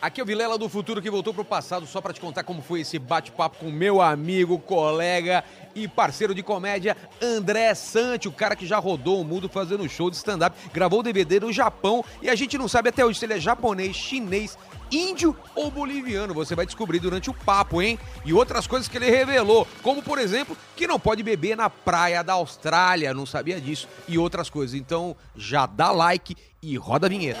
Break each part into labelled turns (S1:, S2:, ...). S1: Aqui é o Vilela do Futuro que voltou pro passado só para te contar como foi esse bate-papo com meu amigo, colega e parceiro de comédia André Sante, o cara que já rodou o mundo fazendo show de stand-up, gravou o DVD no Japão e a gente não sabe até hoje se ele é japonês, chinês, índio ou boliviano. Você vai descobrir durante o papo, hein? E outras coisas que ele revelou, como por exemplo, que não pode beber na praia da Austrália, não sabia disso, e outras coisas. Então já dá like e roda a vinheta.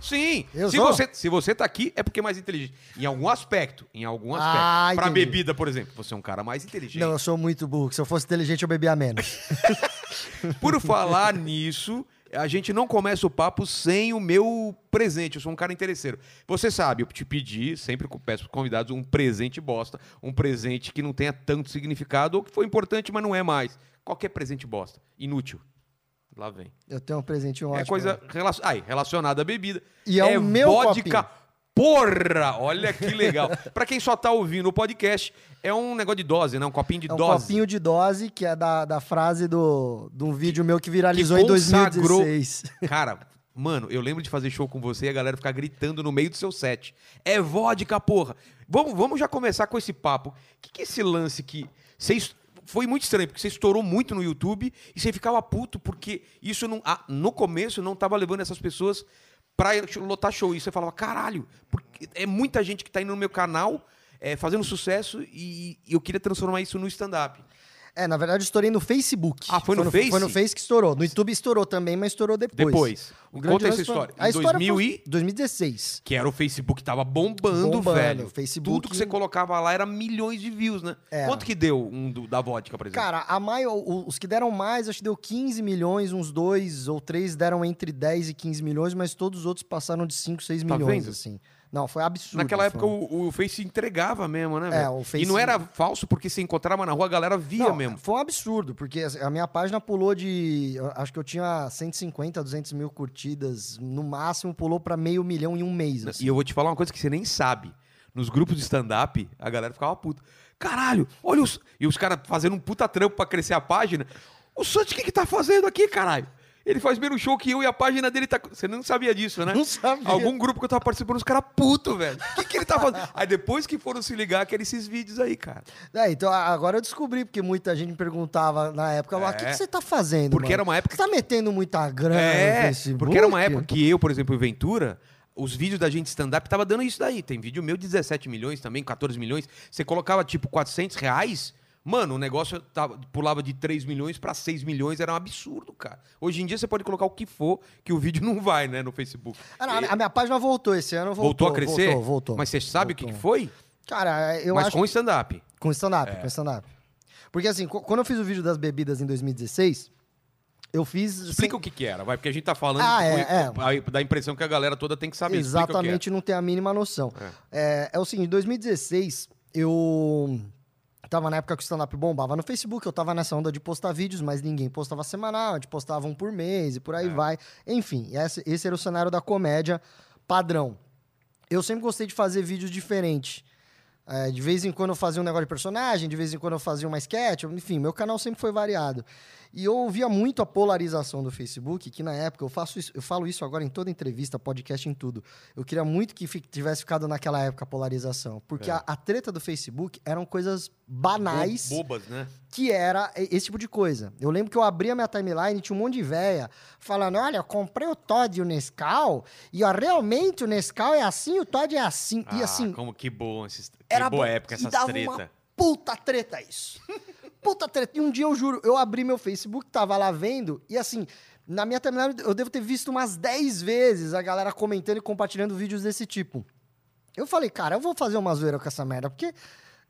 S1: Sim,
S2: Eu
S1: se
S2: sou?
S1: você, se você tá aqui é porque é mais inteligente. Em algum aspecto, em algum aspecto.
S2: Ah,
S1: pra
S2: entendi.
S1: bebida, por exemplo, você é um cara mais inteligente.
S2: Não, eu sou muito burro. Se eu fosse inteligente, eu bebia menos.
S1: Por falar nisso, a gente não começa o papo sem o meu presente. Eu sou um cara interesseiro. Você sabe, eu te pedi, sempre que eu peço pros convidados, um presente bosta. Um presente que não tenha tanto significado ou que foi importante, mas não é mais. Qualquer presente bosta. Inútil. Lá vem.
S2: Eu tenho um presente ótimo.
S1: é coisa relacion... Ai, relacionada à bebida.
S2: E é o meu
S1: vodka.
S2: copinho.
S1: Porra! Olha que legal. pra quem só tá ouvindo o podcast, é um negócio de dose, né? Um copinho de
S2: É um
S1: dose.
S2: copinho de dose, que é da, da frase do, de um vídeo meu que viralizou
S1: que
S2: em 2016.
S1: Cara, mano, eu lembro de fazer show com você e a galera ficar gritando no meio do seu set. É vodka, porra. Vamos, vamos já começar com esse papo. O que, que é esse lance que você es- foi muito estranho, porque você estourou muito no YouTube e você ficava puto porque isso não, ah, no começo não tava levando essas pessoas pra lotar show. E você falava, caralho, porque é muita gente que tá indo no meu canal é, fazendo sucesso e, e eu queria transformar isso no stand-up.
S2: É, na verdade, eu estourei no Facebook.
S1: Ah, foi no Face?
S2: Foi no Face que estourou. No YouTube estourou também, mas estourou depois.
S1: Depois.
S2: O grande
S1: Conta essa
S2: lance foi-
S1: história.
S2: A
S1: Em
S2: história
S1: 2000
S2: foi-
S1: e...
S2: 2016.
S1: Que era o Facebook, tava bombando,
S2: Bombando,
S1: velho.
S2: Facebook-
S1: Tudo que você colocava lá era milhões de views, né?
S2: Era.
S1: Quanto que deu um do- da vodka, por exemplo?
S2: Cara, a maior, o- os que deram mais, acho que deu 15 milhões, uns dois ou três deram entre 10 e 15 milhões, mas todos os outros passaram de 5, 6
S1: Tá
S2: milhões,
S1: vendo?
S2: assim. Não, foi absurdo.
S1: Naquela
S2: foi.
S1: época o, o Face entregava mesmo, né?
S2: É,
S1: velho?
S2: o
S1: E
S2: Face-
S1: não era falso, porque se encontrava na rua, a galera via
S2: Não,
S1: mesmo.
S2: Foi um absurdo, porque assim, a minha página pulou de. eu Acho que eu tinha 150, 200 mil curtidas, no máximo pulou pra meio milhão em um mês. assim.
S1: E eu vou te falar uma coisa que você nem sabe. Nos grupos de stand-up, a galera ficava puta. Caralho, olha os. E os caras fazendo um puta trampo pra crescer a página. O Santos, o que, que tá fazendo aqui, caralho? Ele faz menos show que eu e a página dele tá. Você não sabia disso, né?
S2: Não sabia.
S1: Algum grupo que eu tava participando, os caras puto, velho. O que, que ele tá fazendo? aí depois que foram se ligar, que eram esses vídeos aí, cara.
S2: É, então a- agora eu descobri, porque muita gente me perguntava na época, o
S1: É.
S2: que, que você tá fazendo?
S1: Porque
S2: mano?
S1: era uma época
S2: Você tá metendo muita grana no
S1: É,
S2: Facebook?
S1: porque era uma época que eu, por exemplo, e o Ventura, os vídeos da gente stand-up tava dando isso daí. Tem vídeo meu de 17 milhões também, 14 milhões. Você colocava tipo 400 reais, mano, o negócio tava- pulava de 3 milhões pra 6 milhões, era um absurdo, cara. Hoje em dia você pode colocar o que for, que o vídeo não vai, né, no Facebook.
S2: Ah, não, a- a minha página voltou esse ano,
S1: voltou,
S2: voltou.
S1: a crescer?
S2: Voltou, voltou.
S1: Mas você sabe o que
S2: Voltou.
S1: que foi?
S2: Cara, eu
S1: Mas
S2: acho.
S1: com É. stand-up.
S2: Com stand-up, com stand-up. Porque assim, qu- quando eu fiz o vídeo das bebidas em 2016, eu fiz.
S1: Explica o que que era, vai, porque a gente tá falando
S2: Ah,
S1: tipo,
S2: é,
S1: e- aí dá a impressão que a galera toda tem que saber. Explica o que
S2: Exatamente, não tem a mínima noção.
S1: É.
S2: É, é o seguinte, em 2016, eu tava na época que o stand-up bombava no Facebook, eu tava nessa onda de postar vídeos, mas ninguém postava semanal, a gente postava um por mês e por
S1: É.
S2: aí vai. Enfim, esse, esse era o cenário da comédia padrão. Eu sempre gostei de fazer vídeos diferentes. É, de vez em quando eu fazia um negócio de personagem, de vez em quando eu fazia uma sketch, enfim, meu canal sempre foi variado. E eu ouvia muito a polarização do Facebook, que na época, eu, faço isso- eu falo isso agora em toda entrevista, podcast, em tudo. Eu queria muito que fi- tivesse ficado naquela época a polarização, porque a, a treta do Facebook eram coisas banais
S1: é. Bobas, né?
S2: que era e- esse tipo de coisa. Eu lembro que eu abri a minha timeline e tinha um monte de véia falando: olha, eu comprei o Todd e o Nescau, e ó, realmente o Nescau é assim, o Todd é assim. e
S1: Ah,
S2: assim,
S1: como que bom esses, que
S2: era
S1: boa
S2: bom.
S1: época
S2: E
S1: essas
S2: dava
S1: treta.
S2: Uma puta treta isso. Puta treta. E um dia eu juro, eu abri meu Facebook, tava lá vendo, e assim, na minha timeline eu devo ter visto umas 10 vezes a galera comentando e compartilhando vídeos desse tipo. Eu falei, cara, eu vou fazer uma zoeira com essa merda, porque.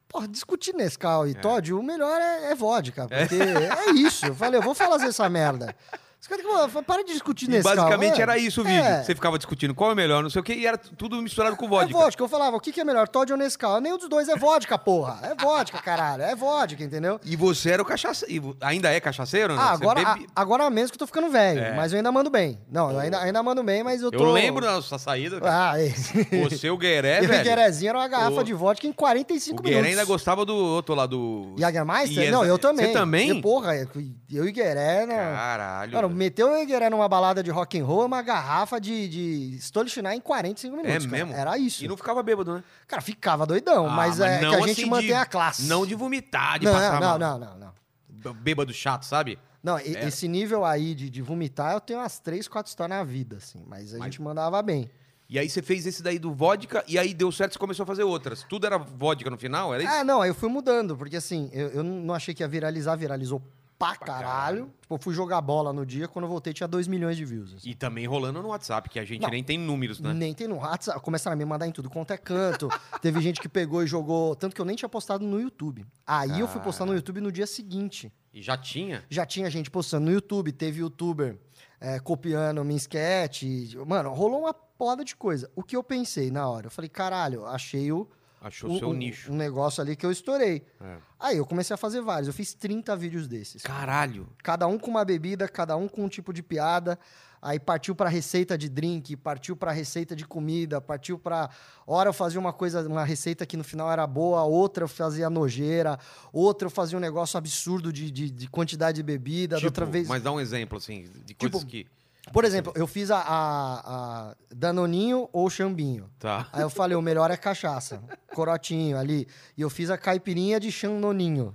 S2: Porra, discutir
S1: É.
S2: é Nescau e Todd, o melhor é, é vodka, porque é. isso. Eu falei, eu vou fazer essa merda. Os caras que, pô, para de discutir
S1: E
S2: nesse
S1: basicamente era isso o vídeo.
S2: É.
S1: Você ficava discutindo qual é o melhor, não sei o quê, e era t- tudo misturado com
S2: É
S1: vodka.
S2: vodka, eu falava, o que, que é melhor, Todd ou Nescau? Nenhum dos dois é vodka, porra. É vodka, caralho. É vodka, entendeu?
S1: E você era o cachaceiro. Ainda é cachaceiro? né?
S2: Ah,
S1: Você
S2: agora, a,
S1: bebe-
S2: agora menos que eu tô ficando velho,
S1: É.
S2: mas eu ainda mando bem. Não, eu ainda, ainda mando bem, mas eu
S1: Eu
S2: tô...
S1: lembro É, da sua saída. cara.
S2: Ah, esse.
S1: Você, o Gueré,
S2: e o
S1: velho.
S2: Guerezinho era uma garrafa
S1: O-
S2: de vodka em 45
S1: o
S2: minutos.
S1: Gueré ainda gostava do outro lá do.
S2: Jagermeister?
S1: Yes-
S2: Não, eu também.
S1: Você também?
S2: Eu, porra, eu eu e Gueré... não-
S1: Caralho.
S2: Mano,
S1: velho.
S2: meteu o Gueré numa balada de rock and roll, uma garrafa de, de Stolichnai em 45
S1: é
S2: minutos, cara.
S1: mesmo?
S2: Era isso.
S1: E não ficava bêbado, né?
S2: Cara, ficava doidão,
S1: Ah,
S2: mas, é
S1: não
S2: que a gente
S1: assim de-
S2: mantém a classe.
S1: Não de vomitar, de
S2: não,
S1: passar
S2: não,
S1: mal.
S2: não, não, não.
S1: B- Bêbado chato, sabe?
S2: Não, e-
S1: Era.
S2: esse nível aí de, de vomitar, eu tenho umas três, quatro histórias na vida, assim. Mas a
S1: Mas-
S2: gente mandava bem.
S1: E aí você fez esse daí do vodka, e aí deu certo e você começou a fazer outras. Tudo era vodka no final? Era isso?
S2: Ah, não, aí eu fui mudando, porque assim, eu, eu não achei que ia viralizar, viralizou pra caralho. Tipo, eu fui jogar bola no dia, quando eu voltei tinha 2 milhões de views. assim.
S1: E também rolando no WhatsApp, que a gente
S2: Não.
S1: nem tem números, né?
S2: Nem tem no WhatsApp, começaram a me mandar em tudo quanto é canto. Teve gente que pegou e jogou, tanto que eu nem tinha postado no YouTube. Aí eu fui postar no YouTube no dia seguinte.
S1: E já tinha.
S2: Já tinha gente postando no YouTube, teve youtuber é, copiando minha sketch. Mano, rolou uma poda de coisa. O que eu pensei na hora? Eu falei, caralho, achei o,
S1: Achou
S2: um-
S1: seu
S2: um-
S1: nicho.
S2: um negócio ali que eu estourei.
S1: É.
S2: Aí eu comecei a fazer vários. Eu fiz 30 vídeos desses.
S1: Caralho.
S2: Cada um com uma bebida, cada um com um tipo de piada. Aí partiu pra receita de drink, partiu pra receita de comida, partiu pra Hora eu fazia uma coisa, uma receita que no final era boa, outra eu fazia nojeira, outra eu fazia um negócio absurdo de, de, de quantidade de bebida. da
S1: Tipo,
S2: outra vez.
S1: Mas dá um exemplo, assim, de coisas que.
S2: Por exemplo, eu fiz a, a- a Danoninho ou Chambinho.
S1: Tá.
S2: Aí eu falei, o melhor é cachaça, corotinho ali. E eu fiz a caipirinha de Chanoninho.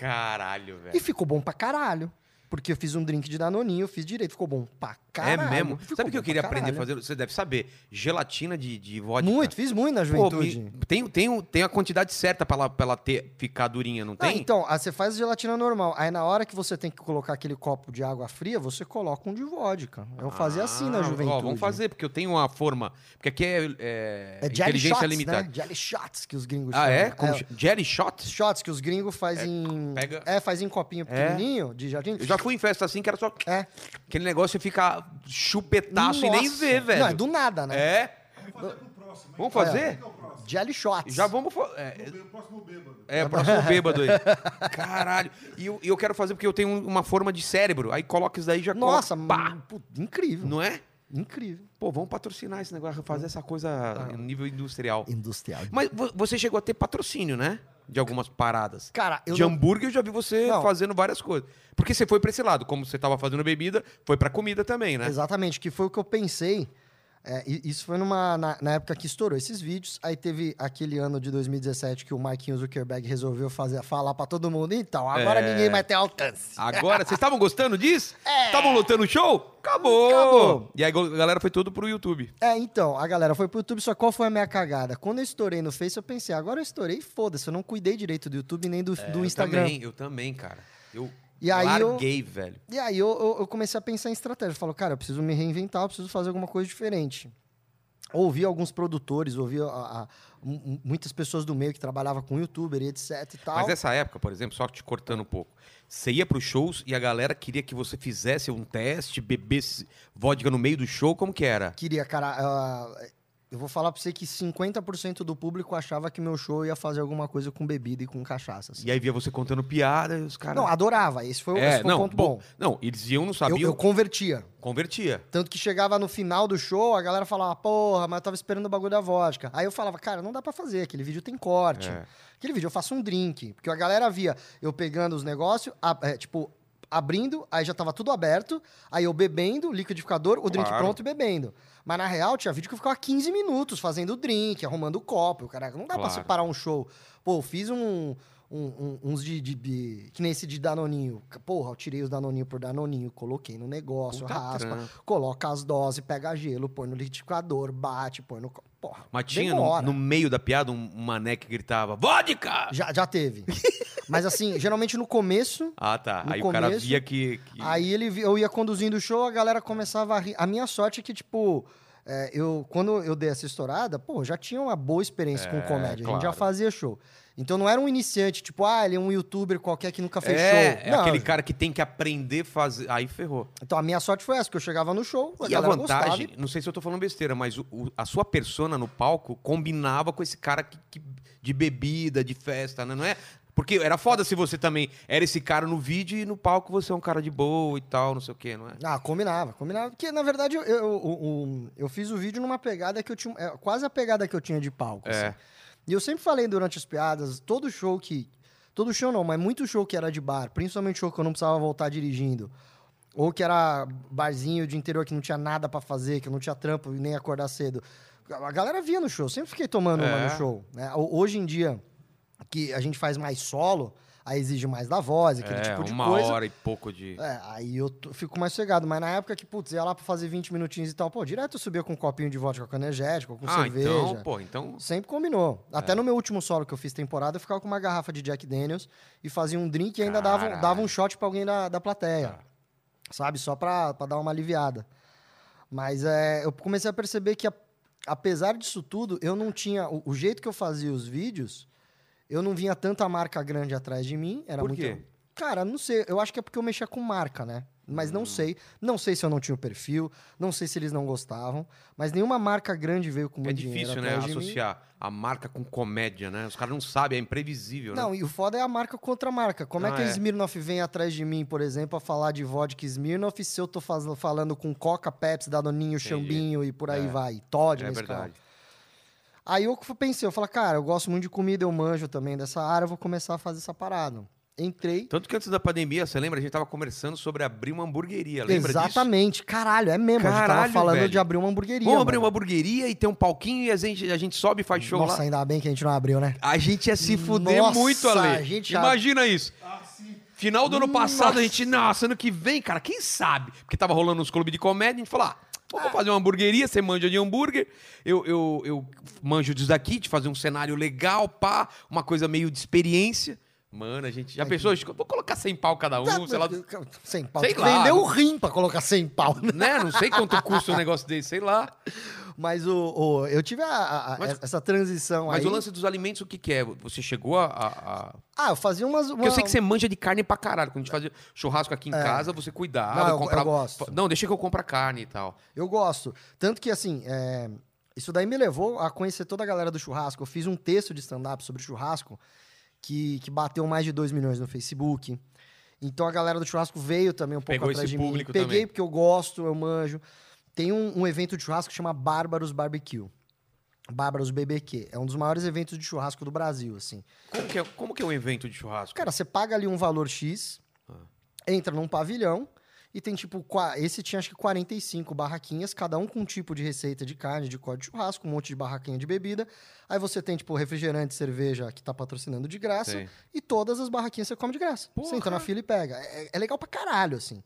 S1: Caralho, velho.
S2: E ficou bom pra caralho. Porque eu fiz um drink de Danoninho, eu fiz direito, ficou bom pra caralho.
S1: é mesmo?
S2: Ficou
S1: Sabe o que
S2: bom
S1: eu queria
S2: pra
S1: aprender a
S2: caralho.
S1: fazer? Você deve saber. Gelatina de, de vodka.
S2: Muito, fiz muito na
S1: Pô,
S2: juventude.
S1: me- tem, tem, um- tem a quantidade certa pra ela, pra ela ter, ficar durinha, não
S2: Ah,
S1: tem?
S2: então, aí você faz gelatina normal. Aí na hora que você tem que colocar aquele copo de água fria, você coloca um de vodka. Eu fazia assim
S1: Ah,
S2: na juventude.
S1: Ó, vamos fazer, porque eu tenho uma forma. Porque aqui é, é,
S2: É jelly
S1: inteligência
S2: shots,
S1: limitada.
S2: né? Jelly shots que os gringos
S1: Ah, é? Como
S2: chamam.
S1: ch- Jelly shot?
S2: shots que os gringos fazem.
S1: pega-
S2: É, faz em copinho pequenininho de jardim.
S1: Eu já fui em festa assim que era só
S2: É.
S1: aquele negócio de ficar chupetaço e Tá nem
S2: Nossa.
S1: ver, velho.
S2: Não, é do nada, né?
S1: É? Vamos fazer?
S2: Jelly shots.
S1: Já vamos. fa- É,
S3: O próximo bêbado.
S1: É, próximo bêbado aí. Caralho. E eu, e eu quero fazer porque eu tenho um- uma forma de cérebro. Aí coloca isso daí e já
S2: Nossa,
S1: coloca. Pá!
S2: mano, pô, incrível.
S1: Não é?
S2: Incrível. Ah.
S1: Pô, vamos patrocinar esse negócio, fazer essa coisa em nível industrial.
S2: Industrial.
S1: Mas vo- você chegou a ter patrocínio, né? De algumas paradas.
S2: Cara, eu
S1: de
S2: não-
S1: hambúrguer eu já vi você
S2: Não.
S1: fazendo várias coisas. Porque você foi pra esse lado. Como você tava fazendo bebida, foi pra comida também, né?
S2: Exatamente, que foi o que eu pensei. É, e- isso foi numa, na, na época que estourou esses vídeos. Aí teve aquele ano de 2017 que o Marquinhos Zuckerberg resolveu fazer, falar pra todo mundo: então, agora
S1: É.
S2: ninguém vai ter alcance.
S1: Agora, vocês estavam gostando disso? Estavam lotando o show? Acabou.
S2: Acabou.
S1: E aí a galera foi tudo pro YouTube.
S2: É, então, a galera foi pro YouTube, só qual foi a minha cagada? Quando eu estourei no Face, eu pensei: agora eu estourei, foda-se, eu não cuidei direito do YouTube nem do, do
S1: É,
S2: Instagram.
S1: Eu também, eu também, cara. Eu
S2: E aí eu-
S1: larguei, velho.
S2: E aí eu, eu- eu comecei a pensar em estratégia. Eu Falo, cara, eu preciso me reinventar, eu preciso fazer alguma coisa diferente. Ouvi alguns produtores, ouvi a- a- mu- muitas pessoas do meio que trabalhavam com youtuber e etc e tal.
S1: Mas é nessa época, por exemplo, só te cortando um pouco, você ia pros shows e a galera queria que você fizesse um teste, bebesse vodka no meio do show, como que era?
S2: Queria, cara. ah, eu vou falar pra você que 50% do público achava que meu show ia fazer alguma coisa com bebida e com cachaça. assim.
S1: E aí via você contando piada e os caras...
S2: Não, adorava. Esse foi, o- esse
S1: é,
S2: foi
S1: não, tá
S2: o ponto
S1: bom.
S2: bom.
S1: Não, eles iam, não
S2: Eu,
S1: sabiam,
S2: eu convertia.
S1: convertia.
S2: Tanto que chegava no final do show, a galera falava, porra, mas eu tava esperando o bagulho da vodka. Aí eu falava, cara, não dá pra fazer, aquele vídeo tem corte.
S1: É.
S2: Aquele vídeo eu faço um drink. Porque a galera via eu pegando os negócios, a- é, tipo, abrindo, aí já tava tudo aberto, aí eu bebendo, liquidificador, o drink
S1: Claro.
S2: pronto e bebendo. Mas na real, tinha vídeo que eu ficava 15 minutos fazendo o drink, arrumando o copo. Caraca, não dá pra
S1: Claro.
S2: separar um show. Pô, eu fiz um. um- um- uns de, de- de- Que nem esse de Danoninho. Porra, eu tirei os Danoninho por Danoninho, coloquei no negócio,
S1: Puta
S2: raspa
S1: trampo.
S2: coloca as doses, pega gelo, põe no liquidificador, bate, põe no. co- Porra.
S1: Mas tinha no,
S2: demora.
S1: no meio da piada um mané que gritava, vodka!
S2: Já, já teve. Mas assim, geralmente no começo.
S1: Ah, tá.
S2: No
S1: aí o cara
S2: começo-
S1: via que... que-
S2: Aí ele, vi- eu ia conduzindo o show, a galera começava a rir. A minha sorte é que, tipo, é, eu, quando eu dei essa estourada, pô, já tinha uma boa experiência com comédia. A gente já
S1: claro.
S2: fazia show. Então não era um iniciante, tipo, ah, ele é um youtuber qualquer que nunca fez show.
S1: É, é
S2: Não,
S1: aquele cara que tem que aprender a fazer. Aí ferrou.
S2: Então a minha sorte foi essa, porque eu chegava no show, a
S1: E a
S2: galera gostava
S1: vantagem, não sei se eu tô falando besteira, mas o- o- a sua persona no palco combinava com esse cara que- que- de bebida, de festa, né? não é? Porque era foda se você também era esse cara no vídeo e no palco você é um cara de boa e tal, não sei o quê, não é?
S2: Ah, combinava, combinava. Porque, na verdade, eu, eu, eu- eu fiz o vídeo numa pegada que eu tinha. é, quase a pegada que eu tinha de palco.
S1: É.
S2: assim. E eu sempre falei durante as piadas, todo show que. Todo show não, mas muito show que era de bar, principalmente show que eu não precisava voltar dirigindo. Ou que era barzinho de interior que não tinha nada pra fazer, que eu não tinha trampo e nem acordar cedo. A galera via no show, eu sempre fiquei tomando uma
S1: É.
S2: no show. né? Ho- Hoje em dia, que a gente faz mais solo, aí exige mais da voz, aquele
S1: É,
S2: tipo de
S1: uma
S2: coisa.
S1: hora e pouco de.
S2: É, aí eu tô- fico mais cegado. Mas na época que, putz, ia lá pra fazer 20 minutinhos e tal, pô, direto eu subia com um copinho de vodka com energético, com
S1: ah,
S2: cerveja.
S1: então, pô, então.
S2: Sempre combinou.
S1: É.
S2: Até no meu último solo que eu fiz temporada, eu ficava com uma garrafa de Jack Daniels e fazia um drink e ainda dava, um-
S1: Caralho. Tá.
S2: dava um shot pra alguém da, da plateia. Sabe? Só pra, pra dar uma aliviada. Mas é, eu comecei a perceber que, a- apesar disso tudo, eu não tinha. O, o jeito que eu fazia os vídeos, eu não vinha tanta marca grande atrás de mim. Era
S1: Por
S2: muito.
S1: quê?
S2: Cara, não sei. Eu acho que é porque eu mexia com marca, né? Mas
S1: Hum.
S2: não sei. Não sei se eu não tinha o perfil, não sei se eles não gostavam. Mas nenhuma marca grande veio com
S1: É
S2: muito dinheiro
S1: difícil, né?
S2: atrás de mim.
S1: Associar a marca com comédia, né? Os caras não sabem, é imprevisível, né?
S2: Não, e o foda é a marca contra a marca. Como é
S1: Ah,
S2: que a
S1: é.
S2: Smirnoff vem atrás de mim, por exemplo, a falar de vodka Smirnoff se eu tô faz- falando com Coca, Pepsi, Danoninho, Xambinho e por aí
S1: É.
S2: vai. Todd,
S1: é
S2: Nescau.
S1: verdade.
S2: Aí eu f- pensei, eu falei, cara, eu gosto muito de comida, eu manjo também dessa área, eu vou começar a fazer essa parada. Entrei.
S1: Tanto que antes da pandemia, você lembra, a gente tava conversando sobre abrir uma hamburgueria, lembra disso?
S2: Exatamente. Caralho, é mesmo. a gente tava
S1: Caralho,
S2: falando
S1: velho.
S2: de abrir uma hamburgueria.
S1: Vamos abrir
S2: mano.
S1: uma hamburgueria e ter um palquinho e a gente, a gente sobe e faz show
S2: Nossa,
S1: lá.
S2: ainda bem que a gente não abriu, né?
S1: A gente ia se fuder
S2: Nossa,
S1: muito,
S2: a
S1: Ale.
S2: gente já-
S1: Imagina isso. Final do ano passado,
S2: Nossa.
S1: a gente, nossa, ano que vem, cara, quem sabe? Porque tava rolando uns clubes de comédia, a gente falou, ah, vamos fazer uma hamburgueria, você manja de hambúrguer, eu, eu, eu manjo disso daqui, de fazer um cenário legal, pá, uma coisa meio de experiência. Mano, a gente já pensou, vou colocar 100 pau cada um, sei lá,
S2: Sem pau.
S1: Sei
S2: Tem que
S1: lá.
S2: Vendeu o rim pra colocar sem pau. né?
S1: né? Não sei quanto custa um negócio desse, sei lá.
S2: Então Mas o, o- eu tive a- a- a-
S1: Mas-
S2: essa transição aí.
S1: Mas o lance dos alimentos, o que que é? Você chegou a... a- a-
S2: Ah, eu fazia umas.
S1: Porque eu sei que você é manja de carne pra caralho. Quando a gente fazia churrasco aqui em casa, você é cuidava.
S2: É. Não, Ah, eu- eu
S1: comprava...
S2: gosto.
S1: Não, deixa que eu compro a carne e tal.
S2: Eu gosto. Tanto que, assim, é, isso daí me levou a conhecer toda a galera do churrasco. Eu fiz um texto de stand-up sobre churrasco que, que bateu mais de 2 milhões no Facebook. Então a galera do churrasco veio também um pouco
S1: Pegou
S2: atrás
S1: esse
S2: de
S1: público
S2: mim. Peguei
S1: também.
S2: porque eu gosto, eu manjo. Tem um, um evento de churrasco que chama Bárbaros Barbecue. Bárbaros BBQ. É um dos maiores eventos de churrasco do Brasil, assim.
S1: Como que é, como que é um evento de churrasco?
S2: Cara, você paga ali um valor X,
S1: Ah.
S2: entra num pavilhão e tem tipo. qua- Esse tinha acho que 45 barraquinhas, cada um com um tipo de receita de carne, de corte de churrasco, um monte de barraquinha de bebida. Aí você tem, tipo, refrigerante, cerveja que tá patrocinando de graça.
S1: Sei.
S2: E todas as barraquinhas você come de graça. Você
S1: Porra!
S2: entra na fila e pega. É, é legal pra caralho, assim.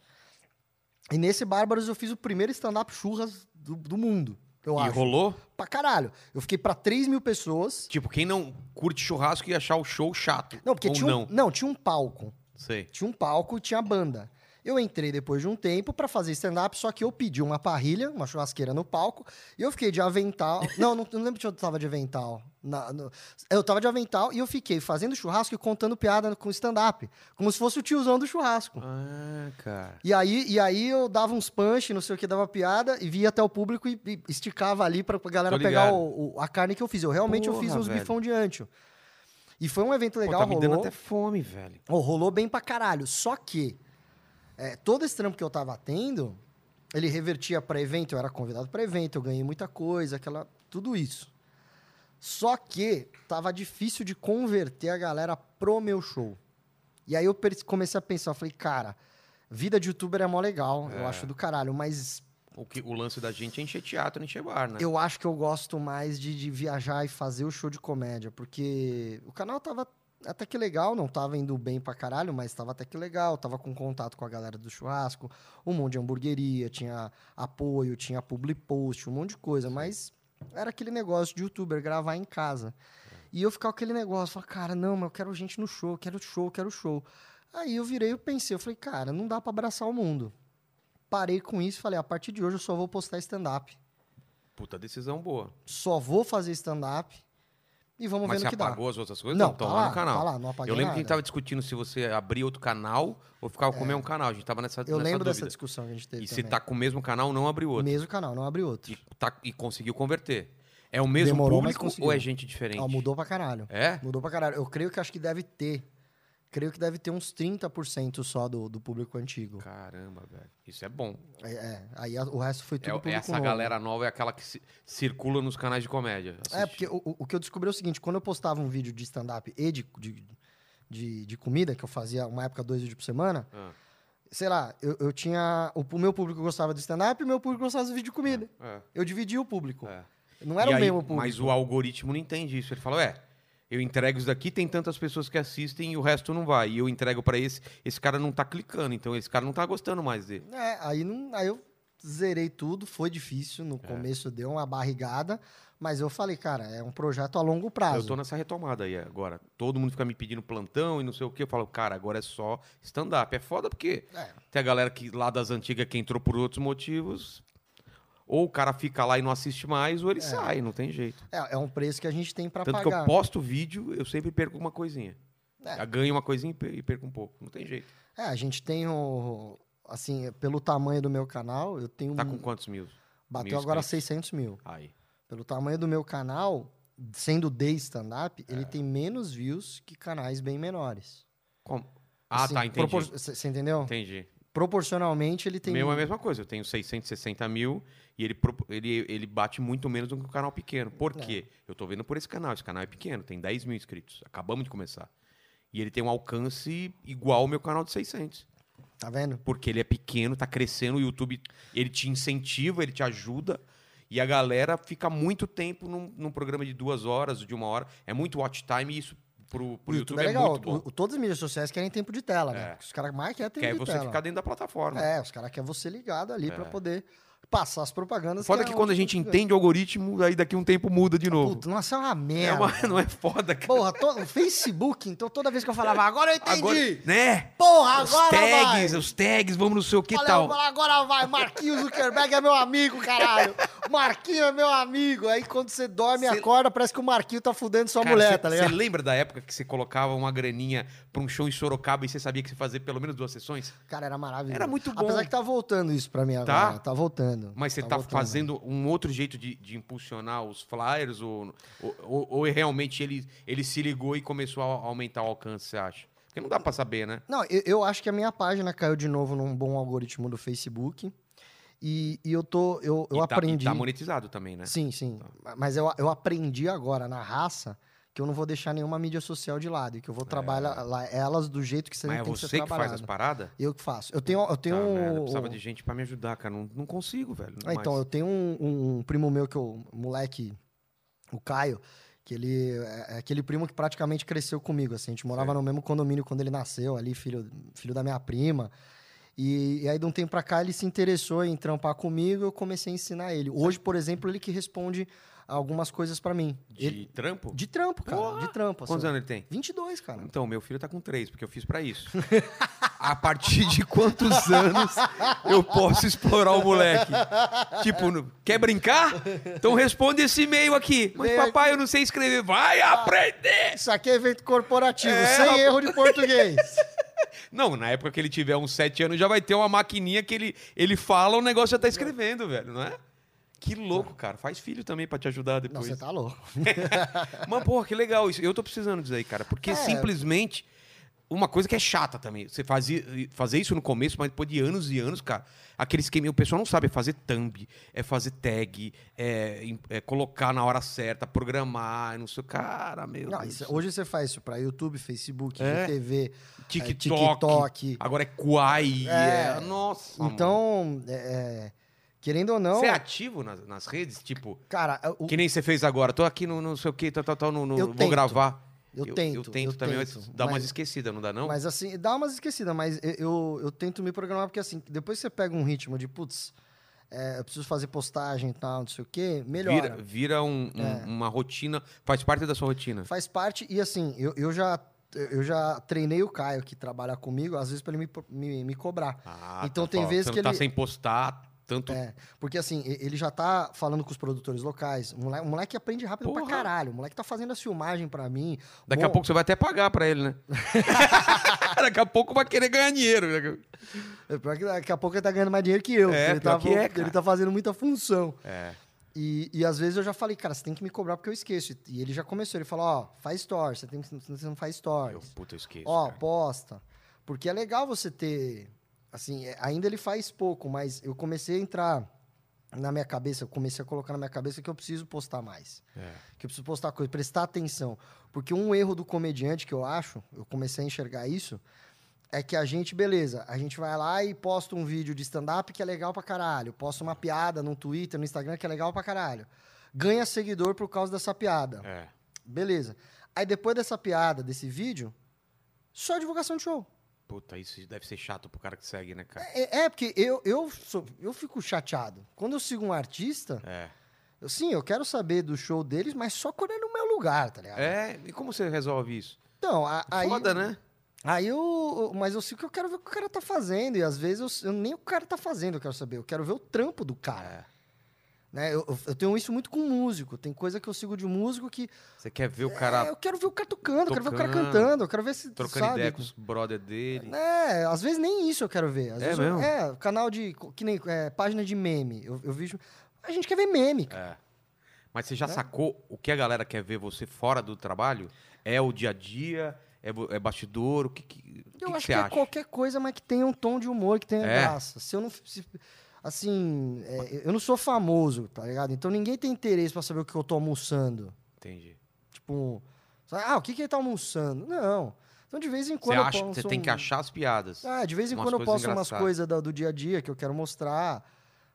S2: E nesse Bárbaros eu fiz o primeiro stand-up churras do, do mundo.
S1: e
S2: Eu acho.
S1: rolou?
S2: Pra caralho. Eu fiquei pra 3 mil pessoas.
S1: Tipo, quem não curte churrasco ia achar o show chato.
S2: Não, porque
S1: Ou
S2: tinha um,
S1: não.
S2: não, tinha um palco.
S1: Sei.
S2: Tinha um palco e tinha banda. Eu entrei depois de um tempo pra fazer stand-up, só que eu pedi uma parrilha, uma churrasqueira no palco, e eu fiquei de avental. não, não, não lembro se eu tava de avental. Na- no- eu tava de avental e eu fiquei fazendo churrasco e contando piada com stand-up, como se fosse o tiozão do churrasco.
S1: Ah, cara.
S2: E aí, e aí eu dava uns punch, não sei o que, dava piada, e via até o público e, e esticava ali pra pra galera
S1: Tô
S2: pegar
S1: ligado.
S2: o- o- a carne que eu fiz. Eu realmente eu
S1: Porra,
S2: fiz uns
S1: velho.
S2: bifão de ancho. E foi um evento legal,
S1: Pô, tá me dando
S2: rolou.
S1: até fome, velho.
S2: Ô, rolou bem pra caralho. Só que é, todo esse trampo que eu tava tendo, ele revertia pra evento, eu era convidado pra evento, eu ganhei muita coisa, aquela, tudo isso. Só que tava difícil de converter a galera pro meu show. E aí eu per- comecei a pensar, eu falei, cara, vida de youtuber é mó legal, eu acho do caralho, mas
S1: O, que, o lance da gente é encher teatro, encher bar, né?
S2: eu acho que eu gosto mais de, de viajar e fazer o show de comédia, porque o canal tava até que legal, não tava indo bem pra caralho, mas tava até que legal, tava com contato com a galera do churrasco, um monte de hamburgueria, tinha apoio, tinha public post, um monte de coisa, mas era aquele negócio de youtuber gravar em casa. E eu ficava com aquele negócio, falava, cara, não, mas eu quero gente no show, quero show, quero show. Aí eu virei e pensei, eu falei, cara, não dá pra abraçar o mundo. Parei com isso, falei, a partir de hoje eu só vou postar stand-up
S1: Puta decisão boa.
S2: só vou fazer stand-up. e vamos
S1: Mas
S2: ver
S1: você
S2: no que dá.
S1: apagou as outras coisas?
S2: Não,
S1: então,
S2: tá
S1: lá
S2: lá,
S1: no canal.
S2: tá lá, não apaguei
S1: Eu lembro que a gente
S2: nada. É.
S1: tava discutindo se você abria outro canal ou ficava com o mesmo canal. A gente tava nessa,
S2: Eu
S1: nessa
S2: lembro dessa
S1: dúvida.
S2: discussão que a gente teve
S1: E se
S2: também.
S1: tá com o mesmo canal, não abriu outro.
S2: Mesmo canal, não abre outro.
S1: E, tá- e conseguiu converter. É o mesmo
S2: Demorou, mas
S1: público
S2: conseguiu.
S1: ou é gente diferente?
S2: Ó, mudou pra caralho.
S1: É?
S2: Mudou pra caralho. Eu creio que acho que deve ter. Creio que deve ter uns 30% só do, do público antigo.
S1: Caramba, velho. Isso é bom.
S2: É, é. aí a- o resto foi
S1: É,
S2: tudo público
S1: essa
S2: novo. né?
S1: galera nova é aquela que ci- circula nos canais de comédia.
S2: É,
S1: Assiste.
S2: porque o, o- o que eu descobri é o seguinte: quando eu postava um vídeo de stand-up e de, de, de, de comida, que eu fazia uma época dois vídeos por semana,
S1: Ah.
S2: sei lá, eu, eu tinha. O, o meu público gostava de stand-up e o meu público gostava de vídeo de comida.
S1: É,
S2: Eu dividia o público.
S1: é.
S2: Não era
S1: E
S2: o
S1: aí-
S2: mesmo público.
S1: Mas o algoritmo não entende isso. Ele fala, é, eu entrego isso daqui, tem tantas pessoas que assistem e o resto não vai. E eu entrego pra esse, esse cara não tá clicando, então esse cara não tá gostando mais dele.
S2: É, aí, não, aí eu zerei tudo, foi difícil.
S1: É.
S2: No começo deu uma barrigada, mas eu falei, cara, é um projeto a longo prazo.
S1: Eu tô nessa retomada aí agora. Todo mundo fica me pedindo plantão e não sei o que. Eu falo, cara, agora é só stand-up. É foda porque
S2: É.
S1: tem a galera que lá das antigas que entrou por outros motivos. Ou o cara fica lá e não assiste mais, ou ele sai, não tem jeito.
S2: É, é um preço que a gente tem É. pra
S1: Tanto que eu
S2: pagar.
S1: posto vídeo, eu sempre perco uma coisinha.
S2: É.
S1: Eu ganho uma coisinha e per- e perco um pouco. Não tem jeito.
S2: É, a gente tem o. Assim, pelo tamanho do meu canal, eu tenho.
S1: Tá
S2: um-
S1: com quantos mil?
S2: bateu
S1: mil
S2: agora
S1: inscritos?
S2: 600 mil.
S1: Aí.
S2: Pelo tamanho do meu canal, sendo de stand-up,
S1: É.
S2: ele tem menos views que canais bem menores.
S1: Como? Ah,
S2: Assim,
S1: tá, entendi.
S2: propor- Você você entendeu?
S1: Entendi.
S2: Proporcionalmente, ele tem.
S1: Meu é a mesma coisa. Eu tenho 660 mil e ele, pro- ele, ele bate muito menos do que o canal pequeno.
S2: É.
S1: Por quê? Eu tô vendo por esse canal. Esse canal é pequeno, tem 10 mil inscritos. Acabamos de começar. E ele tem um alcance igual ao meu canal de 600.
S2: Tá vendo?
S1: Porque ele é pequeno, tá crescendo, o YouTube ele te incentiva, ele te ajuda. E a galera fica muito tempo num, num programa de duas horas, de uma hora. É muito watch time e isso pro, pro YouTube,
S2: O YouTube, é legal.
S1: muito bom. É.
S2: O- o- todas as mídias sociais querem tempo de tela, né? Os caras mais querem tempo
S1: Quer
S2: de
S1: você
S2: tela.
S1: ficar dentro da plataforma.
S2: É, os caras querem você ligado ali pra poder passar as propagandas.
S1: Foda
S2: é
S1: que quando a
S2: onde
S1: gente
S2: tudo
S1: entende o algoritmo, aí daqui um tempo muda de
S2: ganha.
S1: novo.
S2: Puta, nossa, é uma
S1: É
S2: merda.
S1: uma- não é foda, cara.
S2: Porra, to... o Facebook, então toda vez que eu falava, agora eu entendi.
S1: Agora, né?
S2: Porra,
S1: os
S2: agora
S1: tags,
S2: vai.
S1: os tags, vamos não sei o que
S2: Falei, eu
S1: tal.
S2: falei, agora vai, Marquinhos Zuckerberg é meu amigo, caralho. Marquinho é meu amigo. Aí quando você dorme e
S1: Cê-
S2: acorda, parece que o Marquinho tá fudendo sua
S1: Cara,
S2: mulher,
S1: cê-
S2: tá ligado?
S1: Você lembra da época que você colocava uma graninha pra um show em Sorocaba e você sabia que você fazia pelo menos duas sessões?
S2: Cara, era maravilhoso.
S1: Era muito bom.
S2: Apesar que tá voltando isso pra mim
S1: Tá?
S2: agora. Tá voltando.
S1: Mas você tá,
S2: voltando. né?
S1: fazendo um outro jeito de, de impulsionar os flyers? Ou, ou, ou- ou é realmente ele, ele se ligou e começou a aumentar o alcance, você acha? Porque não dá pra saber, né?
S2: Não, eu, eu acho que a minha página caiu de novo num bom algoritmo do Facebook. E, e eu tô. Eu, eu
S1: e tá,
S2: aprendi.
S1: E tá monetizado também, né?
S2: Sim, sim. Mas eu, eu aprendi agora na raça que eu não vou deixar nenhuma mídia social de lado. E que eu vou trabalhar lá elas do jeito que você
S1: É. Mas
S2: tem
S1: é
S2: que ser
S1: você que faz
S2: trabalhado.
S1: as paradas?
S2: Eu que faço. Eu tenho. Eu tenho
S1: Puta
S2: um-
S1: Tá, merda, eu precisava de gente pra me ajudar, cara. Não, não consigo, velho. Não
S2: Ah, então, eu
S1: mais.
S2: tenho um, um- um primo meu que eu, um moleque, o Caio, que ele é é aquele primo que praticamente cresceu comigo, assim, a gente morava no mesmo condomínio quando ele nasceu, ali, filho, filho da minha prima. E, e aí, de um tempo pra cá, ele se interessou em trampar comigo eu comecei a ensinar ele. Hoje, por exemplo, ele que responde algumas coisas pra mim.
S1: De
S2: Ele-
S1: trampo?
S2: de trampo, cara,
S1: Porra!
S2: de trampo. assim.
S1: Quantos anos ele tem?
S2: 22, cara.
S1: Então, meu filho tá com três, porque eu fiz pra isso. A partir de quantos anos eu posso explorar o moleque? Tipo, no- quer brincar? Então responde esse e-mail aqui. Mas
S2: Vem
S1: papai, eu não sei escrever. Vai aprender!
S2: Isso aqui é evento corporativo,
S1: É,
S2: sem
S1: rapaz.
S2: erro de português.
S1: Não, na época que ele tiver uns sete anos, já vai ter uma maquininha que ele, ele fala, o negócio já tá escrevendo, velho, não é? Que louco, cara. Faz filho também pra te ajudar
S2: Não,
S1: depois.
S2: você tá louco.
S1: Mas, porra, que legal isso. Eu tô precisando disso aí, cara. Porque
S2: É.
S1: simplesmente. Uma coisa que é chata também. Você fazia, fazer isso no começo, mas depois de anos e anos, cara, aquele esquema. O pessoal não sabe é fazer thumb, é fazer tag, é, im- é colocar na hora certa, programar, não sei o cara, meu.
S2: Não,
S1: Deus.
S2: isso- hoje você faz isso pra YouTube, Facebook,
S1: É.
S2: GTV,
S1: TikTok,
S2: é, TikTok.
S1: Agora é Kwai.
S2: É.
S1: É. Nossa. mano.
S2: Então, é, é, querendo ou não,
S1: Você é ativo nas, nas redes? Tipo,
S2: cara, o-
S1: que nem você fez agora. Tô aqui no não sei o que, tal, tal, tal, no, no-
S2: Eu
S1: vou
S2: tento,
S1: gravar.
S2: eu, tento.
S1: Eu tento também, mas
S2: tento,
S1: dá
S2: mas,
S1: umas esquecidas, não dá não?
S2: mas assim, dá umas esquecidas, mas eu, eu, eu tento me programar, porque assim, depois que você pega um ritmo de, putz, é, eu preciso fazer postagem e tal, não sei o quê, melhora.
S1: Vira, vira um- um-
S2: É.
S1: uma rotina, faz parte da sua rotina.
S2: Faz parte, e assim, eu, eu já... Eu já treinei o Caio, que trabalha comigo, às vezes pra ele me, me, me cobrar.
S1: Ah,
S2: Então
S1: tá
S2: tem
S1: fal-
S2: vezes
S1: você
S2: que
S1: não tá
S2: ele-
S1: sem postar Tanto
S2: É, porque assim, e- ele já tá falando com os produtores locais. O moleque, o moleque aprende rápido pra
S1: Porra.
S2: caralho. O moleque tá fazendo a filmagem pra mim.
S1: Daqui a
S2: Bom,
S1: pouco você vai até pagar pra ele, né? Daqui a pouco vai querer ganhar dinheiro. né?
S2: é pior que Daqui a pouco ele tá ganhando mais dinheiro que eu.
S1: É,
S2: ele,
S1: pior
S2: tá,
S1: que é, cara.
S2: ele tá fazendo muita função.
S1: É.
S2: E, e às vezes eu já falei, cara, você tem que me cobrar porque eu esqueço. E- E ele já começou, ele falou, ó, faz stories, você, tem, que- você não faz
S1: Eu,
S2: stories.
S1: puta, eu esqueço.
S2: Ó,
S1: cara.
S2: posta. Porque é legal você ter. Assim, é- ainda ele faz pouco, mas eu comecei a entrar na minha cabeça, eu comecei a colocar na minha cabeça que eu preciso postar mais.
S1: É.
S2: Que eu preciso postar coisa, prestar atenção. Porque um erro do comediante que eu acho, eu comecei a enxergar isso, é que a gente, beleza, a gente vai lá e posta um vídeo de stand-up que é legal pra caralho. Posta uma piada no Twitter, no Instagram que é legal pra caralho. Ganha seguidor por causa dessa piada.
S1: É.
S2: Beleza. Aí depois dessa piada, desse vídeo, só divulgação de show.
S1: Puta, isso deve ser chato pro cara que segue, né, cara?
S2: É, é, porque eu, eu, sou- eu fico chateado. Quando eu sigo um artista,
S1: É.
S2: eu- sim, eu quero saber do show deles, mas só quando é no meu lugar, tá ligado?
S1: É, e como você resolve isso?
S2: Então, a- aí.
S1: Foda, né?
S2: Aí eu. Mas eu sigo que eu quero ver o que o cara tá fazendo. E às vezes eu s- eu, nem o cara tá fazendo, eu quero saber. Eu quero ver o trampo do cara.
S1: É.
S2: Né? Eu, eu- eu tenho isso muito com músico. Tem coisa que eu sigo de músico que.
S1: Você quer ver o
S2: é,
S1: cara
S2: eu quero ver o cara tocando, eu quero ver o cara
S1: Tocando.
S2: cantando, eu quero ver se.
S1: trocando
S2: sabe?
S1: ideia com os brother dele?
S2: É, às vezes nem isso eu quero ver. Às
S1: É
S2: vezes eu-
S1: mesmo?
S2: é, canal de. co- Que nem. é, página de meme. Eu, eu vejo. A gente quer ver meme, cara.
S1: É. Mas você já
S2: Né?
S1: sacou o que a galera quer ver você fora do trabalho? É o dia a dia? É, vo- é bastidor? O que, que, o que
S2: eu
S1: que
S2: acho
S1: você
S2: que é
S1: acha?
S2: qualquer coisa, mas que tenha um tom de humor, que tenha
S1: É.
S2: graça. Se eu não. se- assim, é, eu não sou famoso, tá ligado? Então ninguém tem interesse pra saber o que eu tô almoçando.
S1: Entendi.
S2: Tipo, sabe, ah, o que, que ele tá almoçando? Não. Então de vez em
S1: Você,
S2: quando. eu
S1: acha-
S2: posto
S1: você tem que
S2: um-
S1: achar as piadas.
S2: Ah, de vez em
S1: umas
S2: quando eu
S1: coisas
S2: posto umas
S1: engraçadas.
S2: coisas da- do dia a dia que eu quero mostrar,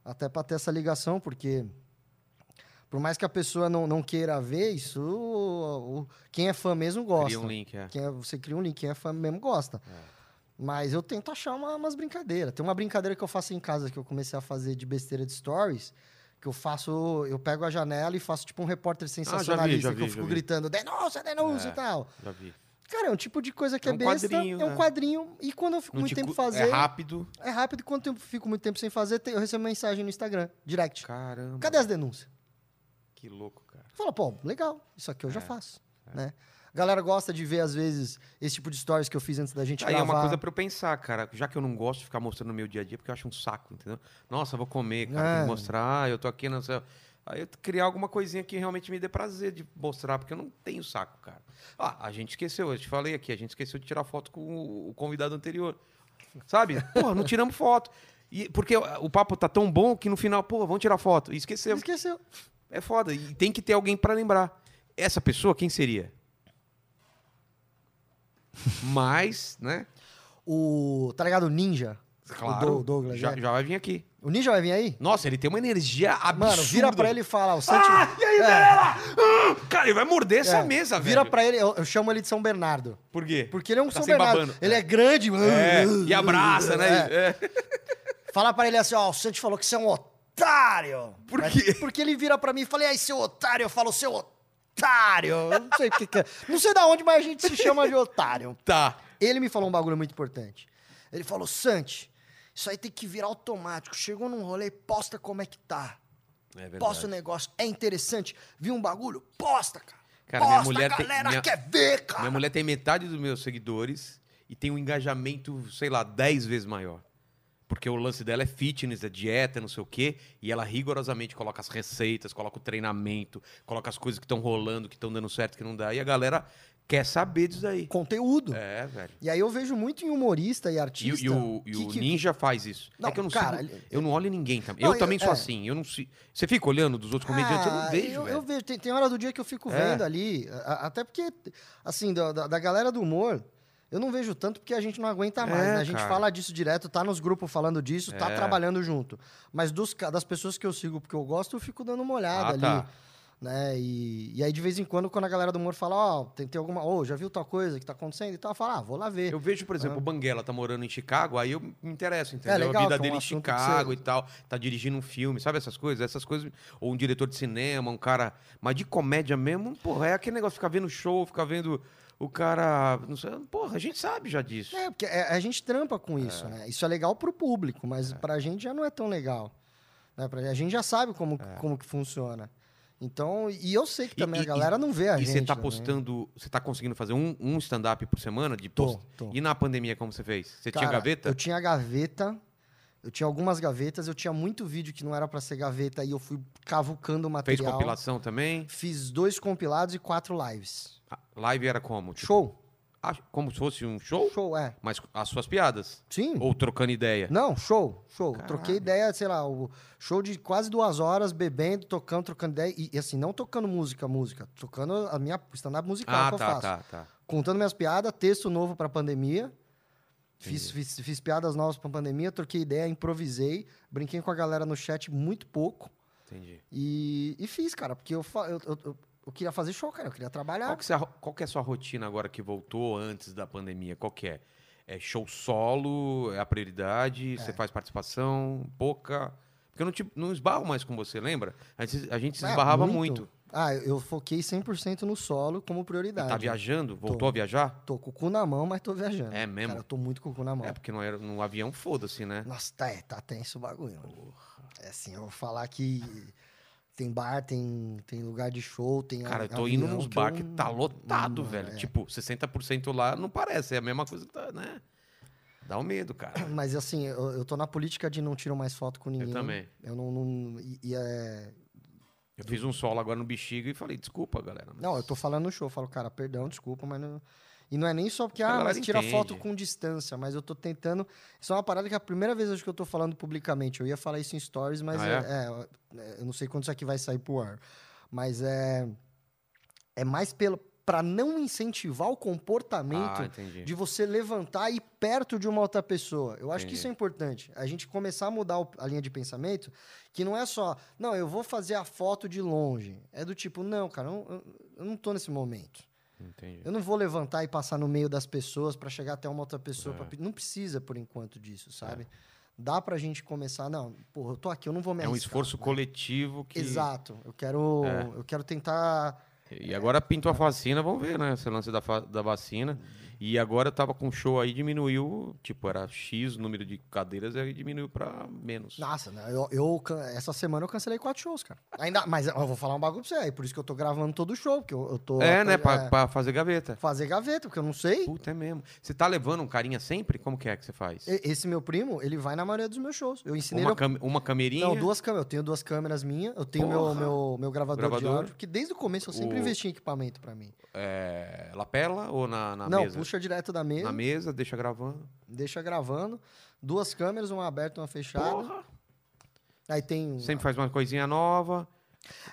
S2: até pra ter essa ligação, porque por mais que a pessoa não, não queira ver isso, o- o- quem é fã mesmo gosta.
S1: Cria um link, é.
S2: Quem é- você cria um link, quem é fã mesmo gosta. Mas eu tento achar uma- umas brincadeiras. Tem uma brincadeira que eu faço em casa que eu comecei a fazer de besteira de stories. Que eu faço, eu pego a janela e faço tipo um repórter sensacionalista,
S1: Ah, já
S2: que eu
S1: vi, já
S2: fico
S1: vi.
S2: gritando denúncia, denúncia
S1: É.
S2: e tal.
S1: Já vi.
S2: Cara, é um tipo de coisa que
S1: É
S2: é,
S1: um
S2: besta,
S1: quadrinho,
S2: é um
S1: né?
S2: quadrinho. E quando eu fico
S1: Não
S2: muito
S1: te
S2: tempo
S1: cu-
S2: fazer,
S1: É rápido.
S2: é rápido. E quando eu fico muito tempo sem fazer, tem- eu recebo mensagem no Instagram, direct.
S1: Caramba.
S2: Cadê as denúncias?
S1: Que louco, cara.
S2: Fala, pô, legal, isso aqui eu
S1: É,
S2: já faço, né? A galera gosta de ver, às vezes, esse tipo de stories que eu fiz antes da gente
S1: Aí é
S2: gravar.
S1: uma coisa pra eu pensar, cara. Já que eu não gosto de ficar mostrando no meu dia a dia, porque eu acho um saco, entendeu? Nossa, vou comer, cara. Tem
S2: É.
S1: que mostrar, ah, eu tô aqui, não sei. Aí eu criar alguma coisinha que realmente me dê prazer de mostrar, porque eu não tenho saco, cara. Ah, a gente esqueceu, eu te falei aqui, a gente esqueceu de tirar foto com o- o convidado anterior. Sabe? Porra, não tiramos foto. E, porque o o papo tá tão bom que no final, pô, vamos tirar foto. E esqueceu.
S2: Esqueceu.
S1: É foda. E tem que ter alguém pra lembrar. Essa pessoa, quem seria? Mas, né?
S2: O, tá ligado? O Ninja. O Dou- Douglas.
S1: já,
S2: é.
S1: já vai vir aqui.
S2: O Ninja vai vir aí?
S1: Nossa, ele tem uma energia absurda.
S2: Mano, vira pra ele e fala, o Santi...
S1: Ah, e aí,
S2: É,
S1: galera? Ah, Cara, ele vai morder essa
S2: é.
S1: mesa,
S2: Vira
S1: velho.
S2: pra ele, eu, eu chamo ele de São Bernardo.
S1: Por quê?
S2: Porque ele é um
S1: Tá
S2: São
S1: sempre
S2: Bernardo.
S1: babando.
S2: Ele é grande.
S1: É, e abraça, né?
S2: É.
S1: É.
S2: Falar pra ele assim, ó, o Santi falou que você é um otário.
S1: Por
S2: Mas-
S1: quê?
S2: Porque ele vira pra mim e fala, e aí, seu otário? Eu falo, seu otário. Eu não sei porque que é. Não sei da onde, mas a gente se chama de otário.
S1: Tá.
S2: Ele me falou um bagulho muito importante. Ele falou, Santi, isso aí tem que virar automático. Chegou num rolê, posta como é que tá. Posta o negócio, é interessante. Viu um bagulho? Posta, cara.
S1: Cara, minha
S2: posta,
S1: mulher
S2: a
S1: tem-
S2: galera
S1: minha-
S2: quer ver, cara.
S1: Minha mulher tem metade dos meus seguidores e tem um engajamento, sei lá, 10 vezes maior. Porque o lance dela é fitness, é dieta, não sei o quê, e ela rigorosamente coloca as receitas, coloca o treinamento, coloca as coisas que estão rolando, que estão dando certo, que não dá, e a galera quer saber disso aí.
S2: Conteúdo.
S1: É, velho.
S2: E aí eu vejo muito em humorista e
S1: E,
S2: artista.
S1: e o, e
S2: que-
S1: o
S2: que-
S1: Ninja faz isso.
S2: Não,
S1: é que eu não
S2: cara,
S1: sigo-
S2: ele-
S1: eu não olho ninguém também.
S2: Não,
S1: eu
S2: eu-
S1: também sou
S2: é.
S1: assim. Eu não se- Você fica olhando dos outros comediantes? eu não
S2: Ah,
S1: vejo,
S2: eu,
S1: velho.
S2: eu vejo. Tem, tem hora do dia que eu fico
S1: É.
S2: vendo ali. a- a- até porque, assim, da, da- da galera do humor, eu não vejo tanto porque a gente não aguenta mais.
S1: É,
S2: né? A gente
S1: cara.
S2: fala disso direto, tá nos grupos falando disso, tá
S1: É.
S2: trabalhando junto. Mas dos ca- das pessoas que eu sigo porque eu gosto, eu fico dando uma olhada
S1: Ah,
S2: ali.
S1: tá.
S2: Né? E, e aí, de vez em quando, quando a galera do humor fala, ó, tem, tem alguma. Ô, já viu tal coisa que tá acontecendo e tal, fala, ah, vou lá ver.
S1: Eu vejo, por exemplo, o Banguela tá morando em Chicago, aí eu me interesso, entendeu?
S2: legal,
S1: a vida
S2: que Ah. é um
S1: dele em
S2: assunto que
S1: Chicago
S2: você-
S1: e tal. Tá dirigindo um filme, sabe essas coisas? Essas coisas. Ou um diretor de cinema, um cara. Mas de comédia mesmo, porra, é aquele negócio, ficar vendo show, ficar vendo o cara. Não sei, porra, a gente sabe já disso. É.
S2: É, porque é- a gente trampa com isso, né? Isso é legal pro público, mas pra gente já não é tão legal. né? Pra- A gente já sabe como, como que funciona. Então, e eu sei que também a galera não vê É, a
S1: É. E
S2: gente.
S1: você tá
S2: também.
S1: postando, você tá conseguindo fazer um, um stand-up por semana de
S2: Tô,
S1: post?
S2: tô.
S1: E na pandemia, como você fez? Você tinha
S2: Cara,
S1: gaveta?
S2: Eu tinha gaveta. Eu tinha algumas gavetas, eu tinha muito vídeo que não era pra ser gaveta e eu fui cavucando o
S1: Fez
S2: material.
S1: compilação também?
S2: Fiz dois compilados e quatro lives.
S1: A live era como? Tipo,
S2: Show.
S1: ah, como se fosse um show?
S2: Show, é.
S1: Mas as suas piadas?
S2: Sim.
S1: Ou trocando ideia?
S2: Hum. Não, show, show.
S1: Caralho.
S2: Troquei ideia, sei lá, o show de quase duas horas, bebendo, tocando, trocando ideia. E, e assim, não tocando música, música. Tocando a minha stand-up musical
S1: ah,
S2: que eu
S1: tá,
S2: faço.
S1: tá, tá.
S2: Contando minhas piadas, texto novo pra pandemia. Fiz,
S1: Entendi.
S2: fiz, fiz piadas novas pra pandemia, troquei ideia, improvisei. Brinquei com a galera no chat muito pouco.
S1: Entendi.
S2: E, e fiz, cara, porque eu, fa- eu, eu, eu- eu queria fazer show, cara. Eu queria trabalhar.
S1: Qual que, você- qual que é a sua rotina agora que voltou antes da pandemia? Qual que é? É show solo? É a prioridade? Você faz participação? Pouca? Porque eu não, te- não esbarro mais com você, lembra? A gente, a gente se
S2: É,
S1: esbarrava muito.
S2: muito. Ah, eu foquei 100% no solo como
S1: E
S2: prioridade.
S1: tá viajando? Voltou
S2: Tô.
S1: a viajar?
S2: Tô com o cu na mão, mas tô viajando.
S1: É mesmo?
S2: Cara, eu tô muito com o cu na mão.
S1: É, porque não era, no avião, foda-se, né?
S2: Nossa, tá, é, tá tenso o bagulho. mano. É assim, eu vou falar que tem bar, tem, tem lugar de show, tem
S1: Cara,
S2: a-
S1: eu tô
S2: avião
S1: indo nos bar
S2: eu
S1: que
S2: não-
S1: tá lotado,
S2: não-
S1: velho.
S2: é.
S1: Tipo, 60% lá não parece, é a mesma coisa que tá, né? Dá um medo, cara.
S2: Mas assim, eu, eu tô na política de não tiro mais foto com ninguém.
S1: também.
S2: Eu não. não e, e é...
S1: Eu fiz um solo agora no bexiga e falei, desculpa, galera. mas
S2: Não, eu tô falando no show, eu falo, cara, perdão, desculpa, mas não. E não é nem só porque,
S1: A
S2: ah,
S1: galera
S2: mas tira
S1: entende.
S2: foto com distância, mas eu tô tentando. Isso é uma parada que é a primeira vez acho que eu tô falando publicamente. Eu ia falar isso em stories, mas
S1: Ah,
S2: é- é, eu não sei quando isso aqui vai sair pro ar. Mas é. É mais pelo. Pra não incentivar o comportamento
S1: Ah, entendi.
S2: de você levantar e ir perto de uma outra pessoa. Eu acho que
S1: Entendi.
S2: isso é importante. A gente começar a mudar o- a linha de pensamento, que não é só, não, eu vou fazer a foto de longe. É do tipo, não, cara, eu, eu- eu não tô nesse momento.
S1: Entendi.
S2: Eu não vou levantar e passar no meio das pessoas para chegar até uma outra pessoa.
S1: É.
S2: pra pe- não precisa, por enquanto, disso, sabe? Dá pra gente começar, não, porra, eu tô aqui, eu não vou me
S1: É um
S2: arriscar,
S1: esforço
S2: né?
S1: coletivo que. É.
S2: Exato. Eu quero, eu quero tentar...
S1: E agora pintou a vacina, vamos ver, né? Esse lance da, fa- da vacina.
S2: Uhum.
S1: E agora eu tava com um show aí, diminuiu, tipo, era X o número de cadeiras, aí diminuiu pra menos.
S2: Nossa, né, eu, eu can- essa semana eu cancelei quatro shows, cara. Ainda, mas eu vou falar um bagulho pra você, é por isso que eu tô gravando todo show, porque eu, eu tô...
S1: é,
S2: eu-
S1: né? Pra,
S2: é,
S1: pra fazer gaveta.
S2: fazer gaveta, porque eu não sei.
S1: Puta, é mesmo. Você tá levando um carinha sempre? Como que é que você faz?
S2: E- Esse meu primo, ele vai na maioria dos meus shows. Eu ensinei
S1: Uma,
S2: ele... um
S1: cam- uma camerinha?
S2: Não, duas câmeras. Eu tenho duas câmeras minhas, eu tenho meu,
S1: Porra.
S2: meu, meu gravador, de
S1: Gravador.
S2: áudio, que desde o começo eu sempre
S1: O-
S2: investi em equipamento pra mim.
S1: É, lapela ou na, na
S2: não,
S1: mesa?
S2: puxa direto da mesa,
S1: Na mesa, deixa gravando.
S2: deixa gravando. Duas câmeras, uma aberta e uma fechada.
S1: Porra.
S2: Aí tem... um
S1: Sempre faz uma coisinha nova.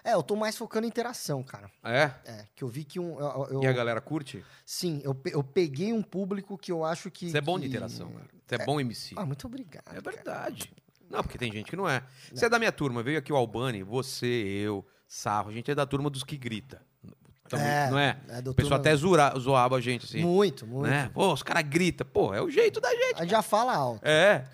S2: É, eu tô mais focando em interação, cara.
S1: É?
S2: É, que eu vi que um... eu- eu-
S1: E a galera curte?
S2: Sim, eu, pe- eu peguei um público que eu acho que.
S1: Você é bom
S2: que-
S1: de interação, cara. Você é, bom MC.
S2: Ah, muito obrigado.
S1: é
S2: cara.
S1: verdade. Não, porque tem gente que não é. Você é da minha turma, veio aqui o Albani, você, eu, Sarro. A gente é da turma dos que grita. Então,
S2: É,
S1: não é?
S2: é,
S1: O
S2: doutor,
S1: pessoal até zura, zoava a gente, assim.
S2: Muito, muito.
S1: Né? Pô, os caras gritam. Pô, é o jeito da gente.
S2: A gente já fala alto.
S1: É.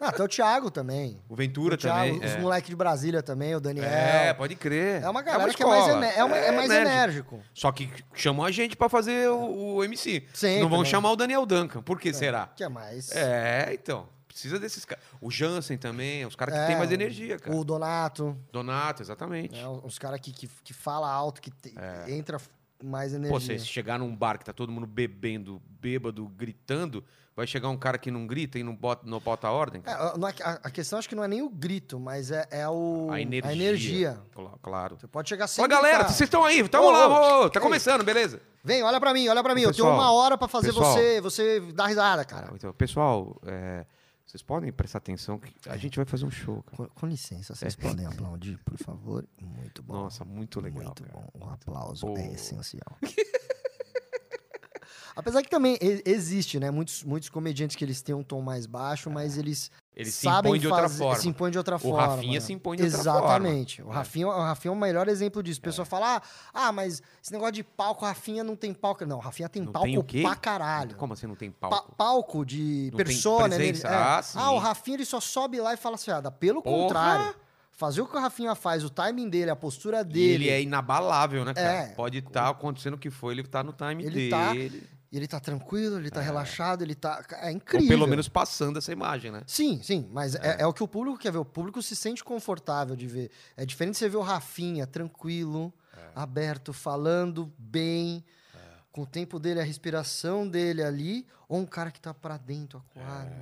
S2: Ah, até o Thiago também.
S1: O Ventura
S2: o Thiago,
S1: também.
S2: os
S1: é.
S2: moleques de Brasília também, o Daniel.
S1: É,
S2: É,
S1: pode crer.
S2: uma galera que é mais,
S1: escola.
S2: ené- é uma- é mais
S1: enérgico.
S2: enérgico.
S1: Só que chamam a gente pra fazer o, o MC.
S2: Sempre,
S1: Não vão
S2: né?
S1: chamar o Daniel Duncan. Por que será?
S2: Que é mais.
S1: É, então. Precisa desses caras. O Jansen também, os caras que
S2: É,
S1: têm mais
S2: o-
S1: energia, cara.
S2: O Donato,
S1: Donato, exatamente.
S2: né, os caras que, que, que fala alto, que te- entra mais energia.
S1: É. Pô, se chegar num bar que tá todo mundo bebendo, bêbado, gritando, vai chegar um cara que não grita e não bota, não bota a ordem?
S2: É,
S1: cara?
S2: a- não é que- a, a questão acho que não é nem o grito, mas é, é o,
S1: a energia.
S2: a energia.
S1: Cla- Claro.
S2: Você pode chegar É. sem.
S1: Fala, galera,
S2: gritar.
S1: vocês estão aí, tamo
S2: Ô,
S1: lá,
S2: ô, é
S1: ô, tá
S2: ei.
S1: começando, beleza?
S2: Vem, olha pra mim, olha pra mim. eu
S1: Pessoal,
S2: tenho uma hora pra fazer
S1: pessoal.
S2: você, você dar risada, cara.
S1: Cara, então, pessoal, é, vocês podem prestar atenção que a gente vai fazer um show, cara.
S2: Com, com licença, vocês podem aplaudir, por favor? Muito bom.
S1: É. Nossa, muito legal.
S2: muito
S1: cara.
S2: bom. O aplauso
S1: Pô.
S2: é essencial. Apesar que também e- existe, né? Muitos, muitos comediantes que eles têm um tom mais baixo, mas eles
S1: Ele É. se
S2: sabem
S1: impõe de outra
S2: fazer-
S1: forma.
S2: Se impõe de outra
S1: O
S2: forma. né?
S1: Rafinha se impõe de outra forma.
S2: Exatamente. O
S1: É.
S2: Rafinha, o Rafinha é o melhor exemplo disso. O pessoal fala, "Ah, ah, mas esse negócio de palco, o Rafinha não tem palco. Não, o Rafinha tem
S1: Não
S2: palco
S1: tem o quê?
S2: pra caralho.
S1: Como assim não tem
S2: Pa-
S1: palco?
S2: palco, de
S1: Não tem
S2: persona. né?
S1: presença?
S2: Ele- é.
S1: Ah,
S2: ah,
S1: sim.
S2: o Rafinha ele só sobe lá e fala fiada. Pelo
S1: Porra!
S2: contrário. Fazer o que o Rafinha faz, o timing dele, a postura
S1: E ele
S2: dele.
S1: é inabalável, né, cara?
S2: É.
S1: Pode estar acontecendo o que for, ele tá no time
S2: Ele tá-
S1: dele.
S2: E ele tá tranquilo, ele tá relaxado, ele tá. É
S1: Ou
S2: incrível.
S1: pelo menos passando essa imagem, né?
S2: Sim, sim, mas é. é o que o público quer ver. O público se sente confortável de ver. É diferente você ver o Rafinha tranquilo, aberto, falando bem, com o tempo dele, a respiração dele ali, ou um cara que tá pra dentro, aquário.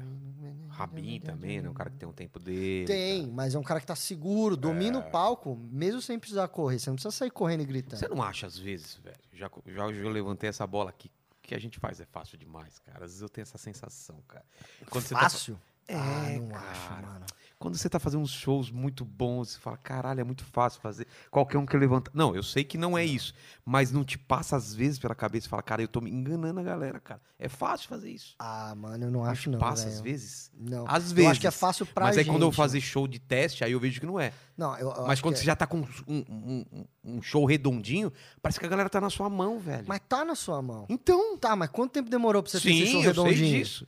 S1: Rabin também, né? Um cara que tem um tempo dele.
S2: Tem, mas é um cara que tá seguro, domina o palco, mesmo sem precisar correr. Você não precisa sair correndo e gritando.
S1: É. Você não acha às vezes, velho? Já, já, já levantei essa bola aqui. O que a gente faz é fácil demais, cara. Às vezes eu tenho essa sensação, cara. Quando você tá-
S2: Fácil?
S1: É,
S2: ah, não
S1: cara.
S2: acho, mano.
S1: Quando você tá fazendo uns shows muito bons, você fala, caralho, é muito fácil fazer. Qualquer um que levanta. Não, eu sei que não é isso. Mas não te passa às vezes pela cabeça e fala, cara, eu tô me enganando a galera, cara. É fácil fazer isso.
S2: Ah, mano, eu não acho,
S1: te
S2: não.
S1: passa
S2: velho.
S1: às vezes.
S2: Não.
S1: Às
S2: Eu
S1: vezes.
S2: acho que é fácil pra
S1: mas aí
S2: gente.
S1: quando eu fazer show de teste, aí eu vejo que não é.
S2: Não, eu, eu
S1: mas
S2: acho
S1: quando
S2: que
S1: você
S2: é.
S1: já tá com um, um- um show redondinho, parece que a galera tá na sua mão, velho.
S2: Mas tá na sua mão.
S1: Então,
S2: Tá, mas quanto tempo demorou pra você ter esse
S1: sim,
S2: show
S1: eu sei
S2: redondinho?
S1: disso.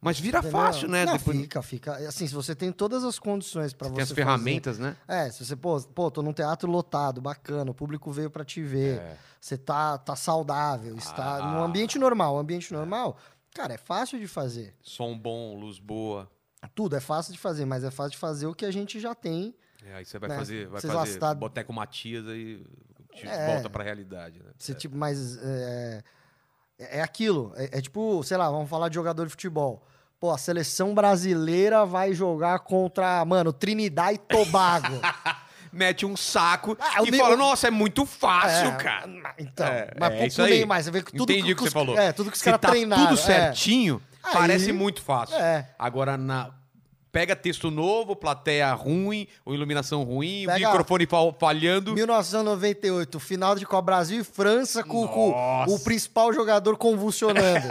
S1: Mas vira
S2: Entendeu?
S1: fácil, né?
S2: Não,
S1: Depois
S2: fica, fica. Assim, se você tem todas as condições pra você.
S1: tem as
S2: fazer-
S1: ferramentas, né?
S2: É, se você, pô, pô, tô num teatro lotado, bacana, o público veio pra te ver.
S1: É,
S2: Você tá, tá saudável, está
S1: Ah.
S2: num ambiente normal. Um ambiente normal, cara, é fácil de fazer.
S1: Som bom, luz boa.
S2: Tudo é fácil de fazer, mas é fácil de fazer o que a gente já tem.
S1: É, aí você vai
S2: Né?
S1: fazer, vai
S2: Você
S1: fazer
S2: gastar-
S1: Boteco Matias aí te
S2: É.
S1: volta pra realidade, né?
S2: Você, tipo, mas. É, é aquilo. É, é tipo, sei lá, vamos falar de jogador de futebol. Pô, a seleção brasileira vai jogar contra, mano, Trinidad e Tobago.
S1: Mete um saco
S2: Ah, o
S1: e
S2: ne-
S1: fala,
S2: o-
S1: nossa, é muito fácil, cara.
S2: Então,
S1: É,
S2: mas
S1: é
S2: pouco
S1: isso aí.
S2: nem mais. Você vê que tudo
S1: Entendi o que
S2: os-
S1: você falou.
S2: É, tudo que os
S1: Se
S2: caras
S1: tá
S2: treinaram.
S1: tudo
S2: é.
S1: certinho,
S2: Aí-
S1: parece muito fácil.
S2: É.
S1: Agora, na... pega texto novo, plateia ruim, ou iluminação ruim,
S2: Pega-
S1: microfone fal- falhando.
S2: 1998, final de Copa Brasil e França com, com
S1: Nossa.
S2: o principal jogador convulsionando.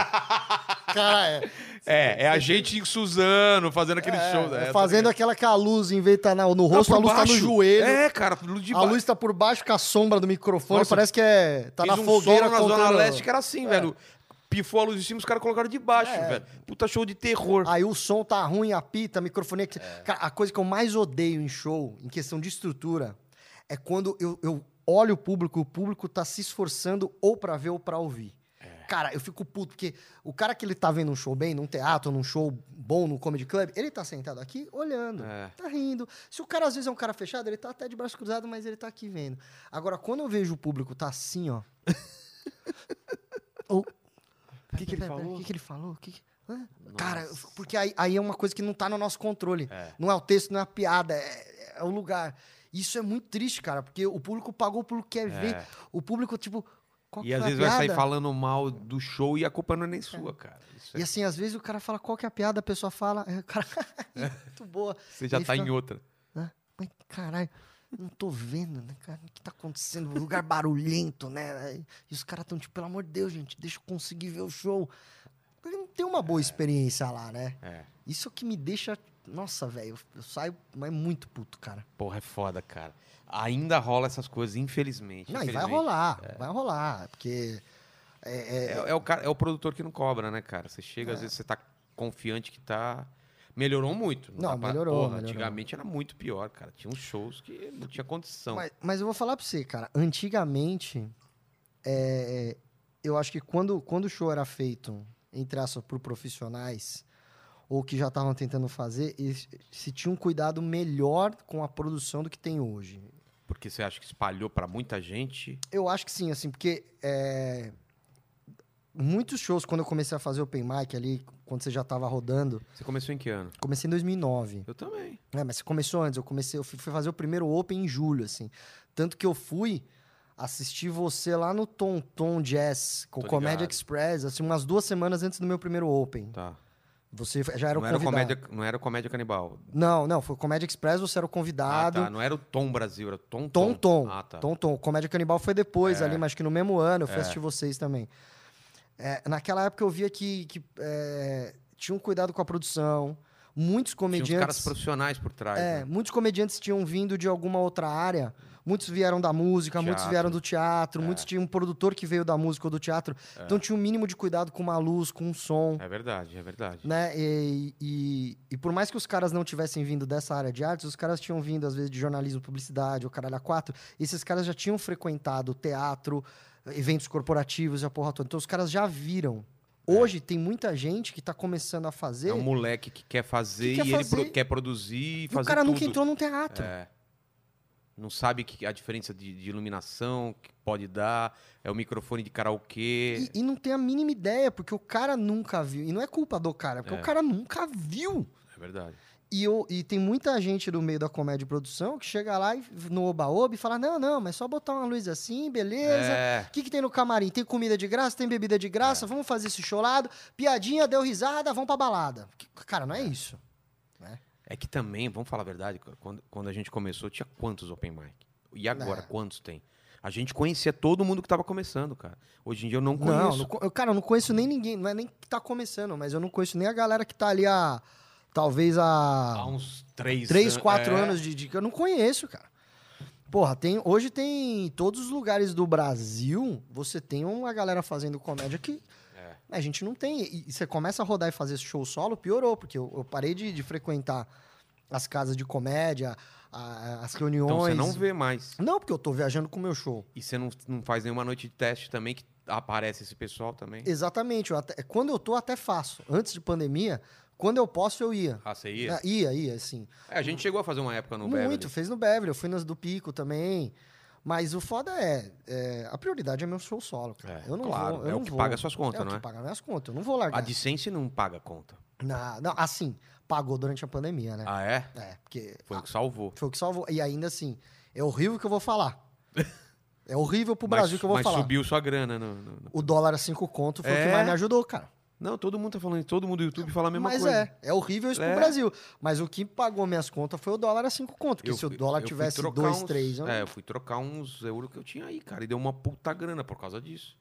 S2: Cara, é,
S1: É, é a gente em Suzano fazendo aquele
S2: é,
S1: show. né?
S2: fazendo aquela que a luz, em vez de tá na- no
S1: Tá
S2: rosto, a
S1: por
S2: luz tá no
S1: baixo.
S2: joelho.
S1: É, cara, luz de
S2: a luz tá por baixo com a sombra do microfone,
S1: Nossa,
S2: parece que é. Tá
S1: Fiz
S2: na
S1: um
S2: fogueira
S1: solo na
S2: contando- É.
S1: Zona Leste que era assim, velho. Pifou a luz de cima, os caras colocaram de baixo, velho. Puta show de terror.
S2: Aí o som tá ruim, apita, a microfonia. que- Cara, a coisa que eu mais odeio em show, em questão de estrutura, é quando eu, eu olho o público e o público tá se esforçando ou pra ver ou pra ouvir.
S1: É.
S2: Cara, eu fico puto, porque o cara que ele tá vendo um show bem, num teatro, num show bom, num comedy club, ele tá sentado aqui olhando,
S1: É.
S2: tá rindo. Se o cara às vezes é um cara fechado, ele tá até de braço cruzado, mas ele tá aqui vendo. Agora, quando eu vejo o público tá assim, ó. ou-
S1: O que que ele
S2: Pera, pera,
S1: falou?
S2: O que, que ele falou? O que que- Hã?
S1: Nossa.
S2: Cara, eu fico- porque aí, aí é uma coisa que não tá no nosso controle.
S1: É.
S2: Não é o texto, não é a piada, é, é o lugar. Isso é muito triste, cara, porque o público pagou, o público quer ver. O público, tipo, qual
S1: É. E
S2: que
S1: às
S2: foi a
S1: vezes vai sair
S2: piada?
S1: falando mal do show e a culpa não é nem sua, cara. Isso é-
S2: E assim, às vezes o cara fala qual que é a piada, a pessoa fala, é, cara, muito boa.
S1: Você já
S2: E
S1: tá
S2: fica-
S1: em outra.
S2: né? Mas caralho, não tô vendo, né, cara? O que tá acontecendo? Um lugar barulhento, né? E os caras tão tipo, pelo amor de Deus, gente, deixa eu conseguir ver o show. Ele não tem uma boa experiência lá, né?
S1: É.
S2: Isso que me deixa. Nossa, velho, eu- eu saio, mas muito puto, cara.
S1: Porra, é foda, cara. Ainda rola essas coisas, infelizmente.
S2: Não, e vai
S1: infelizmente.
S2: rolar, vai rolar, porque. É, é-
S1: É, é o cara, é o produtor que não cobra, né, cara? Você chega, às vezes você tá confiante que tá. Melhorou muito.
S2: Não,
S1: dá pra-
S2: melhorou,
S1: Porra,
S2: melhorou.
S1: antigamente era muito pior, cara. Tinha uns shows que não tinha condição.
S2: Mas, mas eu vou falar pra você, cara. Antigamente, é, eu acho que quando, quando o show era feito, entre aspas, por profissionais, ou que já estavam tentando fazer, eles- se tinha um cuidado melhor com a produção do que tem hoje.
S1: Porque você acha que espalhou pra muita gente.
S2: Eu acho que sim, assim, porque é, muitos shows, quando eu comecei a fazer open mic ali, quando você já tava rodando,
S1: Você começou em que ano?
S2: comecei em 2009.
S1: Eu também.
S2: É, mas você começou antes. Eu comecei, eu fui fui fazer o primeiro Open em julho, assim. Tanto que eu fui assistir você lá no Tom Tom Jazz com
S1: Tô
S2: o Comédia
S1: ligado.
S2: Express, assim, umas duas semanas antes do meu primeiro Open.
S1: Tá.
S2: Você já era o
S1: não, era o
S2: convidado.
S1: comédia, não era o Comédia Canibal.
S2: Não, não, foi o Comédia Express, você era o
S1: Ah,
S2: convidado.
S1: tá. Não era o Tom Brasil, era o Tom
S2: Tom Tom.
S1: Ah, tá. É.
S2: Tom Tom. Comédia Canibal foi depois ali, mas que no mesmo ano eu fui assistir vocês também. É, naquela época eu via que, que é, tinha um cuidado com a produção. Muitos
S1: Tinha
S2: comediantes.
S1: uns caras profissionais por trás.
S2: É,
S1: né?
S2: muitos comediantes tinham vindo de alguma outra área. Muitos vieram da música, muitos
S1: Teatro. É.
S2: vieram do teatro, muitos tinham um produtor que veio da música ou do teatro. Então tinha um mínimo de cuidado com uma luz, com um som,
S1: É verdade, é verdade.
S2: né? E, e- e por mais que os caras não tivessem vindo dessa área de artes, os caras tinham vindo, às vezes, de jornalismo, publicidade ou caralho a quatro. Esses caras já tinham frequentado teatro, eventos corporativos e a porra toda. Então os caras já viram. Hoje tem muita gente que tá começando a fazer.
S1: É um moleque que quer fazer
S2: Que quer
S1: e ele
S2: fazer.
S1: pro- quer produzir e
S2: e o
S1: fazer
S2: cara
S1: tudo.
S2: nunca entrou num teatro.
S1: É. Não sabe que a diferença de, de iluminação que pode dar, é o microfone de karaokê.
S2: E, e não tem a mínima ideia, porque o cara nunca viu. E não é culpa do cara, porque
S1: É.
S2: o cara nunca viu.
S1: É verdade.
S2: E, eu- e tem muita gente do meio da comédia e produção que chega lá e, no oba-oba e fala: não, não, mas só botar uma luz assim, beleza.
S1: É.
S2: O que, que tem no camarim? Tem comida de graça, tem bebida de graça, vamos fazer esse chorado. Piadinha, deu risada, vamos pra balada. Que- Cara, não é isso.
S1: É que também, vamos falar a verdade, cara, quando, quando a gente começou, tinha quantos open mic? E agora,
S2: É.
S1: quantos tem? A gente conhecia todo mundo que tava começando, cara. Hoje em dia eu não conheço.
S2: Não, não co- eu, cara, eu não conheço nem ninguém, não é nem que tá começando, mas eu não conheço nem a galera que tá ali há. Talvez
S1: Há um uns três,
S2: três,
S1: an-
S2: quatro
S1: é.
S2: anos de, de que eu não conheço, cara. Porra, tem, hoje tem em todos os lugares do Brasil, você tem uma galera fazendo comédia que
S1: É.
S2: a gente não tem. E, e você começa a rodar e fazer show solo, piorou, porque eu, eu parei de, de frequentar as casas de comédia, a- as reuniões.
S1: Então você não vê mais.
S2: Não, porque eu tô viajando com o meu show.
S1: E você não, não faz nenhuma noite de teste também, que aparece esse pessoal também.
S2: É. Exatamente. eu até- quando eu tô, até faço. Antes de pandemia, quando eu posso, eu ia.
S1: Ah, você ia?
S2: Ah, ia, ia, assim.
S1: É, a gente chegou a fazer uma época no
S2: Muito,
S1: Beverly.
S2: fez no Beverly, eu fui nas do Pico também. Mas o foda é, é, a prioridade é meu show solo, cara.
S1: É,
S2: eu não
S1: claro,
S2: vou, eu
S1: é o
S2: não
S1: que
S2: vou.
S1: paga suas contas,
S2: é o
S1: não
S2: que
S1: é?
S2: paga minhas contas, eu não vou
S1: A
S2: largar.
S1: AdSense não paga conta.
S2: Na- não, assim, pagou durante a pandemia, né?
S1: Ah, é?
S2: É, porque
S1: Foi o que salvou.
S2: foi o que salvou. E ainda assim, é horrível o que eu vou falar. É horrível pro Brasil
S1: mas,
S2: que eu vou
S1: mas
S2: falar.
S1: subiu sua grana. No, no- no-
S2: O dólar a cinco conto foi o que
S1: É?
S2: mais me ajudou, cara.
S1: Não, todo mundo tá falando isso. Todo mundo do YouTube fala a mesma
S2: Mas
S1: coisa.
S2: é, é horrível isso
S1: É.
S2: pro Brasil. Mas o que pagou minhas contas foi o dólar a cinco conto. Porque
S1: Eu
S2: se o
S1: fui-
S2: dólar
S1: eu fui
S2: tivesse
S1: trocar
S2: dois,
S1: uns-
S2: três... né? eu-
S1: É, eu fui trocar uns euros que eu tinha aí, cara. E deu uma puta grana por causa disso.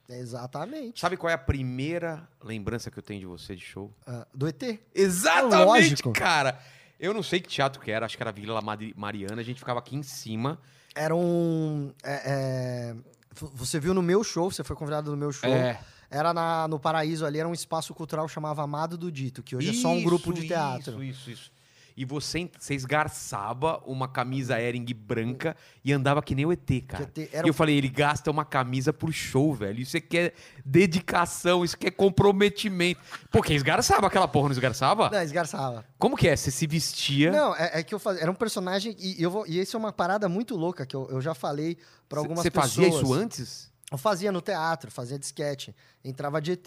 S1: É.
S2: Exatamente.
S1: Sabe qual é a primeira lembrança que eu tenho de você de show?
S2: Ah, do ET.
S1: Exatamente,
S2: lógico.
S1: cara. Eu não sei que teatro que era, acho que era Vila Mari- Mariana, a gente ficava aqui em cima.
S2: Era um. é, é, vo- você viu no meu show, você foi convidado no meu show.
S1: É.
S2: Era na- no Paraíso ali, era um espaço cultural que chamava Amado do Dito, que hoje é só um grupo de
S1: Isso,
S2: teatro.
S1: Isso, isso, isso. E você, en- você esgarçava uma camisa Ering branca e andava que nem o ET, cara.
S2: Que te- era
S1: Tá. E eu
S2: um-
S1: falei, ele gasta uma camisa pro show, velho. Isso aqui é dedicação, isso aqui é comprometimento. Pô, quem esgarçava aquela porra, não esgarçava?
S2: Não, esgarçava.
S1: Como que é? Você se vestia...
S2: Não, é, é que eu fazia. Era um personagem. E, e eu vou, e isso é uma parada muito louca que eu, eu já falei pra
S1: Cê-
S2: algumas
S1: Você
S2: pessoas.
S1: fazia isso antes?
S2: Eu fazia no teatro, fazia de sketch, entrava de ET.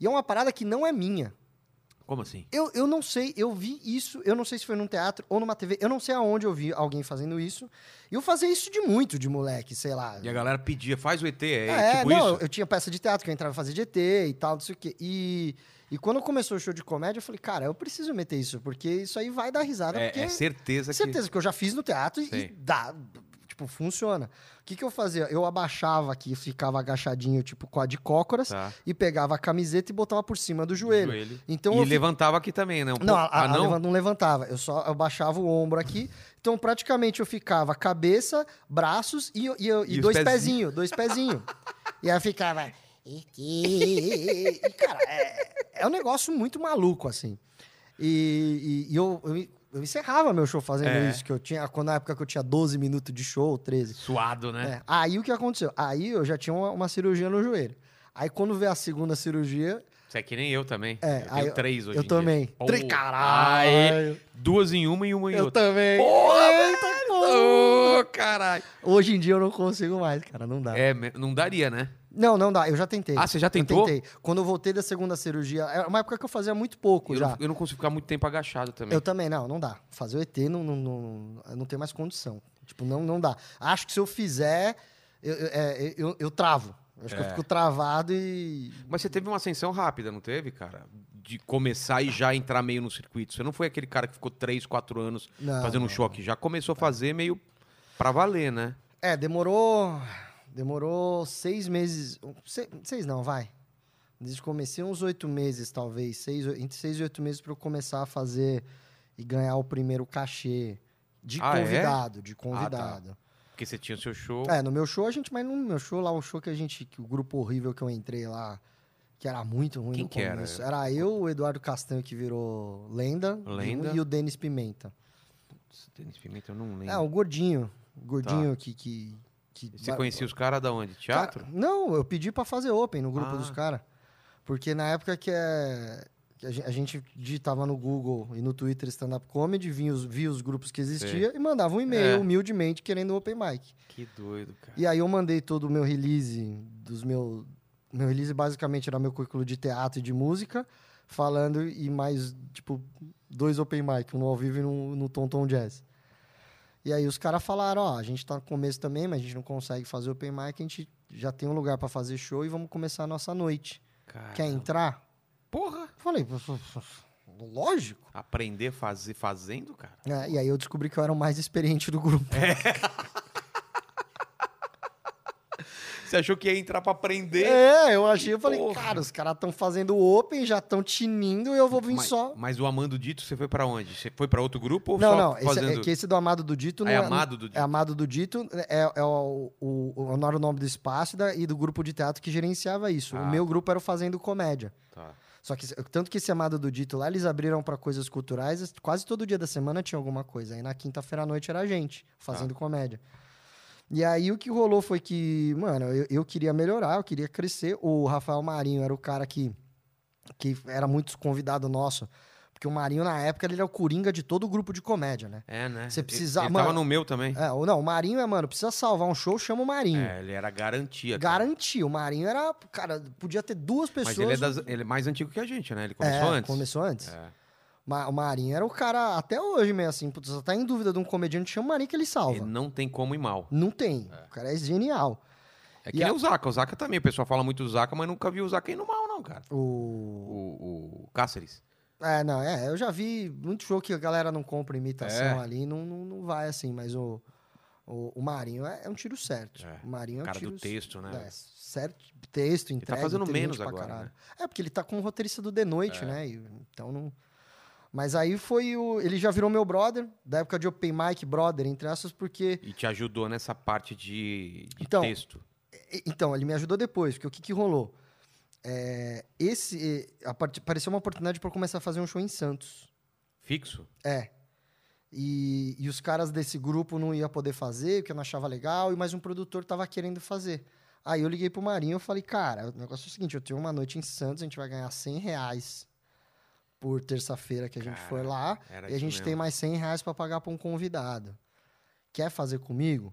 S2: E é uma parada que não é minha.
S1: Como assim?
S2: Eu, eu não sei, eu vi isso, eu não sei se foi num teatro ou numa TV, eu não sei aonde eu vi alguém fazendo isso. E eu fazia isso de muito, de moleque, sei lá.
S1: E a galera pedia, faz o ET, é,
S2: Ah. É,
S1: tipo
S2: não,
S1: isso?
S2: eu- eu tinha peça de teatro que eu entrava e fazia de ET e tal, não sei o quê. E, e quando começou o show de comédia, eu falei, cara, eu preciso meter isso, porque isso aí vai dar risada.
S1: É,
S2: porque
S1: é certeza que...
S2: certeza que eu já fiz no teatro e, e
S1: Sim.
S2: dá, tipo, funciona. O que, que eu fazia? Eu abaixava aqui, ficava agachadinho, tipo, com a de cócoras,
S1: Tá.
S2: e pegava a camiseta e botava por cima do joelho. Então
S1: e
S2: eu fi-
S1: levantava aqui também, né? Um pouco.
S2: não, a, a-
S1: ah,
S2: a
S1: não?
S2: levanta- não levantava. Eu só eu baixava o ombro aqui. Então, praticamente, eu ficava cabeça, braços e, eu- e eu- e
S1: E os
S2: dois
S1: pezinhos.
S2: pezinhos. Dois pezinhos. e aí eu ficava. E, e- e, cara, é, é um negócio muito maluco, assim. E, e- e eu, eu, eu encerrava meu show fazendo
S1: É.
S2: isso, que eu tinha. Quando na época que eu tinha 12 minutos de show, 13.
S1: Suado, né?
S2: É, Aí o que aconteceu? Aí eu já tinha uma, uma cirurgia no joelho. Aí quando veio a segunda cirurgia,
S1: Você é que nem eu também.
S2: É,
S1: eu
S2: aí
S1: tenho três hoje
S2: eu
S1: em
S2: também.
S1: dia. Pô,
S2: Três, caralho!
S1: ai, duas em uma e uma em
S2: Eu
S1: outra.
S2: também. É, tá Eita,
S1: Ô, caralho.
S2: Hoje em dia eu não consigo mais, cara, não dá.
S1: É, me- não daria, né?
S2: Não, não dá, eu já tentei.
S1: Ah, você já
S2: Eu
S1: tentou?
S2: tentei. Quando eu voltei da segunda cirurgia, é uma época que eu fazia muito pouco
S1: Eu
S2: já.
S1: não, eu não consigo ficar muito tempo agachado também.
S2: Eu também, não, não dá. Fazer o ET não, não, não, eu não tem mais condição. Tipo, não, não dá. Acho que se eu fizer, eu, eu, é, eu- eu travo. Acho
S1: É.
S2: que eu fico travado e.
S1: Mas você teve uma ascensão rápida, não teve, cara? De começar e já entrar meio no circuito. Você não foi aquele cara que ficou três, quatro anos
S2: Não, É.
S1: fazendo um
S2: não.
S1: show aqui. Já começou a fazer meio pra valer, né?
S2: É, demorou. Demorou seis meses. um, se- Seis não, vai. Desde que comecei uns oito meses, talvez. Seis, o- entre seis e oito meses para eu começar a fazer e ganhar o primeiro cachê. De
S1: Ah, é?
S2: convidado, de convidado.
S1: Porque você tinha o seu show.
S2: É, no meu show a gente, mas no meu show lá, o show que a gente, que o grupo horrível que eu entrei lá, que era muito ruim
S1: Quem
S2: no
S1: que era?
S2: começo. Era? eu, o Eduardo Castanho, que virou lenda,
S1: Lenda.
S2: e o Denis Pimenta.
S1: Denis Pimenta, eu não lembro.
S2: É, o gordinho. o Gordinho que, que, que
S1: Tá. Você
S2: ba-
S1: conhecia os caras da onde? Teatro?
S2: Cara, não, eu pedi pra fazer open no grupo
S1: Ah.
S2: dos caras. Porque na época que, é, que a gen- a gente digitava no Google e no Twitter stand-up comedy, via os, via os grupos que existia e mandava um e-mail
S1: É.
S2: humildemente querendo open mic.
S1: Que doido, cara.
S2: E aí eu mandei todo o meu release dos meu meu release basicamente era meu currículo de teatro e de música, falando e mais tipo dois open mic, um no ao vivo e um no Tom Tom Jazz. E aí os caras falaram, ó, a gente tá no começo também, mas a gente não consegue fazer open mic, a gente já tem um lugar pra fazer show e vamos começar a nossa noite.
S1: Cara,
S2: Quer entrar?
S1: Porra!
S2: Falei, lógico.
S1: Aprender fazer fazendo, cara?
S2: É, e aí eu descobri que eu era o mais experiente do grupo.
S1: Você achou que ia entrar pra aprender?
S2: É, eu achei, eu falei,
S1: Porra.
S2: cara, os caras estão fazendo open, já estão tinindo e eu vou vir
S1: mas,
S2: só.
S1: mas o Amando Dito, você foi pra onde? Você foi pra outro grupo ou
S2: Não,
S1: só tá
S2: não, esse,
S1: fazendo...
S2: é que esse do Amado do Dito
S1: Ah,
S2: não
S1: é
S2: é,
S1: Amado do
S2: é
S1: Dito.
S2: Amado do Dito, é, é o, o, o- não era o nome do espaço e da- e do grupo de teatro que gerenciava isso.
S1: Ah,
S2: o meu grupo era o Fazendo Comédia.
S1: Tá.
S2: Só que tanto que esse Amado do Dito lá, eles abriram pra coisas culturais, quase todo dia da semana tinha alguma coisa. Aí na quinta-feira à noite era a gente, fazendo
S1: Tá.
S2: comédia. E aí o que rolou foi que, mano, eu, eu queria melhorar, eu queria crescer. O Rafael Marinho era o cara que, que era muito convidado nosso. Porque o Marinho, na época, ele era o coringa de todo o grupo de comédia, né?
S1: É, né?
S2: Você
S1: Ele-
S2: precisava-
S1: Ele, tava
S2: mano-
S1: no meu também.
S2: É, ou não, o Marinho é, mano, precisa salvar um show, chama o Marinho.
S1: É, ele era garantia. cara.
S2: Garantia. O Marinho era, cara, podia ter duas pessoas.
S1: Mas ele é, das- ele é mais antigo que a gente, né? Ele começou
S2: É,
S1: antes.
S2: Começou antes.
S1: É.
S2: Ma- o Marinho era o cara, até hoje, meio assim, putz, você tá em dúvida de um comediante, chama o Marinho que ele salva.
S1: Ele não tem como ir mal.
S2: Não tem. O cara é genial.
S1: É
S2: E
S1: que nem
S2: a-
S1: o Zaca. O Zaca também. O pessoal fala muito do Zaca, mas nunca viu o Zaca indo mal, não, cara.
S2: O...
S1: O, o Cáceres.
S2: É, não, é, eu já vi muito show que a galera não compra
S1: É.
S2: imitação ali, não, não, não vai assim, mas o, o, o Marinho é, é um tiro certo.
S1: É.
S2: O Marinho é um
S1: cara
S2: tiro
S1: do texto, né? tá
S2: É, certo, texto, entrega,
S1: fazendo
S2: inteligente
S1: menos
S2: pra
S1: agora,
S2: caralho.
S1: né? É.
S2: É, porque ele tá com o roteirista do The Noite, né? E- Então não... Mas aí foi o... Ele já virou meu brother, da época de Open Mic, brother, entre aspas, porque
S1: E te ajudou nessa parte de, de
S2: Então,
S1: texto.
S2: E- Então, ele me ajudou depois, porque o que, que rolou? É, esse eh, apar- apareceu uma oportunidade para começar a fazer um show em Santos.
S1: Fixo?
S2: É. E, e os caras desse grupo não ia poder fazer, porque eu não achava legal, e mais um produtor tava querendo fazer. Aí eu liguei pro Marinho e falei, cara, o negócio é o seguinte, eu tenho uma noite em Santos, a gente vai ganhar 100 reais por terça-feira que a gente
S1: Cara,
S2: for lá,
S1: Era
S2: e a
S1: É isso
S2: gente tem um-
S1: mesmo.
S2: mais 100 reais para pagar para um convidado. Quer fazer comigo?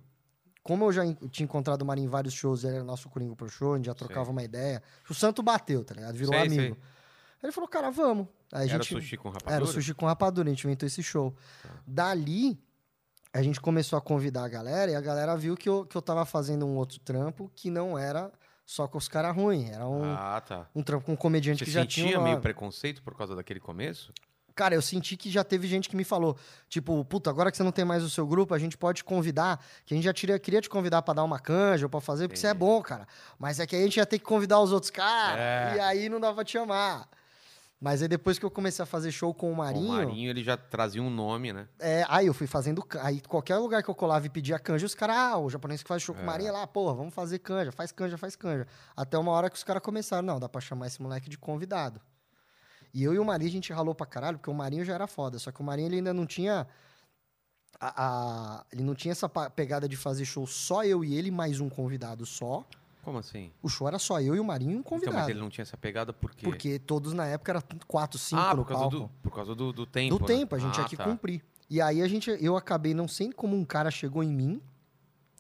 S2: Como eu já en- tinha encontrado o Marinho em vários shows, ele era nosso coringa pro show, a gente já trocava uma ideia. O santo bateu, tá ligado? Virou
S1: Sei,
S2: amigo.
S1: sei.
S2: Ele falou, cara, vamos. Aí a
S1: Era
S2: gente...
S1: sushi com rapadura? Tá.
S2: Era o Sushi com Rapadura, a gente inventou esse show. Dali, a gente começou a convidar a galera e a galera viu que eu, que eu tava fazendo um outro trampo que não era só com os caras ruins. Era um,
S1: Ah, tá.
S2: um trampo com um comediante
S1: Você
S2: que já tinha.
S1: sentia
S2: um
S1: meio
S2: nome.
S1: preconceito por causa daquele começo?
S2: Cara, eu senti que já teve gente que me falou, tipo, puta, agora que você não tem mais o seu grupo, a gente pode te convidar, que a gente já tira- queria te convidar pra dar uma canja ou pra fazer, porque você é
S1: Entendi.
S2: bom, cara. Mas é que aí a gente ia ter que convidar os outros caras,
S1: É.
S2: e aí não dava pra te chamar. Mas aí depois que eu comecei a fazer show com o Marinho,
S1: O Marinho, ele já trazia um nome, né?
S2: é, aí eu fui fazendo, can- aí qualquer lugar que eu colava e pedia canja, os caras, ah, o japonês que faz show com o Marinho, é lá, porra, vamos fazer canja, faz canja, faz canja. Até uma hora que os caras começaram, não, dá pra chamar esse moleque de convidado. E eu e o Marinho, a gente ralou pra caralho, porque o Marinho já era foda. Só que o Marinho, ele ainda não tinha... A, a- ele não tinha essa pa- pegada de fazer show só eu e ele, mais um convidado só.
S1: Como assim?
S2: O show era só eu e o Marinho e um
S1: Então, mas
S2: convidado.
S1: ele não tinha essa pegada por quê?
S2: Porque todos na época eram quatro, cinco
S1: ah,
S2: no
S1: por causa,
S2: palco.
S1: do, por causa do, do tempo.
S2: Do
S1: né?
S2: tempo, a gente
S1: ah,
S2: tinha que
S1: tá.
S2: cumprir. E aí a gente, eu acabei, não sei como um cara chegou em mim,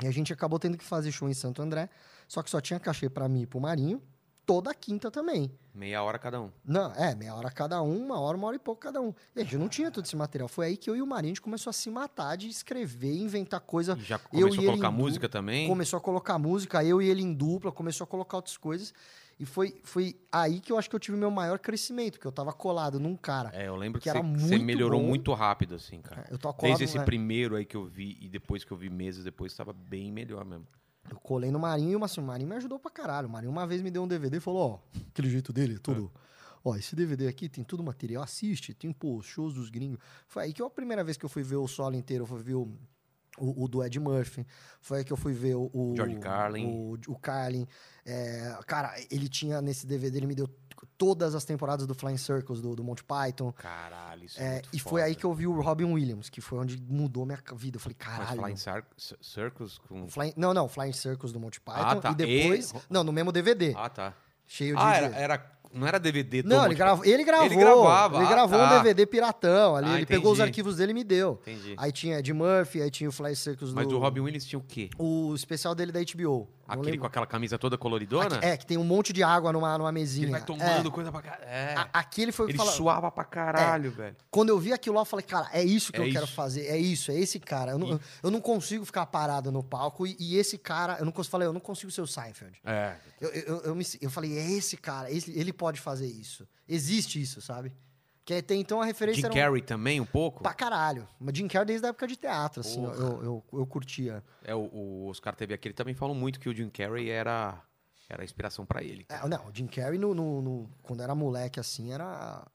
S2: e a gente acabou tendo que fazer show em Santo André, só que só tinha cachê pra mim e pro Marinho, toda quinta também.
S1: Meia hora cada um.
S2: Não, é, meia hora cada um, uma hora, uma hora e pouco cada um. E a gente não tinha todo esse material. Foi aí que eu e o Marinho a gente começou a se matar de escrever, inventar coisa.
S1: E já começou
S2: e
S1: a
S2: ele
S1: colocar
S2: em
S1: música também?
S2: Começou a colocar música, eu e ele em dupla, começou a colocar outras coisas. E foi, foi aí que eu acho que eu tive meu maior crescimento, que eu tava colado num cara.
S1: É, eu lembro que,
S2: que era
S1: você- você
S2: muito
S1: melhorou
S2: bom. É,
S1: muito rápido, assim, cara.
S2: Eu tava colado
S1: Desde esse
S2: num-
S1: primeiro aí que eu vi e depois que eu vi meses depois, tava bem melhor mesmo.
S2: Eu colei no Marinho e assim, o Marinho me ajudou pra caralho. O Marinho uma vez me deu um DVD e falou, ó, aquele jeito dele, tudo.
S1: É.
S2: Ó, esse DVD aqui tem tudo material, assiste, tem, pô, os shows dos gringos. Foi aí que eu, a primeira vez que eu fui ver o solo inteiro, eu fui ver o, o, o do Ed Murphy, foi aí que eu fui ver o... o
S1: George Carlin.
S2: O, o Carlin. É, cara, ele tinha nesse DVD, ele me deu todas as temporadas do Flying Circles, do, do Monty Python.
S1: Caralho, isso
S2: É, e foi aí que eu vi o Robin Williams, que foi onde mudou minha ca- vida. Eu falei,
S1: Mas
S2: caralho.
S1: Flying Cir Cir- Circus com...
S2: Flying- não, não, Flying Circles do Monty Python.
S1: Ah, tá.
S2: E depois.
S1: E-
S2: Não, no mesmo DVD.
S1: Ah, tá.
S2: Cheio de.
S1: Ah,
S2: de-
S1: era, era- Não era DVD do
S2: Não, ele,
S1: Monty
S2: grava- ele gravou. Ele
S1: gravava,
S2: gravava.
S1: ah,
S2: Ele gravou
S1: tá.
S2: um DVD piratão ali.
S1: Ah,
S2: ele pegou os
S1: entendi.
S2: arquivos dele e me deu.
S1: Python. Entendi.
S2: Aí tinha Ed Murphy, aí tinha o Flying Circus
S1: Mas
S2: do.
S1: o Robin Williams tinha o quê?
S2: O especial dele da HBO. não
S1: Aquele com
S2: lembro.
S1: aquela camisa toda coloridona?
S2: Aqui- É, que tem um monte de água numa, numa mesinha.
S1: Ele vai tomando coisa pra caralho. É.
S2: É. A- Aquele foi o que
S1: Ele
S2: fala-
S1: suava pra
S2: É.
S1: caralho, velho.
S2: Quando eu vi aquilo lá, eu falei, cara, é isso que
S1: É
S2: eu quero
S1: isso.
S2: fazer, é isso, é esse cara. Eu não, eu não consigo ficar parado no palco e, e esse cara, eu não consigo, falei, eu não consigo ser o Seinfeld.
S1: É.
S2: Eu, eu, eu- eu me se- eu falei, é esse cara, esse- ele pode fazer isso. Existe isso, sabe? Que até então a referência
S1: Jim
S2: era
S1: Carrey também, um
S2: um...
S1: pouco?
S2: pra caralho. Mas Jim Carrey desde a época de teatro, assim, eu,
S1: Porra.
S2: eu, eu, eu curtia.
S1: É, o, o Oscar teve aqui, ele também falou muito que o Jim Carrey era, era a inspiração pra ele. cara.
S2: É, não, o Jim Carrey, no, no- no- quando era moleque, assim, era...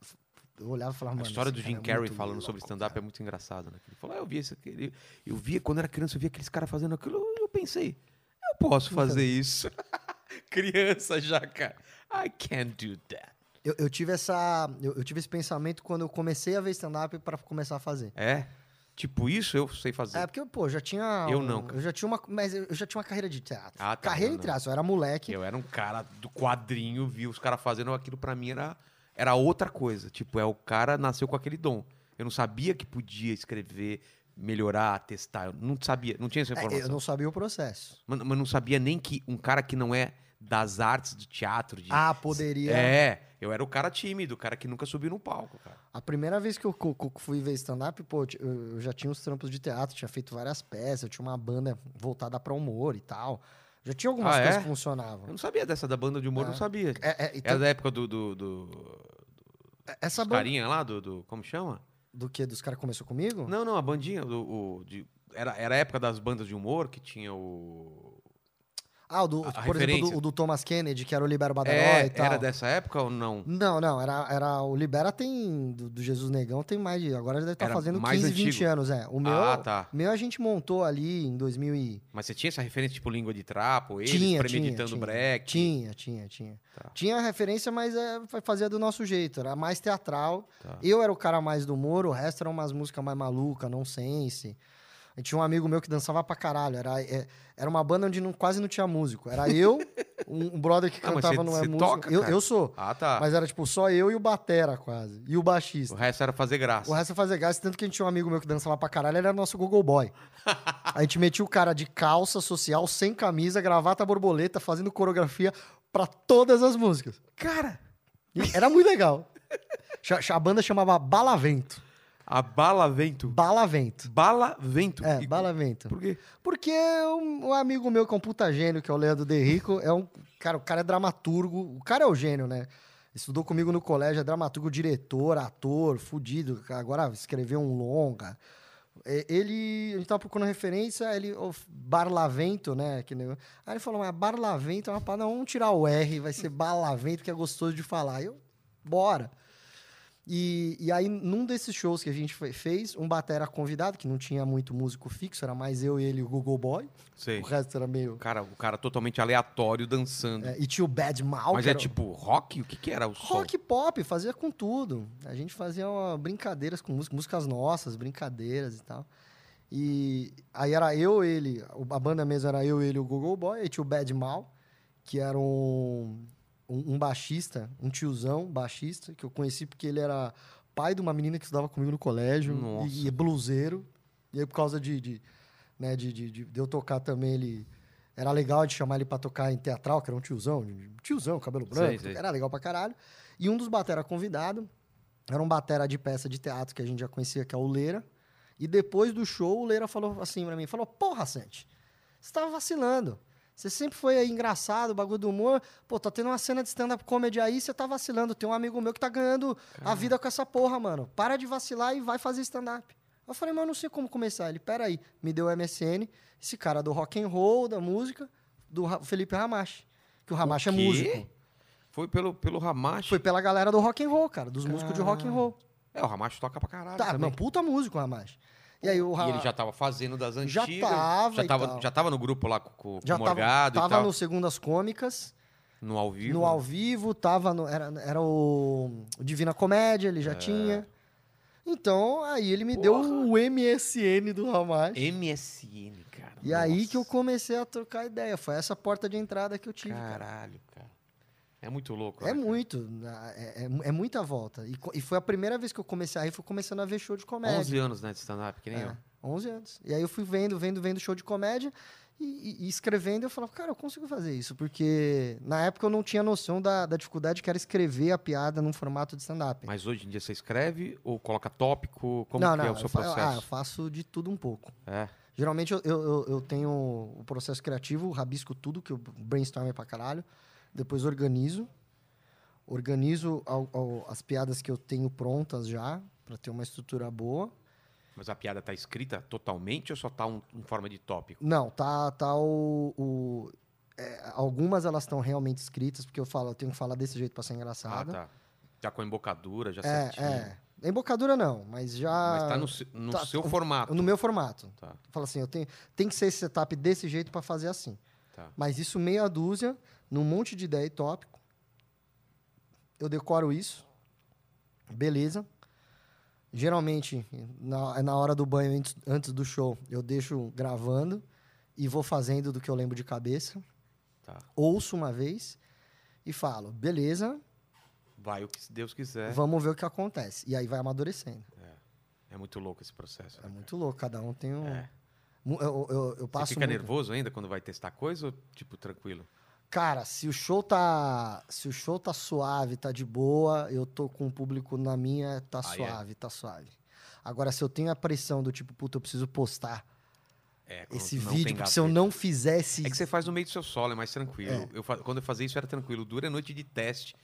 S2: Eu olhava e
S1: a
S2: falava, mano...
S1: história
S2: esse
S1: do
S2: cara
S1: Jim
S2: é
S1: Carrey
S2: muito
S1: falando sobre
S2: louco,
S1: stand-up
S2: cara."
S1: é muito engraçado, né? Ele falou, ah, eu vi esse, ele- eu via quando era criança, eu via aqueles caras fazendo aquilo, eu pensei, eu posso fazer isso. criança já, cara. I can't do that.
S2: Eu, eu tive essa, eu, eu tive esse pensamento quando eu comecei a ver stand-up pra começar a fazer.
S1: É? Tipo isso eu sei fazer.
S2: É porque eu, pô, já tinha.
S1: Eu
S2: um-
S1: não, cara.
S2: Eu já tinha uma. Mas eu eu já tinha uma carreira de teatro.
S1: Ah, tá,
S2: carreira
S1: eu
S2: de
S1: não.
S2: teatro, eu era moleque.
S1: Eu era um cara do quadrinho, vi os caras fazendo aquilo pra mim era era outra coisa. Tipo, é o cara nasceu com aquele dom. Eu não sabia que podia escrever, melhorar, testar. Eu não sabia, não tinha essa
S2: É,
S1: informação.
S2: eu não sabia o processo.
S1: Mas, mas não sabia nem que um cara que não é das artes do teatro de
S2: Ah, poderia.
S1: É, eu era o cara tímido, o cara que nunca subiu no palco, cara.
S2: A primeira vez que eu co- co- fui ver stand-up, pô, eu ti- eu eu já tinha uns trampos de teatro, tinha feito várias peças, eu tinha uma banda voltada pra humor e tal. Já tinha algumas
S1: Ah, é?
S2: coisas que
S1: Eu
S2: funcionavam.
S1: não sabia dessa da banda de humor,
S2: Ah.
S1: não sabia.
S2: É, é, então,
S1: Era da época do. do, do,
S2: essa
S1: dos
S2: banda.
S1: carinha lá, do, do- Como chama?
S2: Do que? Dos caras que começou comigo?
S1: Não, não, a bandinha. do- o- de- era, era a época das bandas de humor que tinha o.
S2: Ah, o do,
S1: A- a
S2: por exemplo,
S1: referência.
S2: do, o do Thomas Kennedy, que era o Libero Badaró
S1: é,
S2: e tal.
S1: era dessa época ou não?
S2: Não, não, era, era o Libera tem do, do Jesus Negão tem mais de, agora já deve estar
S1: Era
S2: fazendo
S1: mais
S2: 15, 20
S1: antigo.
S2: anos, é. O meu,
S1: Ah, tá.
S2: meu a gente montou ali em 2000 e
S1: Mas você tinha essa referência, tipo, língua de trapo, eles
S2: tinha,
S1: premeditando
S2: tinha,
S1: break.
S2: Tinha, tinha, tinha.
S1: Tá.
S2: Tinha a referência, mas é, fa- fazia do nosso jeito, era mais teatral.
S1: Tá.
S2: Eu era o cara mais do humor, o resto eram umas músicas mais malucas, nonsense. E Tinha um amigo meu que dançava pra caralho. Era, é- era uma banda onde não- quase não tinha músico. Era eu, um, um brother que
S1: Ah, mas
S2: cantava,
S1: cê-
S2: não é
S1: cê
S2: músico.
S1: toca,
S2: eu,
S1: cara?
S2: eu sou.
S1: Ah, tá.
S2: Mas era tipo só eu e o Batera quase. E o baixista.
S1: O resto era fazer graça.
S2: O resto é fazer gás, tanto que a gente tinha um amigo meu que dançava pra caralho, ele era nosso Google Boy. A gente metia o cara de calça social, sem camisa, gravata borboleta, fazendo coreografia pra todas as músicas.
S1: Cara,
S2: E Era muito legal. Cha- cha- A banda chamava Balavento.
S1: a bala vento.
S2: Balavento.
S1: Bala vento.
S2: É,
S1: E-
S2: Balavento.
S1: Por quê?
S2: Porque um, um amigo meu que é um puta gênio, que é o Leandro De Rico, é um. Cara, o cara é dramaturgo. O cara é o gênio, né? Estudou comigo no colégio, é dramaturgo, diretor, ator, fudido. Agora escreveu um longa. É, Ele. A gente tava procurando referência, ele. O Barlavento, né? Que nem- Aí ele falou, mas Barlavento é uma parada, vamos tirar o R, vai ser Barlavento, que é gostoso de falar. Eu, bora. E, e aí, num desses shows que a gente fe- fez, um batera convidado, que não tinha muito músico fixo, era mais eu e ele e o Google Boy.
S1: Sei.
S2: O resto era
S1: O
S2: meio.
S1: cara, o cara totalmente aleatório dançando.
S2: é, e tinha o Bad Mal.
S1: Mas
S2: que
S1: é
S2: era-
S1: tipo rock? O que, que era o som?
S2: Rock pop, fazia com tudo. A gente fazia ó, brincadeiras com música, músicas nossas, brincadeiras e tal. E aí era eu, ele, o- a banda mesmo era eu, ele e o Google Boy, e tinha o Bad Mal, que era um, um, um baixista, um tiozão baixista, que eu conheci porque ele era pai de uma menina que estudava comigo no colégio,
S1: Nossa.
S2: e, e é bluseiro. E aí, por causa de, de, né, de, de, de- de eu tocar também, ele. Era legal de chamar ele pra tocar em teatral, que era um tiozão, de- tiozão, cabelo branco,
S1: Sei, sei.
S2: era legal pra caralho. E um dos batera convidado era um batera de peça de teatro que a gente já conhecia, que é o Leira. E depois do show, o Leira falou assim pra mim, falou, porra, Santi, você tava vacilando. Você sempre foi aí engraçado, bagulho do humor. Pô, tá tendo uma cena de stand-up comedy aí, você tá vacilando. Tem um amigo meu que tá ganhando a vida com essa porra, mano. Para de vacilar e vai fazer stand-up. Eu falei, mas eu não sei como começar. Ele, peraí, me deu o MSN, esse cara do rock and roll, da música, do Ra- Felipe Ramache. Que o Ramache é
S1: quê?
S2: músico.
S1: Foi pelo, pelo Ramacho.
S2: Foi pela galera do rock and roll, cara, dos músicos de rock and roll.
S1: É, o Ramacho toca pra caralho.
S2: Tá,
S1: também.
S2: não, puta músico o Ramache. E aí o
S1: E
S2: Ra-
S1: ele já tava fazendo das
S2: Já
S1: antigas.
S2: tava
S1: Já
S2: e
S1: tava,
S2: tal.
S1: já tava no grupo lá com, com
S2: já
S1: o
S2: tava,
S1: Morgado
S2: tava
S1: e tal.
S2: no Segundas Cômicas.
S1: No ao vivo?
S2: No ao vivo, tava no- era, era o o Divina Comédia, ele já
S1: É.
S2: tinha. Então, aí ele me deu o MSN do Ramacho.
S1: MSN, cara.
S2: E aí
S1: Nossa,
S2: que eu comecei a trocar ideia. Foi essa porta de entrada que eu tive, cara.
S1: Caralho, cara. É muito louco.
S2: É
S1: né, cara?
S2: muito, na- é, é- é muita volta. E, co- e foi a primeira vez que eu comecei, aí fui começando a ver show de comédia.
S1: 11 anos, né, de stand-up, que nem eu.
S2: É, 11 anos. E aí eu fui vendo, vendo, vendo show de comédia e, e- e escrevendo. Eu falava, cara, eu consigo fazer isso, porque na época eu não tinha noção da, da dificuldade que era escrever a piada num formato de stand-up.
S1: Mas hoje em dia você escreve ou coloca tópico? Como
S2: não,
S1: que
S2: não,
S1: é o seu
S2: eu, fa- eu- ah, eu
S1: processo?
S2: faço de tudo um pouco.
S1: É.
S2: Geralmente eu, eu, eu- eu tenho o processo criativo, rabisco tudo, que eu brainstorm é pra caralho. Depois organizo. Organizo ao- ao- as piadas que eu tenho prontas já, pra ter uma estrutura boa.
S1: Mas a piada tá escrita totalmente ou só tá um- em forma de tópico?
S2: Não, tá, tá o. o- é, algumas elas estão realmente escritas, porque eu falo, eu tenho que falar desse jeito pra ser engraçada.
S1: Ah, tá. Já com a embocadura, já
S2: É,
S1: certinho.
S2: é. Embocadura não, mas já.
S1: Mas tá no, se- no
S2: tá-
S1: seu
S2: tá-
S1: formato.
S2: No meu formato.
S1: Tá,
S2: Fala assim, eu tenho, tem que ser esse setup desse jeito pra fazer assim.
S1: tá.
S2: Mas isso meia dúzia, num monte de ideia e tópico. Eu decoro isso. Beleza. Geralmente, na, na hora do banho, antes, antes do show, eu deixo gravando e vou fazendo do que eu lembro de cabeça.
S1: Tá.
S2: Ouço uma vez e falo, beleza,
S1: Vai o que Deus quiser.
S2: vamos ver o que acontece. E aí vai amadurecendo.
S1: É muito louco esse processo.
S2: É
S1: né,
S2: muito louco, cada um tem um.
S1: É.
S2: Mu- Eu, eu, eu
S1: cara?
S2: passo
S1: Você fica
S2: muito-
S1: nervoso ainda quando vai testar coisa ou, tipo, tranquilo?
S2: Cara, se o show tá, se o show tá suave, tá de boa, eu tô com o público na minha, tá
S1: Aí é.
S2: suave, tá suave. Agora se eu tenho a pressão do tipo, puta, eu preciso postar
S1: É, quando
S2: esse
S1: não tem
S2: vídeo, porque se eu
S1: gaveta.
S2: não fizesse,
S1: É que você faz no meio do seu solo, é mais tranquilo. Eu fa- quando eu fazia isso era tranquilo. Dura noite de teste,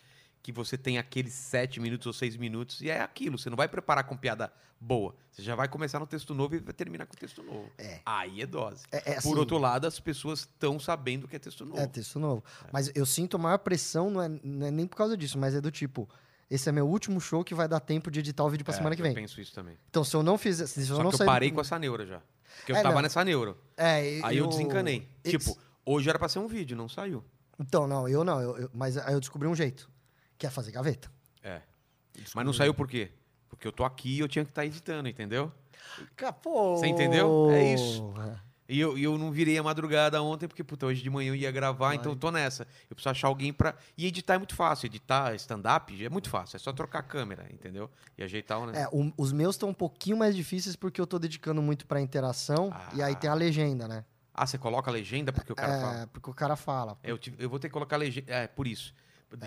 S1: que você tem aqueles sete minutos ou seis minutos, e é aquilo. Você não vai preparar com piada boa. Você já vai começar no texto novo e vai terminar com o texto novo.
S2: É.
S1: Aí é dose.
S2: é, é assim,
S1: Por outro lado, as pessoas estão sabendo que é texto novo.
S2: é texto novo. Mas eu sinto a maior pressão, não é, não é nem por causa disso, mas é do tipo, esse é meu último show que vai dar tempo de editar o vídeo pra
S1: É,
S2: semana que
S1: eu
S2: vem.
S1: penso isso também.
S2: Então se eu não fizer, se eu
S1: Só
S2: não
S1: que eu
S2: sair do-
S1: parei com essa neura já. Porque eu
S2: É,
S1: tava
S2: não.
S1: nessa neura.
S2: É,
S1: Aí eu, desencanei.
S2: Esse-
S1: Tipo, hoje era pra ser um vídeo, não saiu.
S2: Então não, eu não, eu- eu- mas aí eu descobri um jeito, que é fazer gaveta.
S1: É. Mas não saiu por quê? Porque eu tô aqui e eu tinha que estar editando, entendeu?
S2: Capô.
S1: Você entendeu? É isso. E eu, e eu não virei a madrugada ontem, porque, puta, hoje de manhã eu ia gravar, então eu tô nessa. Eu preciso achar alguém pra. E editar é muito fácil. Editar stand-up é muito fácil. É só trocar a câmera, entendeu? E ajeitar o.
S2: É, o- os meus estão um pouquinho mais difíceis porque eu tô dedicando muito pra interação e aí
S1: Ah.
S2: tem a legenda, né?
S1: Ah, você coloca a legenda porque o cara
S2: é,
S1: fala.
S2: porque o cara fala.
S1: É, Eu, tive- eu vou ter que colocar a legenda. É, por isso.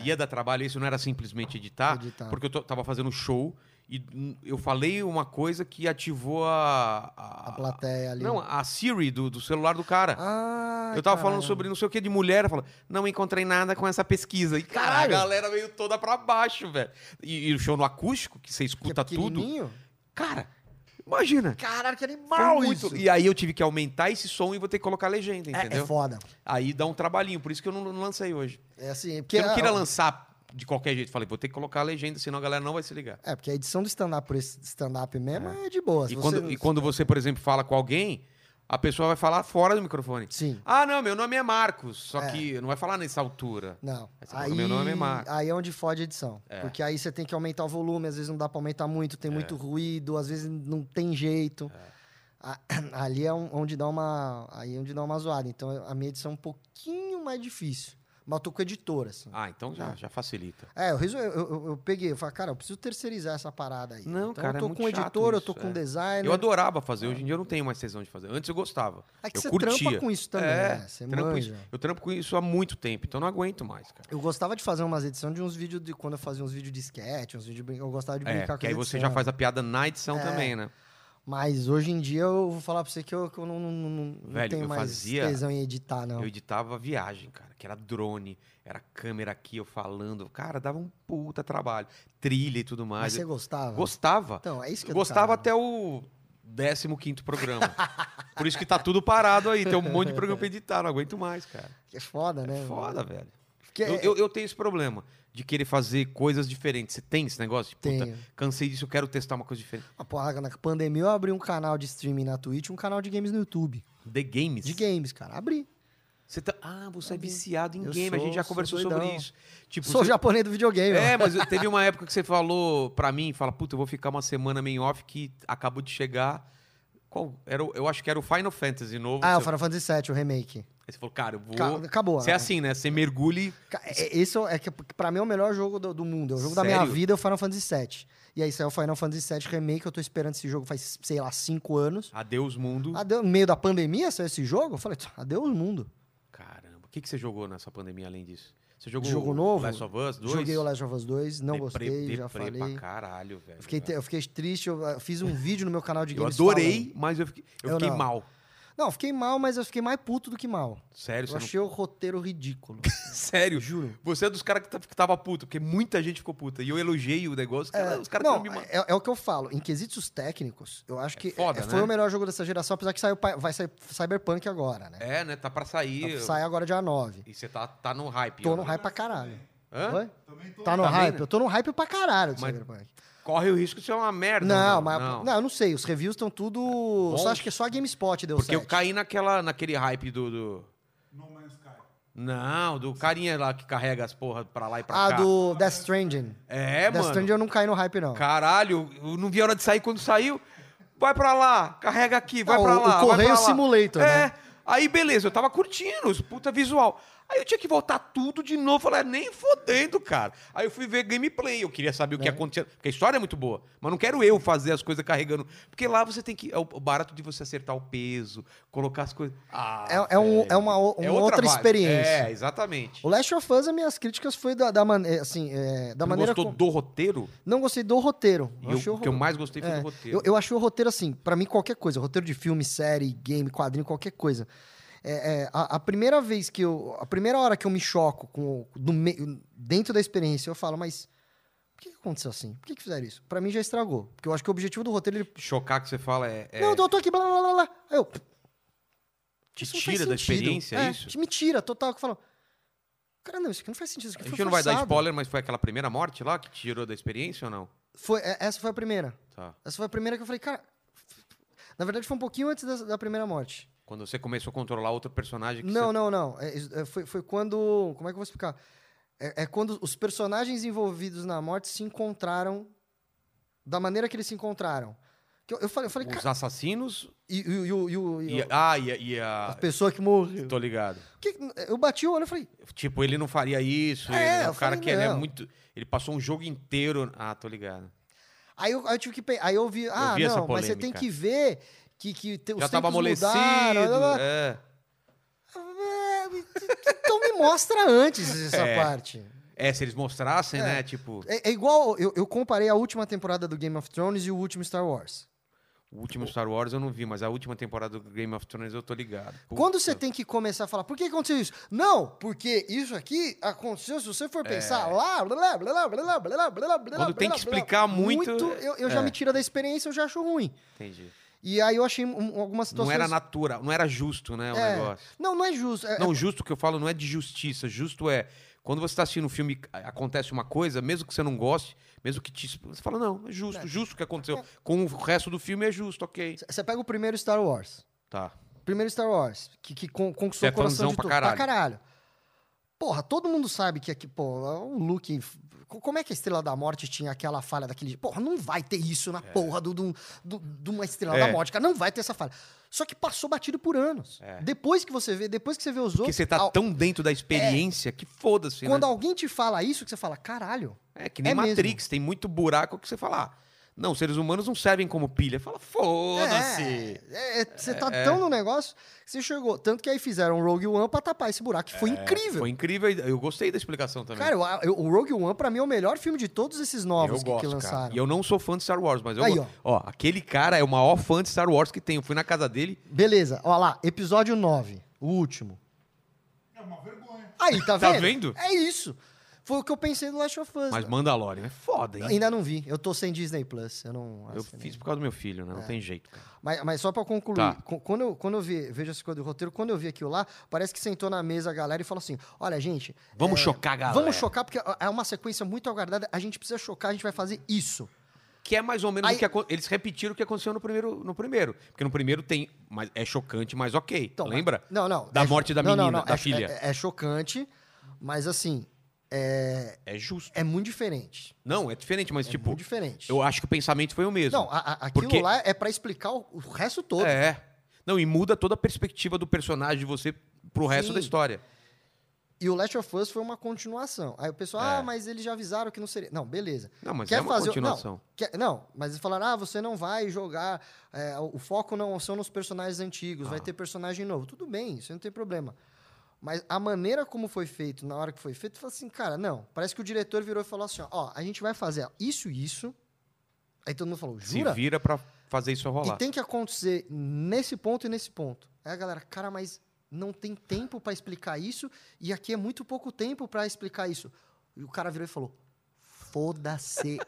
S1: Ia dar trabalho isso, não era simplesmente editar,
S2: Editar.
S1: porque eu to- tava fazendo show e hum, eu falei uma coisa que ativou a.
S2: A plateia ali.
S1: Não, a Siri do, do celular do cara.
S2: Ah,
S1: eu tava
S2: caralho.
S1: falando sobre não sei o que de mulher, eu falo, não encontrei nada com essa pesquisa. E cara, a
S2: Caralho!
S1: galera veio toda pra baixo, velho. E, e o show no acústico, que você
S2: Que é
S1: escuta tudo.
S2: pequenininho?
S1: Cara, imagina.
S2: Caralho, que
S1: Foi
S2: animal
S1: muito-
S2: isso!
S1: E aí eu tive que aumentar esse som e vou ter que colocar a legenda,
S2: É,
S1: entendeu?
S2: é foda.
S1: aí dá um trabalhinho, por isso que eu não, não lancei hoje.
S2: É assim,
S1: Porque
S2: porque...
S1: eu não queria
S2: a-
S1: lançar de qualquer jeito. Falei, vou ter que colocar a legenda, senão a galera não vai se ligar.
S2: É, porque a edição do stand-up por esse stand-up mesmo é, de boa. Se
S1: E
S2: você-
S1: quando, e quando você, por exemplo, fala com alguém, a pessoa vai falar fora do microfone.
S2: Sim.
S1: Ah, não, meu nome é Marcos. Só
S2: É.
S1: que não vai falar nessa altura.
S2: Não.
S1: Aí você coloca
S2: Aí,
S1: meu nome, Marco.
S2: aí é onde fode a edição.
S1: É.
S2: Porque aí você tem que aumentar o volume, às vezes não dá pra aumentar muito, tem muito ruído, às vezes não tem jeito. A- ali é um- onde dá uma. Aí é onde dá uma zoada. Então a minha edição é um pouquinho mais difícil. Mas eu tô com editor, assim.
S1: Ah, então já, já facilita.
S2: É, eu, resol- eu, eu- eu peguei, eu falei, cara, eu preciso terceirizar essa parada aí.
S1: Não,
S2: então,
S1: cara, é
S2: eu tô
S1: muito
S2: com
S1: chato
S2: editor, eu tô
S1: isso,
S2: com
S1: é.
S2: designer.
S1: Eu adorava
S2: Ah.
S1: fazer, hoje em dia eu não tenho mais tesão de fazer. Antes eu gostava.
S2: É que
S1: eu
S2: você
S1: curtia.
S2: trampa com isso também,
S1: É,
S2: né? Você
S1: trampo
S2: manja.
S1: isso. Eu trampo com isso há muito tempo, então eu não aguento mais, cara.
S2: Eu gostava de fazer umas edições de uns vídeos de quando eu fazia uns vídeos de sketch, uns vídeos de brin- Eu gostava de
S1: É,
S2: brincar
S1: porque
S2: com né?
S1: aí
S2: as
S1: você já
S2: edições.
S1: faz a piada na
S2: É.
S1: edição também, né?
S2: Mas hoje em dia eu vou falar pra você que eu, que eu não, não- não- não
S1: Velho,
S2: tenho
S1: eu
S2: mais
S1: fazia-
S2: tesão em editar, não.
S1: Eu editava viagem, cara, que era drone, era câmera aqui, eu falando. Cara, dava um puta trabalho. Trilha e tudo
S2: Mas
S1: mais.
S2: você
S1: Eu
S2: gostava?
S1: Gostava.
S2: Então, é isso que
S1: Eu
S2: eu
S1: gostava até o 15 programa. Por isso que tá tudo parado aí. Tem um monte de programa pra editar, não aguento mais, cara.
S2: É foda, né?
S1: É foda, velho.
S2: Porque
S1: Eu,
S2: é-
S1: eu- eu tenho esse problema de querer fazer coisas diferentes. Você tem esse negócio? De, Puta,
S2: Tenho.
S1: cansei disso, eu quero testar uma coisa diferente.
S2: Ah, porra, na pandemia eu abri um canal de streaming na Twitch e um canal de games no YouTube.
S1: The Games.
S2: De games, cara. Abri.
S1: Você tá... Ah, você é
S2: Sabia.
S1: viciado em
S2: Eu
S1: game, a
S2: sou-
S1: gente já
S2: sou
S1: conversou
S2: doidão.
S1: sobre isso. Tipo,
S2: Sou
S1: você-
S2: japonês do videogame.
S1: É,
S2: ó.
S1: mas teve uma época que você falou pra mim, fala, puta, eu vou ficar uma semana meio off que acabou de chegar. Qual? Era, o- eu acho que era o Final Fantasy novo.
S2: Ah, é o
S1: você,
S2: Final Fantasy VII, o remake.
S1: Aí você falou, cara, eu vou.
S2: Ca- Acabou.
S1: Você é assim, né? Você mergulhe.
S2: Ca- é- Esse é que pra mim é o melhor jogo do, do mundo. É o jogo da minha
S1: Sério?
S2: vida, é o Final Fantasy VII. E aí saiu o Final Fantasy VII Remake, eu tô esperando esse jogo faz, sei lá, cinco anos.
S1: Adeus, mundo.
S2: Adeus, no Ah, meio da pandemia saiu esse jogo? Eu falei, "Tch, adeus mundo.
S1: Caramba, o que, que você jogou nessa pandemia além disso? Você jogou
S2: Jogo novo?
S1: Last of Us 2?
S2: Joguei o Last of Us 2, não
S1: Deprê-
S2: gostei, já
S1: deprê
S2: falei.
S1: pra caralho, velho.
S2: Eu fiquei, te- eu fiquei triste, eu eh, fiz um vídeo no meu canal de
S1: Eu
S2: games
S1: adorei,
S2: falando.
S1: mas eu fiquei, eu
S2: Eu
S1: fiquei
S2: não.
S1: mal.
S2: Não, eu fiquei mal, mas eu fiquei mais puto do que mal.
S1: Sério,
S2: Eu
S1: você não...
S2: achei o roteiro ridículo.
S1: Sério,
S2: Juro.
S1: Você é dos caras que, tá- que tava puto, porque muita gente ficou puta. E eu elogiei o negócio, que ela- os caras
S2: Não,
S1: querem me mandar.
S2: é, é o que eu falo. Em quesitos técnicos, eu acho que
S1: foda,
S2: eh, foi
S1: né?
S2: o melhor jogo dessa geração, apesar que saiu, pa- vai sair Cyberpunk agora, né?
S1: É, né? Tá pra sair.
S2: Sai agora dia 9.
S1: E você tá, tá no hype.
S2: Tô
S1: eu
S2: no
S1: não-
S2: hype pra caralho.
S1: Hã?
S2: Oi? Tá no
S1: Também,
S2: hype?
S1: né?
S2: Eu tô no hype pra caralho do
S1: Mas-
S2: Cyberpunk.
S1: Corre o risco de ser uma merda. então.
S2: Não,
S1: mano.
S2: mas. Não. eu não sei. Os reviews estão tudo. Só acho que é só a GameSpot deu
S1: Porque eu
S2: sete.
S1: caí naquela, naquele hype do, do-
S4: No Man's Sky.
S1: Não, do carinha lá que carrega as porra pra lá e pra
S2: Ah,
S1: cá.
S2: do Death Stranding.
S1: É,
S2: Death
S1: mano.
S2: Stranding eu não caí no hype, não.
S1: Caralho, eu não vi a hora de sair quando saiu. Vai pra lá, carrega aqui, vai
S2: Não,
S1: pra
S2: Ah,
S1: lá.
S2: o- o
S1: vai pra
S2: Correio
S1: lá.
S2: Simulator,
S1: É.
S2: né?
S1: Aí, beleza, eu tava curtindo os puta visual. Aí eu tinha que voltar tudo de novo. Falei, "Ah, nem fodendo, cara. Aí eu fui ver gameplay, eu queria saber o que acontecia. Porque a história é muito boa, mas não quero eu fazer as coisas carregando. Porque lá você tem que. É o o barato de você acertar o peso, colocar as coisas. Ah,
S2: É- é um-
S1: velho.
S2: é uma o- uma outra
S1: vibe.
S2: experiência.
S1: É, exatamente.
S2: O Last of Us, as minhas críticas foi da, da, man- eh, assim, eh, da
S1: Você
S2: maneira.
S1: gostou
S2: como-
S1: do roteiro?
S2: Não gostei do roteiro.
S1: E eu- o que eu
S2: horror-
S1: mais gostei foi
S2: É,
S1: do roteiro.
S2: Eu, eu achei o roteiro assim, pra mim qualquer coisa, roteiro de filme, série, game, quadrinho, qualquer coisa. É, é, a, a primeira vez que eu, a primeira hora que eu me choco com o- do me- dentro da experiência, eu falo, mas por que, que aconteceu assim? Por que, que fizeram isso? Pra mim já estragou, porque eu acho que o objetivo do roteiro ele,
S1: Chocar que você fala é. é-
S2: não, eu tô- eu tô aqui, blá blá blá blá. Aí eu
S1: Te
S2: "Isso não
S1: tira
S2: faz
S1: da
S2: sentido." Tipo,
S1: experiência, é isso?
S2: Me tira, total, que eu falo, cara, não, isso aqui não faz sentido, isso
S1: A
S2: aqui foi
S1: gente não vai dar
S2: forçado."
S1: spoiler, mas foi aquela primeira morte lá que te tirou da experiência ou não?
S2: Foi, é- essa foi a primeira.
S1: Tá.
S2: Essa foi a primeira que eu falei, cara, na verdade foi um pouquinho antes da- da primeira morte.
S1: Quando você começou a controlar outro personagem que
S2: Não,
S1: você...
S2: não, não. É, isso- é, foi, foi quando. Como é que eu vou explicar? É, é quando os personagens envolvidos na morte se encontraram da maneira que eles se encontraram. Que eu, eu falei, eu falei,
S1: Os
S2: cara.
S1: assassinos
S2: E, e, e, o- e o- e
S1: e...
S2: o-
S1: Ah, e, a- e
S2: a
S1: a...
S2: pessoa que morreu.
S1: Tô ligado.
S2: Que- eu bati o olho e falei,
S1: Tipo, ele não faria isso.
S2: É,
S1: ele é
S2: eu
S1: um cara
S2: falei,
S1: que ele é
S2: não.
S1: muito... Ele passou um jogo inteiro... Ah, tô ligado.
S2: Aí eu, aí eu tive que. pe- Aí eu vi. Ah,
S1: vi essa
S2: não, mas você tem
S1: polêmica.
S2: que ver que, que te- os
S1: Já tava
S2: tempos
S1: amolecido.
S2: mudaram, blá, blá, blá.
S1: É.
S2: Então me mostra antes essa
S1: É.
S2: parte.
S1: É, se eles mostrassem,
S2: É.
S1: né? Tipo,
S2: É, é igual. Eu, eu comparei a última temporada do Game of Thrones e o último Star Wars.
S1: o último Star Wars eu não vi, mas a última temporada do Game of Thrones eu tô ligado.
S2: Quando
S1: Puta.
S2: você tem que começar a falar, por que aconteceu isso? Não, porque isso aqui aconteceu, se você for pensar lá, blá, blá, blá, blá, blá, blá, blá, blá,
S1: É. Quando tem
S2: blá,
S1: que
S2: blá,
S1: explicar muito,
S2: eu, eu já
S1: é.
S2: me tiro da experiência, eu já acho ruim.
S1: Entendi.
S2: E aí eu achei um- algumas
S1: Não
S2: situações...
S1: era natural, não era justo, né, o
S2: É.
S1: negócio.
S2: Não, não é justo. É-
S1: Não, justo que eu falo não é de justiça. Justo é quando você está assistindo um filme e a- acontece uma coisa, mesmo que você não goste, mesmo que te. Você fala, não, é justo, justo o que
S2: É.
S1: aconteceu. Com o resto do filme é justo, ok.
S2: Você pega o primeiro Star Wars.
S1: Tá.
S2: Primeiro Star Wars, que, que con- conquistou
S1: Você é
S2: o coração
S1: fãzão
S2: de
S1: pra
S2: todo
S1: caralho.
S2: pra caralho. Porra, todo mundo sabe que aqui, pô, é o Luke. co- Como é que a Estrela da Morte tinha aquela falha daquele. Porra, não vai ter isso na porra de do, do, do- de uma Estrela
S1: É.
S2: da Morte, cara. Não vai ter essa falha. Só que passou batido por anos. Depois que você vê, depois que você vê os
S1: É. Porque
S2: outros.
S1: você tá
S2: al-
S1: tão dentro da experiência que foda-se,
S2: É. Quando
S1: né?
S2: alguém te fala isso, que você fala, caralho.
S1: É que nem
S2: é mesmo.
S1: Matrix, tem muito buraco que você fala. ah, não, seres humanos não servem como pilha. Fala, foda-se.
S2: é, é, Você tá tão no negócio que você chegou. Tanto que aí fizeram o Rogue One pra tapar esse buraco,
S1: É.
S2: que foi incrível.
S1: Foi incrível, eu gostei da explicação também.
S2: Cara, eu- eu- o Rogue One, pra mim, é o melhor filme de todos esses novos
S1: eu
S2: que,
S1: gosto,
S2: que
S1: cara.
S2: lançaram.
S1: E eu não sou fã de Star Wars, mas eu
S2: Aí,
S1: go- ó, aquele cara é o maior fã de Star Wars que tem. Eu fui na casa dele,
S2: Beleza, ó lá, episódio 9, o último.
S4: É uma vergonha.
S2: Aí, tá
S1: Tá
S2: vendo?
S1: vendo?
S2: É isso. Foi o que eu pensei do Last of Us.
S1: mas
S2: né?
S1: Mandalorian é foda, hein?
S2: Ainda não vi, eu tô sem Disney Plus, eu não...
S1: Eu
S2: assinei.
S1: fiz por causa do meu filho, né? Não tem jeito, cara.
S2: Mas, mas só pra concluir,
S1: Tá.
S2: co- quando eu, quando eu vi, vejo essa coisa do roteiro, quando eu vi aquilo lá, parece que sentou na mesa a galera e falou assim, olha, gente...
S1: Vamos
S2: é,
S1: chocar a galera.
S2: Vamos chocar, porque é uma sequência muito aguardada, a gente precisa chocar, a gente vai fazer isso.
S1: Que é mais ou menos
S2: Aí-
S1: o que acon- eles repetiram o que aconteceu no primeiro, no primeiro, porque no primeiro tem, mas é chocante, mas OK.
S2: Então,
S1: Lembra?
S2: mas- Não, não.
S1: Da
S2: cho-
S1: morte da
S2: não, não,
S1: menina,
S2: não,
S1: da
S2: é-
S1: filha.
S2: É, é chocante, mas assim, é,
S1: É justo.
S2: é muito diferente.
S1: Não, é diferente, mas
S2: É
S1: tipo,
S2: muito diferente.
S1: eu acho que o pensamento foi o mesmo.
S2: Não, a- a- aquilo
S1: Porque-
S2: lá é pra explicar o, o resto todo.
S1: É. Não, e muda toda a perspectiva do personagem de você pro resto
S2: Sim.
S1: da história.
S2: E o Last of Us foi uma continuação. Aí o pessoal,
S1: É.
S2: ah, mas eles já avisaram que não seria. Não, beleza.
S1: Não, mas
S2: Quer
S1: é uma
S2: fazer o-
S1: continuação.
S2: Que- não, mas eles falaram, ah, você não vai jogar, é, o o foco não são nos personagens antigos, vai ter personagem novo. Tudo bem, isso não tem problema. Mas a maneira como foi feito, na hora que foi feito, falou assim, cara, não, parece que o diretor virou e falou assim, ó, ó, a gente vai fazer isso e isso. Aí todo mundo falou, jura?
S1: Se vira pra fazer isso rolar.
S2: E tem que acontecer nesse ponto e nesse ponto. Aí a galera, cara, mas não tem tempo pra explicar isso e aqui é muito pouco tempo pra explicar isso. E o cara virou e falou: "Foda-se,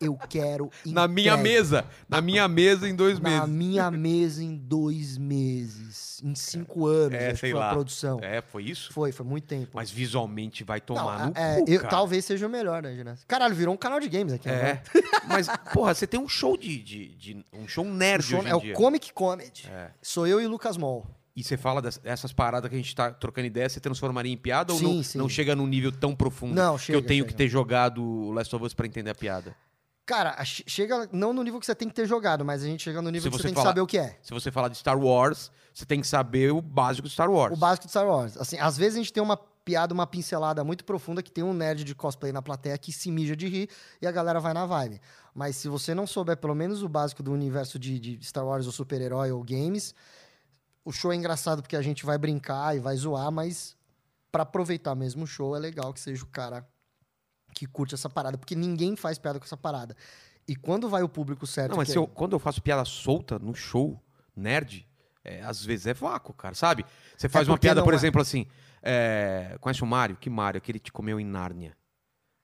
S2: eu quero
S1: Na minha
S2: entregue
S1: mesa. Na minha mesa em dois
S2: na
S1: meses.
S2: minha mesa em dois meses, em cinco anos,
S1: é,
S2: acho que
S1: sei
S2: foi a
S1: lá.
S2: produção.
S1: É, foi isso?
S2: Foi, foi muito tempo.
S1: Mas visualmente vai
S2: Não,
S1: tomar no
S2: é,
S1: cu,
S2: eu-
S1: cara.
S2: talvez seja o melhor, né, Geração? Caralho, virou um canal de games aqui.
S1: É.
S2: agora.
S1: Mas, porra, você tem um show de. de- de- um show nerd
S2: O show-
S1: hoje em
S2: é
S1: dia.
S2: o Comic Comedy.
S1: É.
S2: Sou eu e Lucas Mol.
S1: E você fala dessas essas paradas que a gente tá trocando ideia, você transformaria em piada ou
S2: Sim,
S1: não,
S2: sim.
S1: não chega num nível tão profundo
S2: Não,
S1: que
S2: chega,
S1: eu tenho
S2: chega.
S1: que ter jogado o Last of Us pra entender a piada?
S2: Cara, a- che- chega não no nível que você tem que ter jogado, mas a gente chega no nível
S1: Se
S2: que você
S1: você
S2: tem que
S1: falar-
S2: saber o que é.
S1: Se você falar de Star Wars, você tem que saber o básico de Star Wars.
S2: O básico de Star Wars. Assim, às vezes a gente tem uma piada, uma pincelada muito profunda que tem um nerd de cosplay na plateia que se mija de rir e a galera vai na vibe. Mas se você não souber pelo menos o básico do universo de, de Star Wars ou super-herói ou games, o show é engraçado porque a gente vai brincar e vai zoar, mas pra aproveitar mesmo o show é legal que seja o cara que curte essa parada, porque ninguém faz piada com essa parada. E quando vai o público certo,
S1: Não, mas
S2: que
S1: se
S2: é-
S1: eu- quando eu faço piada solta no show, nerd, é, às vezes é vácuo, cara, sabe? Você faz uma
S2: porque
S1: piada,
S2: não
S1: por
S2: é-
S1: exemplo, assim. É, conhece o Mário? Que Mário? Aquele que te comeu em Nárnia.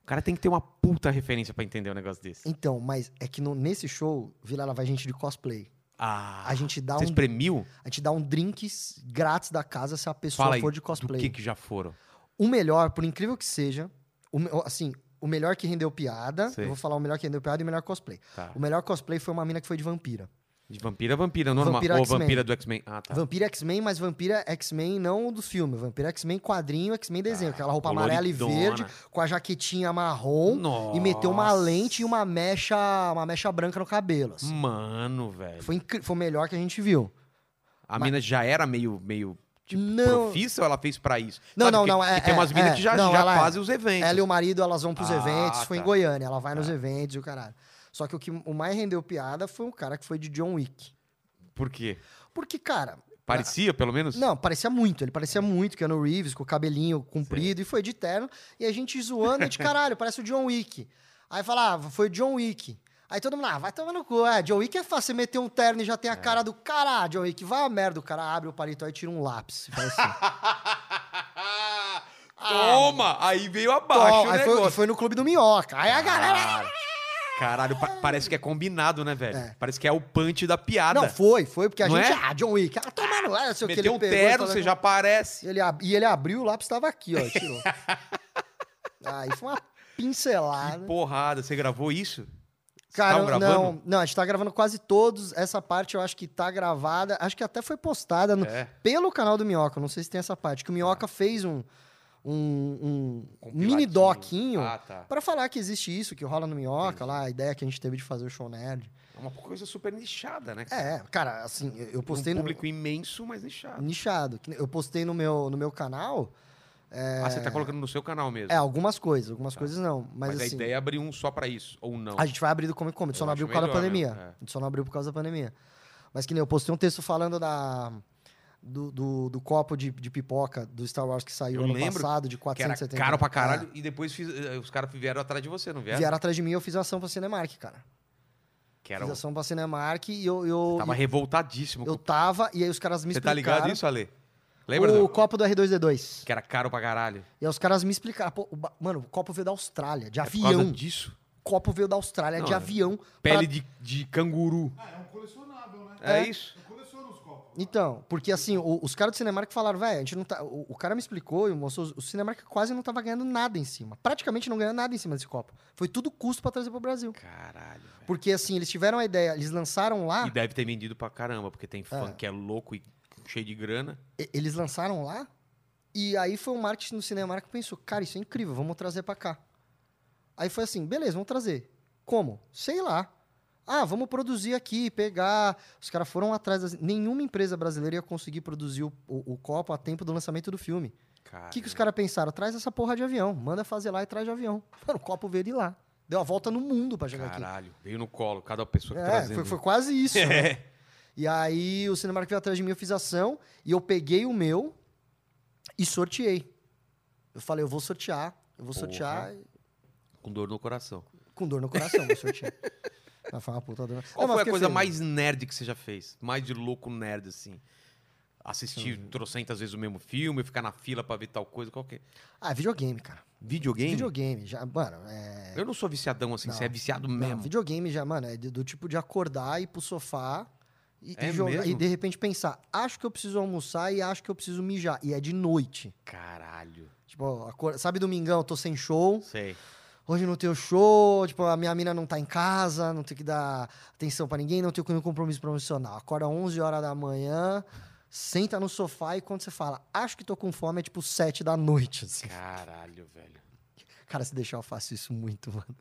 S1: O cara tem que ter uma puta referência pra entender um negócio desse.
S2: Então, mas é que no- nesse show, Vila vai gente de cosplay.
S1: Ah,
S2: A gente dá
S1: você
S2: um
S1: espremiu?
S2: A gente dá um drink s- grátis da casa se a pessoa
S1: Fala aí,
S2: for de
S1: do
S2: cosplay.
S1: que que já foram.
S2: O melhor, por incrível que seja, o me- assim, o melhor que rendeu piada,
S1: Sei.
S2: eu vou falar o melhor que rendeu piada e o melhor cosplay.
S1: Tá.
S2: O melhor cosplay foi uma mina que foi de vampira.
S1: De vampira a vampira, normal.
S2: Vampira
S1: Ou
S2: X-Men.
S1: vampira do X-Men. Ah, tá.
S2: Vampira X-Men, mas vampira X-Men não do filme. Vampira X-Men quadrinho, X-Men
S1: Tá.
S2: desenho. Aquela roupa amarela e
S1: Coloridona.
S2: verde, com a jaquetinha marrom.
S1: Nossa.
S2: E meteu uma lente e um uma mecha, uma mecha branca no cabelo. assim.
S1: Mano, velho.
S2: Foi, incri- foi o melhor que a gente viu.
S1: A mina já era meio, meio tipo,
S2: Não.
S1: profissa ou ela fez pra isso?
S2: Não, não,
S1: porque-
S2: não, é-
S1: porque tem
S2: é-
S1: umas minas
S2: é,
S1: que já,
S2: não,
S1: já
S2: ela é-
S1: fazem os eventos.
S2: Ela e o marido, elas vão pros
S1: Ah,
S2: eventos. Foi em
S1: tá.
S2: Goiânia, ela vai nos eventos e o caralho. Só que o que o mais rendeu piada foi um cara que foi de John Wick.
S1: Por quê?
S2: Porque, cara.
S1: Parecia, pelo menos?
S2: Não, parecia muito. Ele parecia muito Keanu Reeves, com o cabelinho comprido, e foi de terno. E a gente zoando, e de caralho, parece o John Wick. Aí falava, ah, foi John Wick. Aí todo mundo, ah, vai tomar no cu. É, John Wick é fácil, você meter um terno e já
S1: É.
S2: tem a cara do cara, John Wick, vai a merda. O cara abre o paletó e tira um lápis. Fala assim,
S1: Ah, Toma! Aí veio abaixo
S2: "Tom",
S1: o
S2: Ah. aí foi,
S1: negócio.
S2: foi no clube do Minhoca. Aí a galera.
S1: Cara, caralho, pa- parece que é combinado, né, velho?
S2: É.
S1: Parece que é o punch da piada.
S2: Não, foi, foi, porque a
S1: Não
S2: gente.
S1: é?
S2: Ah, John Wick, ah, toma no ar, não sei o que.
S1: Meteu
S2: ele
S1: um
S2: pegou e
S1: terno,
S2: falou- assim,
S1: você já aparece.
S2: Ele ab- E ele abriu, o lápis estava aqui, ó, e tirou. Aí foi uma pincelada.
S1: Que porrada, você gravou isso?
S2: Cara,
S1: estavam gravando?
S2: não, não, a gente tá gravando quase todos. Essa parte eu acho que tá gravada. Acho que até foi postada no-
S1: É. Tá.
S2: pelo canal do Minhoca. Não sei se tem essa parte. Que o Minhoca fez um, um, um mini
S1: Compiladinho.
S2: doquinho
S1: Ah, tá.
S2: pra falar que existe isso, que rola no Minhoca lá, a ideia que a gente teve de fazer o show nerd.
S1: É uma coisa super nichada, né? cara?
S2: É, cara, assim, eu- eu postei
S1: um
S2: no.
S1: público imenso, mas nichado.
S2: nichado. Que Eu postei no meu, no meu canal
S1: Ah, você tá colocando no seu canal mesmo.
S2: é, algumas coisas, algumas coisas não. Mas,
S1: Tá. mas a
S2: assim,
S1: ideia é abrir um só pra isso, ou não.
S2: a gente vai abrir do Comic Con, a gente só
S1: Eu
S2: não abriu por
S1: acho
S2: causa da
S1: melhor,
S2: pandemia.
S1: né? É.
S2: A gente só não abriu por causa da pandemia. Mas que nem eu postei um texto falando da. Do, do, do copo de, de pipoca do Star Wars que saiu
S1: Eu
S2: ano
S1: lembro
S2: passado, de
S1: Que era
S2: 470.
S1: caro pra
S2: É.
S1: caralho, é. e depois fiz- eh, os caras vieram atrás de você, não vieram?
S2: Vieram atrás de mim eu fiz ação pra Cinemark, cara.
S1: Que era
S2: fiz
S1: um-
S2: ação pra Cinemark e eu. eu
S1: Tava revoltadíssimo.
S2: eu
S1: com-
S2: tava, e aí os caras me
S1: Você tá
S2: explicaram.
S1: ligado isso, Ale? Lembra?
S2: O
S1: não?
S2: copo do R2D2.
S1: Que era caro pra caralho.
S2: E aí os caras me explicaram. Pô, o ba- mano, o copo veio da Austrália, de
S1: É por causa
S2: avião.
S1: disso.
S2: copo veio da Austrália
S1: Não,
S2: de
S1: é-
S2: avião.
S1: Pele de, de canguru.
S4: Ah, é um colecionável, né?
S1: É, isso?
S4: Eu coleciono os copos.
S2: Então, porque assim, o- os caras do Cinemark falaram, velho, a gente não tá. O, o cara me explicou e mostrou, o Cinemark quase não tava ganhando nada em cima. Praticamente não ganhou nada em cima desse copo. Foi tudo custo pra trazer pro Brasil.
S1: Caralho. velho.
S2: Porque assim, eles tiveram a ideia, eles lançaram lá,
S1: E deve ter vendido pra caramba, porque tem fã que é louco e cheio de grana.
S2: e- eles lançaram lá, e aí foi um marketing no Cinemark que pensou, cara, isso é incrível, vamos trazer pra cá. Aí foi assim, beleza, vamos trazer. Como? Sei lá. Ah, vamos produzir aqui, pegar. Os caras foram atrás. Das... Nenhuma empresa brasileira ia conseguir produzir o- o- o copo a tempo do lançamento do filme.
S1: Cara.
S2: O que, que os caras pensaram? Traz essa porra de avião. Manda fazer lá e traz de avião. Mano, o copo veio de lá. Deu a volta no mundo pra chegar aqui.
S1: Caralho, veio no colo, cada pessoa que
S2: É,
S1: trazendo. um É.
S2: foi, foi quase isso. né? E aí o Cinemark veio atrás de mim, eu fiz ação. E eu peguei o meu e sorteei. Eu falei, eu vou sortear. Eu vou
S1: Porra.
S2: sortear
S1: Com dor no coração.
S2: com dor no coração, vou sortear. Ah, foi uma puta dor.
S1: Qual
S2: Não, mas assim,
S1: foi a
S2: fiquei
S1: coisa
S2: feliz.
S1: mais nerd que você já fez? Mais de louco nerd, assim. Assistir
S2: Uhum.
S1: trocentas vezes o mesmo filme, ficar na fila pra ver tal coisa, qual que é?
S2: Ah, videogame, cara.
S1: Videogame?
S2: Videogame. Já, mano, é...
S1: Eu não sou viciadão assim,
S2: Não.
S1: você é viciado
S2: Não,
S1: mesmo.
S2: videogame já, mano, é do, do tipo de acordar, ir pro sofá e, e
S1: É
S2: jogar. E
S1: mesmo?
S2: de repente pensar, acho que eu preciso almoçar e acho que eu preciso mijar. E é de noite.
S1: Caralho.
S2: Tipo, ó, acor- sabe domingão, eu tô sem show.
S1: Sei.
S2: Hoje não tenho show, tipo, a minha mina não tá em casa, não tenho que dar atenção pra ninguém, não tenho nenhum compromisso profissional. Acorda 11 horas da manhã, senta no sofá e quando você fala, acho que tô com fome, é tipo 7 da noite. assim.
S1: Caralho, velho.
S2: Cara, se deixar eu faço isso muito, mano.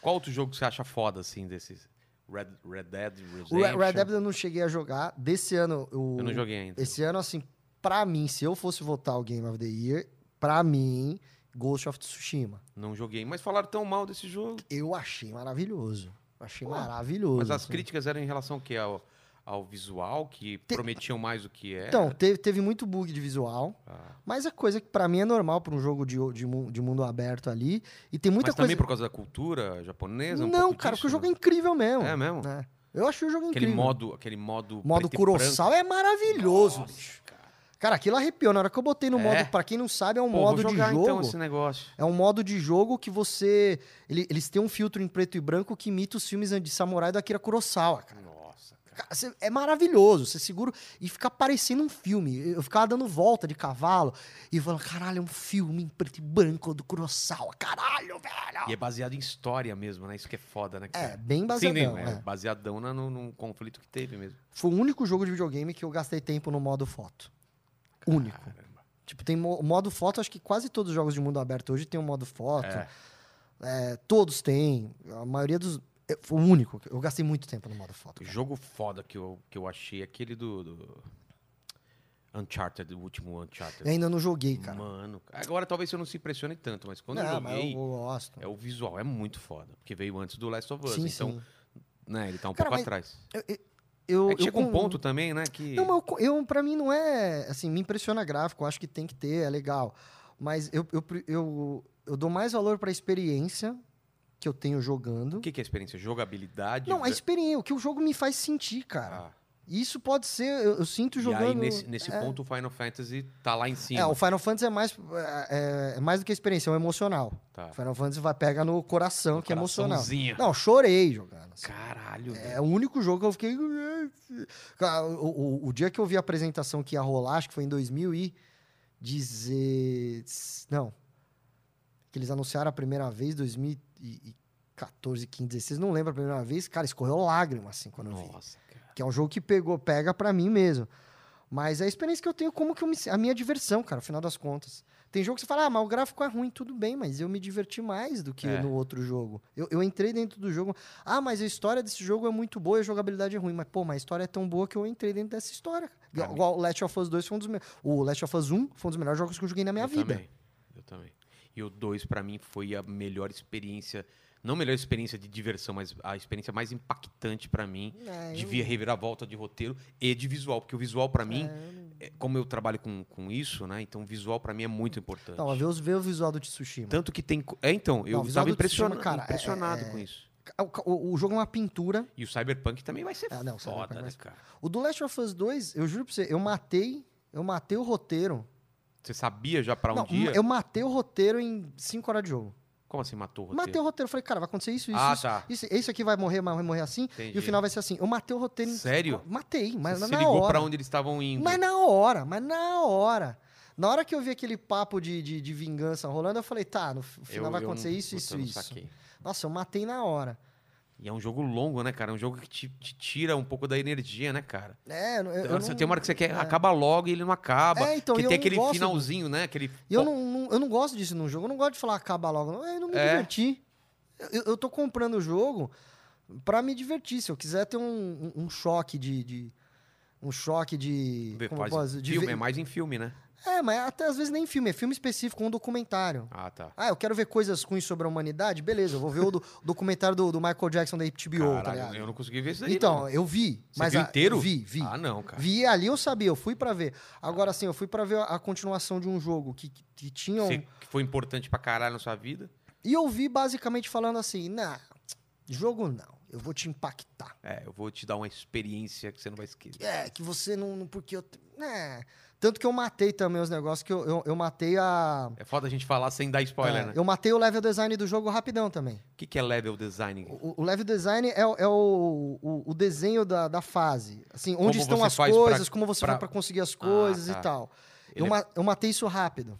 S1: Qual outro jogo que você acha foda, assim, desses? Red, Red Dead Redemption?
S2: O Red Red Dead eu não cheguei a jogar. Desse ano, o,
S1: Eu não joguei ainda.
S2: Esse ano, assim, pra mim, se eu fosse votar o Game of the Year, pra mim, Ghost of Tsushima.
S1: Não joguei, mas falaram tão mal desse jogo.
S2: Eu achei maravilhoso. Achei
S1: Pô,
S2: maravilhoso.
S1: Mas as
S2: assim.
S1: críticas eram em relação ao quê? Ao, ao visual, que prometiam mais do que é.
S2: Então, teve, teve muito bug de visual,
S1: Ah.
S2: mas é coisa que pra mim é normal pra um jogo de, de, mu- de mundo aberto ali. E tem muita
S1: mas também
S2: coisa.
S1: por causa da cultura japonesa? um
S2: não,
S1: pouco
S2: cara,
S1: disso,
S2: porque o jogo é
S1: né?
S2: incrível mesmo.
S1: É mesmo?
S2: né? Eu achei o jogo
S1: Aquele
S2: incrível.
S1: modo, aquele modo.
S2: modo
S1: preto e branco.
S2: Kurosawa é maravilhoso,
S1: Nossa,
S2: bicho.
S1: cara.
S2: Cara, aquilo arrepiou. Na hora que eu botei no
S1: É?
S2: modo, pra quem não sabe, é um
S1: Pô,
S2: modo
S1: vou
S2: de
S1: jogar,
S2: jogo.
S1: então esse negócio.
S2: É um modo de jogo que você. ele- eles têm um filtro em preto e branco que imita os filmes de samurai do Akira Kurosawa, cara.
S1: Nossa, cara.
S2: Cara, cê- é maravilhoso, você segura e fica parecendo um filme. Eu ficava dando volta de cavalo e falando: caralho, é um filme em preto e branco do Kurosawa, caralho,
S1: E
S2: velho!
S1: é baseado em história mesmo, né? Isso que é foda, né?
S2: É,
S1: Cara?
S2: bem
S1: Sim,
S2: baseadão.
S1: né?
S2: é.
S1: Baseadão na- no, num conflito que teve mesmo.
S2: Foi o único jogo de videogame que eu gastei tempo no modo foto. Único.
S1: Caramba.
S2: Tipo, tem mo- modo foto, acho que quase todos os jogos de mundo aberto hoje tem um modo foto. É, todos têm. A maioria dos. é, Foi o único. que Eu gastei muito tempo no modo
S1: O
S2: foto. cara.
S1: jogo foda que eu, que eu achei, é aquele do, do Uncharted, o último
S2: Eu
S1: Uncharted.
S2: ainda não joguei, cara.
S1: Mano, agora talvez eu não se impressione tanto, mas quando eu
S2: não, mas um
S1: joguei,
S2: eu gosto.
S1: é o visual é muito foda, porque veio antes do Last of Us,
S2: sim,
S1: então,
S2: sim.
S1: né, ele tá um
S2: Cara,
S1: pouco
S2: mas
S1: atrás.
S2: Eu,
S1: É que
S2: eu
S1: chega um
S2: com-
S1: ponto também, né, que
S2: Não, mas eu, É co- eu, pra mim não é. Assim, me impressiona gráfico, eu acho que tem que ter, é legal. Mas eu, eu, pre- eu, eu dou mais valor pra experiência que eu tenho jogando.
S1: o que que é experiência? Jogabilidade?
S2: Não, a
S1: ve-
S2: experiência, o que o jogo me faz sentir, cara.
S1: Ah,
S2: Isso pode ser, eu, eu sinto
S1: E
S2: jogando.
S1: aí nesse, nesse ponto o Final Fantasy tá lá em cima.
S2: É, o Final Fantasy é mais, é, é mais do que a experiência, é um emocional.
S1: Tá.
S2: O Final Fantasy vai pega no coração,
S1: No
S2: que é emocional.
S1: coraçãozinho.
S2: Não, chorei jogando. assim.
S1: Caralho,
S2: É
S1: velho.
S2: o único jogo que eu fiquei. Cara, o, o- o dia que eu vi a apresentação que ia rolar, acho que foi em 2016. Não. Que eles anunciaram a primeira vez, 2014, 15, 16, não lembro a primeira vez. Cara, escorreu lágrima, assim, quando eu vi.
S1: Nossa, cara.
S2: Que é um jogo que pegou, pega pra mim mesmo. Mas é a experiência que eu tenho, como que eu me, a minha diversão, cara, afinal das contas. Tem jogo que você fala, ah, mas o gráfico é ruim, tudo bem, mas eu me diverti mais do que
S1: É.
S2: no outro jogo. Eu, eu entrei dentro do jogo, ah, mas a história desse jogo é muito boa e a jogabilidade é ruim. Mas, pô, mas a história é tão boa que eu entrei dentro dessa história.
S1: Pra mim-
S2: Igual o Last of Us 2 foi um dos me... O Last of Us 1 foi um dos melhores jogos que eu joguei na minha
S1: eu
S2: vida.
S1: Também. Eu também. E o 2 pra mim foi a melhor experiência, não melhor experiência de diversão, mas a experiência mais impactante pra mim.
S2: É, eu-
S1: de via reviravolta de roteiro e de visual, porque o visual pra mim, é, como eu trabalho com, com isso, né? Então o visual pra mim é muito importante.
S2: Não, ver, Então, os- ver o visual do Tsushima.
S1: Tanto que tem, co- é então, eu
S2: Não, o
S1: estava
S2: visual do Tsushima,
S1: impressionado,
S2: cara, é-
S1: impressionado com isso.
S2: O- o- o jogo é uma pintura,
S1: E o Cyberpunk também vai ser
S2: Ah, não, o Cyberpunk
S1: foda,
S2: vai
S1: né,
S2: ser-
S1: cara?
S2: O do Last of Us 2, eu juro pra você, eu matei. Eu matei o roteiro.
S1: Você sabia já pra um
S2: Não,
S1: dia?
S2: eu matei o roteiro em 5 horas de jogo.
S1: Como assim matou o roteiro?
S2: Matei o roteiro. Eu Falei, cara, vai acontecer isso, isso,
S1: Ah,
S2: isso,
S1: tá.
S2: isso. Esse aqui vai morrer, mas vai morrer assim. E
S1: Entendi.
S2: o final vai ser assim. Eu matei o roteiro. em-
S1: Sério?
S2: Matei, mas
S1: Você se
S2: na
S1: ligou
S2: hora.
S1: pra um onde eles estavam indo.
S2: Mas na hora, mas na hora. Na hora que eu vi aquele papo de, de, de vingança rolando, eu falei, tá, no f- final
S1: Eu-
S2: vai
S1: eu
S2: acontecer
S1: não- puta,
S2: isso,
S1: eu
S2: isso,
S1: não
S2: isso.
S1: saquei.
S2: Nossa, eu matei na hora.
S1: E é um jogo longo, né, cara? É um jogo que te, te tira um pouco da energia, né, cara?
S2: É, eu, eu
S1: Então, você
S2: não,
S1: Tem uma hora que você quer, acaba logo e ele não acaba.
S2: É, então,
S1: que
S2: eu
S1: tem
S2: não
S1: aquele
S2: gosto-
S1: finalzinho, né? Aquele...
S2: e eu, não, não- eu não gosto disso num jogo. Eu não gosto de falar acaba logo. não. Eu não me
S1: É.
S2: diverti. Eu- Eu, eu tô comprando o jogo pra me divertir. Se eu quiser ter um, um, um choque de, de- Um choque de.
S1: Vê,
S2: como eu
S1: faz
S2: posso
S1: em
S2: dizer? De
S1: filme,
S2: ver-
S1: é mais em filme, né?
S2: É, mas até às vezes nem filme, é filme específico, um documentário.
S1: Ah, tá.
S2: Ah, eu quero ver coisas ruins sobre a humanidade? Beleza, eu vou ver o do- documentário do, do Michael Jackson da HBO, tá
S1: Caralho,
S2: ligado?
S1: eu não consegui ver isso daí.
S2: então,
S1: não.
S2: eu vi.
S1: Você
S2: mas
S1: viu
S2: a-
S1: inteiro?
S2: Vi, vi.
S1: Ah, não, cara.
S2: Vi ali, eu sabia, eu fui pra ver. Agora sim, eu fui pra ver a, a continuação de um jogo que, que, que tinha um-
S1: Você- que foi importante pra caralho na sua vida.
S2: E eu vi basicamente falando assim, nah, jogo não, eu vou te impactar.
S1: É, eu vou te dar uma experiência que você não vai esquecer.
S2: É, que você não... não- porque eu... né. Tanto que eu matei também os negócios, que eu, eu, eu matei a...
S1: É foda a gente falar sem dar spoiler,
S2: é,
S1: né?
S2: Eu matei o level design do jogo rapidão também.
S1: O que, que é level design?
S2: O, o level design é, o- é o, o, o desenho da, da fase. Assim, onde
S1: Como
S2: estão
S1: você
S2: as
S1: faz pra-
S2: coisas, como você
S1: pra-
S2: faz pra conseguir as coisas
S1: tá.
S2: e tal.
S1: Ele
S2: Eu,
S1: é-
S2: ma- eu matei isso rápido.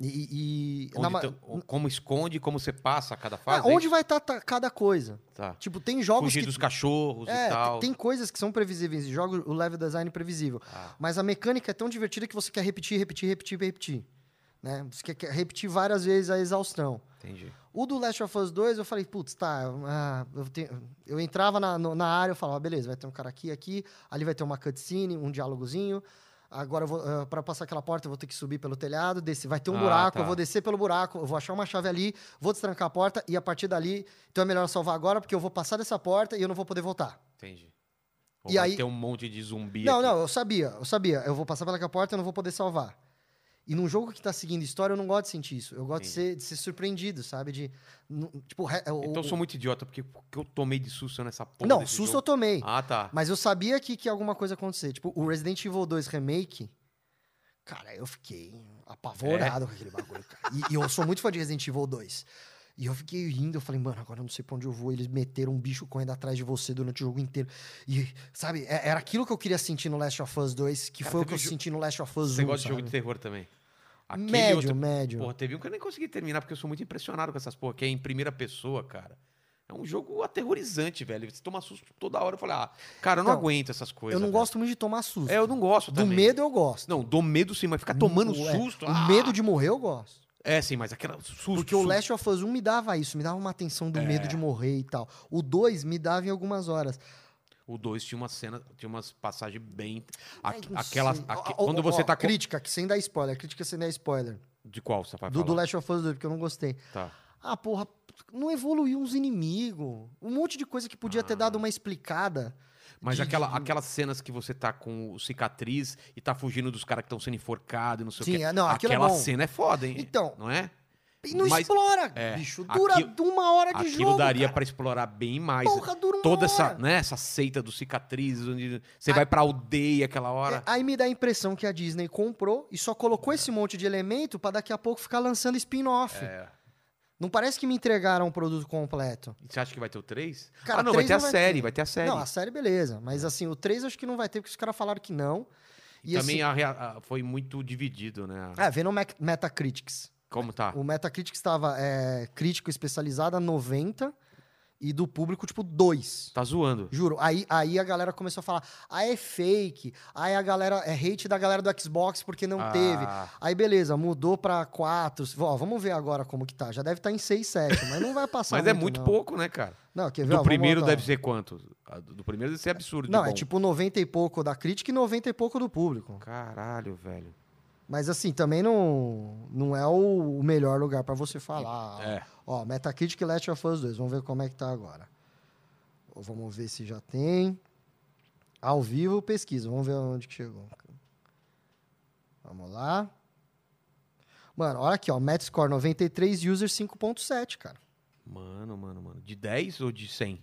S2: E. e- e-
S1: Onde
S2: na ma-
S1: tão- o- como esconde, como você passa cada
S2: Ah,
S1: fase? é
S2: onde
S1: isso?
S2: vai estar cada coisa?
S1: Tá.
S2: Tipo, tem jogos
S1: Fugir
S2: que.
S1: dos cachorros
S2: É,
S1: e tal.
S2: tem coisas que são previsíveis em jogos, o level design é previsível.
S1: Ah.
S2: Mas a mecânica é tão divertida que você quer repetir, repetir, repetir, repetir. Né? Você quer- quer repetir várias vezes a exaustão.
S1: Entendi.
S2: O do Last of Us 2, eu falei, putz, tá. ah, eu, tenho- eu entrava na, no- na área, eu falava, beleza, vai ter um cara aqui, aqui, ali vai ter uma cutscene, um diálogozinho. Agora, eu vou, ah, pra passar aquela porta, eu vou ter que subir pelo telhado, descer. Vai ter um
S1: Ah,
S2: buraco,
S1: tá.
S2: eu vou descer pelo buraco, eu vou achar uma chave ali, vou destrancar a porta e a partir dali, então é melhor salvar agora, porque eu vou passar dessa porta e eu não vou poder voltar.
S1: Entendi.
S2: E
S1: e vai
S2: aí-
S1: ter um monte de zumbi.
S2: não,
S1: aqui.
S2: não, eu sabia, eu sabia. Eu vou passar pelaquela porta e eu não vou poder salvar. E num jogo que tá seguindo história, eu não gosto de sentir isso. Eu gosto de ser, de ser surpreendido, sabe? De. nu- Tipo, re- o-
S1: Então eu
S2: o-
S1: sou muito idiota, porque, porque eu tomei de susto nessa porra.
S2: Não,
S1: desse
S2: susto eu
S1: jogo.
S2: tomei.
S1: Ah, tá.
S2: Mas eu sabia que, que alguma coisa ia acontecer. Tipo, o Resident Evil 2 Remake. Cara, eu fiquei
S1: É?
S2: apavorado com aquele bagulho, cara. E, e eu sou muito fã de Resident Evil 2. E eu fiquei rindo, eu falei, mano, agora eu não sei pra onde eu vou. Eles meteram um bicho correndo atrás de você durante o jogo inteiro. E, sabe, é- era aquilo que eu queria sentir no Last of Us 2, que
S1: Cara,
S2: foi o
S1: teve
S2: que eu
S1: jo-
S2: senti no Last of Us
S1: Você
S2: 1.
S1: gosta de jogo
S2: sabe?
S1: de terror também. Aquele
S2: médio,
S1: outro-
S2: médio.
S1: Porra, teve um que eu nem consegui terminar, porque eu sou muito impressionado com essas porra, que é em primeira pessoa, cara. É um jogo aterrorizante, velho. Você toma susto toda hora. Eu falei, ah, cara, eu não,
S2: Então,
S1: aguento essas coisas.
S2: eu não
S1: velho.
S2: gosto muito de tomar susto.
S1: É, eu não gosto
S2: Do
S1: também.
S2: medo eu gosto.
S1: Não, do medo sim, mas ficar tomando
S2: Ué,
S1: susto. ah,
S2: O medo de morrer eu gosto.
S1: É, sim, mas aquela susto.
S2: Porque o
S1: susto.
S2: Last of Us 1 me dava isso, me dava uma atenção
S1: É.
S2: do medo de morrer e tal. O 2 me dava em algumas horas.
S1: O 2 tinha uma cena, tinha umas passagens bem.
S2: Ai,
S1: aqu-
S2: não
S1: aquelas.
S2: sei.
S1: aqu-
S2: Ó, ó,
S1: quando
S2: ó,
S1: você
S2: ó,
S1: tá. com-
S2: Crítica, que sem dar spoiler, crítica sem dar spoiler.
S1: De qual você vai
S2: Do, do
S1: falar?
S2: Last of Us 2, porque eu não gostei.
S1: Tá.
S2: Ah, porra, não evoluiu uns inimigos. Um monte de coisa que podia ter
S1: Ah.
S2: dado uma explicada.
S1: Mas
S2: de-
S1: aquela,
S2: de-
S1: aquelas cenas que você tá com o cicatriz e tá fugindo dos caras que estão sendo enforcados, não sei
S2: Sim,
S1: o quê.
S2: é, não, aquilo é
S1: aquela
S2: bom.
S1: cena é foda, hein?
S2: Então,
S1: Não é?
S2: E não
S1: mas-
S2: explora,
S1: é,
S2: bicho. Dura
S1: aquilo-
S2: uma hora de
S1: Aquilo
S2: É jogo.
S1: daria
S2: cara.
S1: pra explorar bem mais.
S2: Porra, dura uma
S1: Toda essa,
S2: hora.
S1: né, essa seita dos cicatrizes, onde você vai pra aldeia aquela hora.
S2: É, aí me dá a impressão que a Disney comprou e só colocou esse monte de elemento pra daqui a pouco ficar lançando spin-off.
S1: É.
S2: Não parece que me entregaram um produto completo.
S1: E Você acha que vai ter o 3?
S2: Cara,
S1: ah, não, vai
S2: três
S1: ter a
S2: não vai
S1: série,
S2: ter.
S1: vai ter a série.
S2: Não, a série beleza, mas assim, o 3 acho que não vai ter, porque os caras falaram que não.
S1: E também a rea- a- foi muito dividido, né?
S2: assim, é, vendo o Mac- Metacritics.
S1: Como tá?
S2: O Metacritics estava é, crítico especializado a 90 e do público, tipo, 2.
S1: Tá zoando.
S2: Juro. Aí, aí a galera começou a falar, ah, é fake, aí a galera, é hate da galera do Xbox porque não teve.
S1: Ah,
S2: Aí beleza, mudou pra 4. Ó, vamos ver agora como que tá. Já deve estar em 6, 7, mas não vai passar
S1: Mas é muito
S2: não.
S1: pouco, né, cara?
S2: Não, quer ver?
S1: Do
S2: Ó, vamos
S1: primeiro
S2: botar, ó.
S1: deve ser quanto? A Do do primeiro deve ser absurdo. de
S2: Não, é
S1: bom.
S2: tipo 90 e pouco da crítica e 90 e pouco do público.
S1: Caralho, velho.
S2: Mas assim, também não, não é o o melhor lugar pra você falar.
S1: É.
S2: Ó, Metacritic e Last of Us 2. Vamos ver como é que tá agora. Ó, Vamos ver se já tem. Ao vivo, pesquisa. Vamos ver onde que chegou. Vamos lá. Mano, olha aqui, ó. Metascore 93, user 5.7, cara.
S1: Mano, mano, mano. De 10 ou de 100?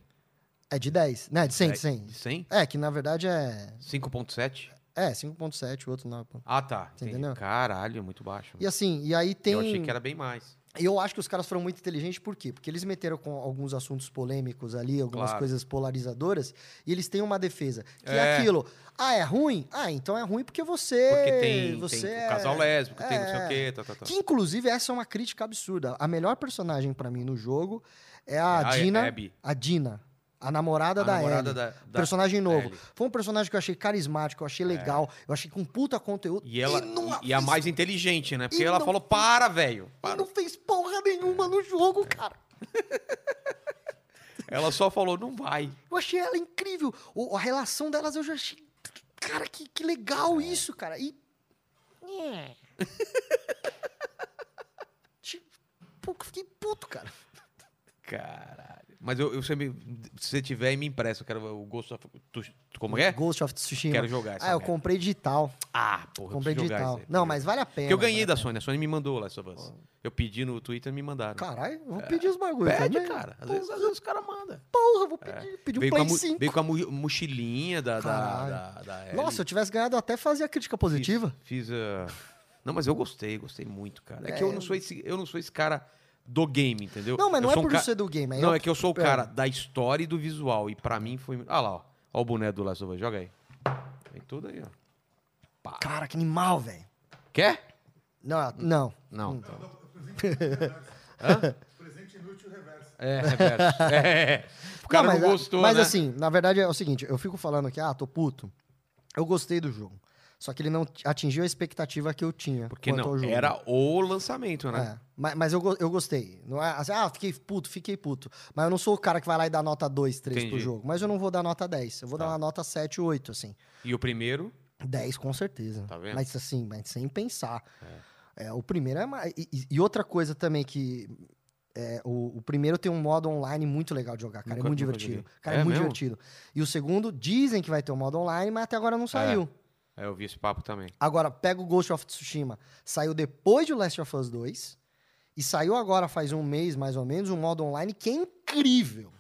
S2: É de 10. Né, de 100, de 100.
S1: De 100?
S2: É, que na verdade é...
S1: 5.7?
S2: É, 5.7, o outro 9.
S1: Ah, tá.
S2: Você
S1: Entendi.
S2: entendeu?
S1: Caralho, muito baixo.
S2: E assim, e aí tem...
S1: Eu achei que era bem mais.
S2: E eu acho que os caras foram muito inteligentes, por quê? Porque eles meteram com alguns assuntos polêmicos ali, algumas
S1: Claro.
S2: coisas polarizadoras, e eles têm uma defesa. Que é,
S1: É.
S2: aquilo. Ah, é ruim? Ah, então é ruim porque você.
S1: Porque tem,
S2: você
S1: tem
S2: é...
S1: o casal lésbico, tem não sei
S2: é.
S1: o quê, tá, tá, tá.
S2: Que inclusive essa é uma crítica absurda. A melhor personagem pra mim no jogo é a
S1: É a
S2: Dina.
S1: Abby.
S2: A Dina. A namorada
S1: A
S2: da
S1: namorada
S2: Ellie.
S1: da- da
S2: personagem novo.
S1: Ellie. É.
S2: Foi um personagem que eu achei carismático, eu achei legal, eu achei com puta conteúdo.
S1: E ela
S2: não
S1: e, e a
S2: fez-
S1: mais inteligente, né? Porque
S2: e
S1: ela
S2: não-
S1: falou: "Para, velho".
S2: e não fez porra
S1: É.
S2: nenhuma no jogo, cara.
S1: Ela só falou: "Não vai".
S2: Eu achei ela incrível. O- a relação delas eu já achei. Cara, que, que legal isso, cara. E. É. Tipo, pô, eu fiquei puto, cara.
S1: Caralho. Mas eu, eu você me, se você tiver, me empresta, eu quero o Ghost of tu- como é?
S2: Ghost of Tsushima.
S1: Quero jogar essa
S2: Ah, eu
S1: merda.
S2: comprei digital.
S1: Ah, porra,
S2: comprei
S1: eu preciso jogar
S2: digital.
S1: isso aí.
S2: Não, mas vale a pena. né?
S1: Porque eu ganhei
S2: vale
S1: da
S2: a
S1: Sony, a Sony me mandou Last of Us. Eu pedi no Twitter, me mandaram.
S2: pena. Caralho, eu vou pedir os bagulhos.
S1: É. Pede,
S2: também.
S1: cara. É. Às vezes, às vezes os caras mandam.
S2: Porra, eu vou pedir. Pedir um
S1: Veio, com a
S2: Play
S1: mu-
S2: 5.
S1: veio com a mu- mochilinha da. da,
S2: Caralho.
S1: da, da Ellie.
S2: Nossa, se eu tivesse ganhado, eu até fazia crítica positiva.
S1: Fiz. fiz, ah, Não, mas eu gostei, gostei muito, cara. É, que
S2: É,
S1: eu não, sou esse, eu não sou esse cara do game, entendeu?
S2: Não, mas
S1: Eu
S2: não é
S1: sou um
S2: por
S1: ca-
S2: ser do game.
S1: Não,
S2: eu-
S1: é que eu sou o
S2: é.
S1: cara da história e do visual. E pra mim foi. Ah lá, ó. Ó o boneco do Last of Us. Joga aí. Tem tudo aí, ó.
S2: Cara, que animal, velho.
S1: Quer?
S2: Não, não.
S1: Não. então.
S4: Presente inútil reverso.
S1: É, reverso. É. O cara não,
S2: mas, a-
S1: gostou.
S2: Mas
S1: né?
S2: assim, na verdade é o seguinte, eu fico falando que, ah, tô puto. Eu gostei do jogo. Só que ele não t- atingiu a expectativa que eu tinha.
S1: Porque
S2: quanto ao
S1: não,
S2: jogo.
S1: era o lançamento, né?
S2: É, mas, mas eu, go- eu gostei. Não é assim, ah, fiquei puto, fiquei puto. Mas eu não sou o cara que vai lá e dá nota 2, 3 pro
S1: Entendi.
S2: jogo. Mas eu não vou dar nota 10. Eu vou dar
S1: Tá.
S2: uma nota 7, 8, assim.
S1: E o primeiro.
S2: 10 com certeza.
S1: Tá vendo?
S2: Mas assim, mas sem pensar. É, o primeiro é mais. E, e- e outra coisa também que. é, o, o primeiro tem um modo online muito legal de jogar, cara.
S1: Nunca-
S2: é muito
S1: nunca
S2: divertido.
S1: joguei.
S2: Cara, é,
S1: É
S2: muito
S1: mesmo?
S2: divertido. E o segundo, dizem que vai ter um modo online, mas até agora não saiu.
S1: É, eu vi esse papo também.
S2: Agora, pega o Ghost of Tsushima. Saiu depois de Last of Us 2. E saiu agora, faz um mês mais ou menos, um modo online que é incrível.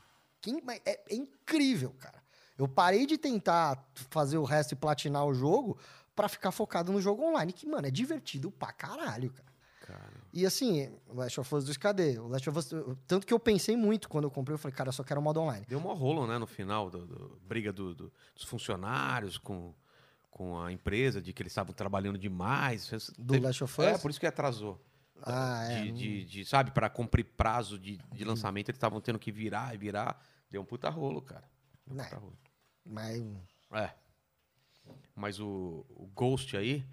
S2: Que in- é, é incrível, cara. Eu parei de tentar fazer o resto e platinar o jogo pra ficar focado no jogo online, que, mano, é divertido pra caralho, cara.
S1: Cara.
S2: E assim, o Last of Us 2, cadê? O Last of Us, tanto que eu pensei muito quando eu comprei, eu falei, cara, eu só quero o modo online.
S1: Deu uma rolo, né, no final, do, do- briga do- do- dos funcionários com, com a empresa, de que eles estavam trabalhando demais. Fez-
S2: Do
S1: teve-
S2: Last of Us?
S1: É, por isso que atrasou.
S2: Ah, é.
S1: De, de- de, sabe, para cumprir prazo de, de lançamento, eles estavam tendo que virar e virar. Deu um puta rolo, cara. Deu um
S2: Né.
S1: puta rolo.
S2: Mas
S1: É. Mas o, o Ghost aí,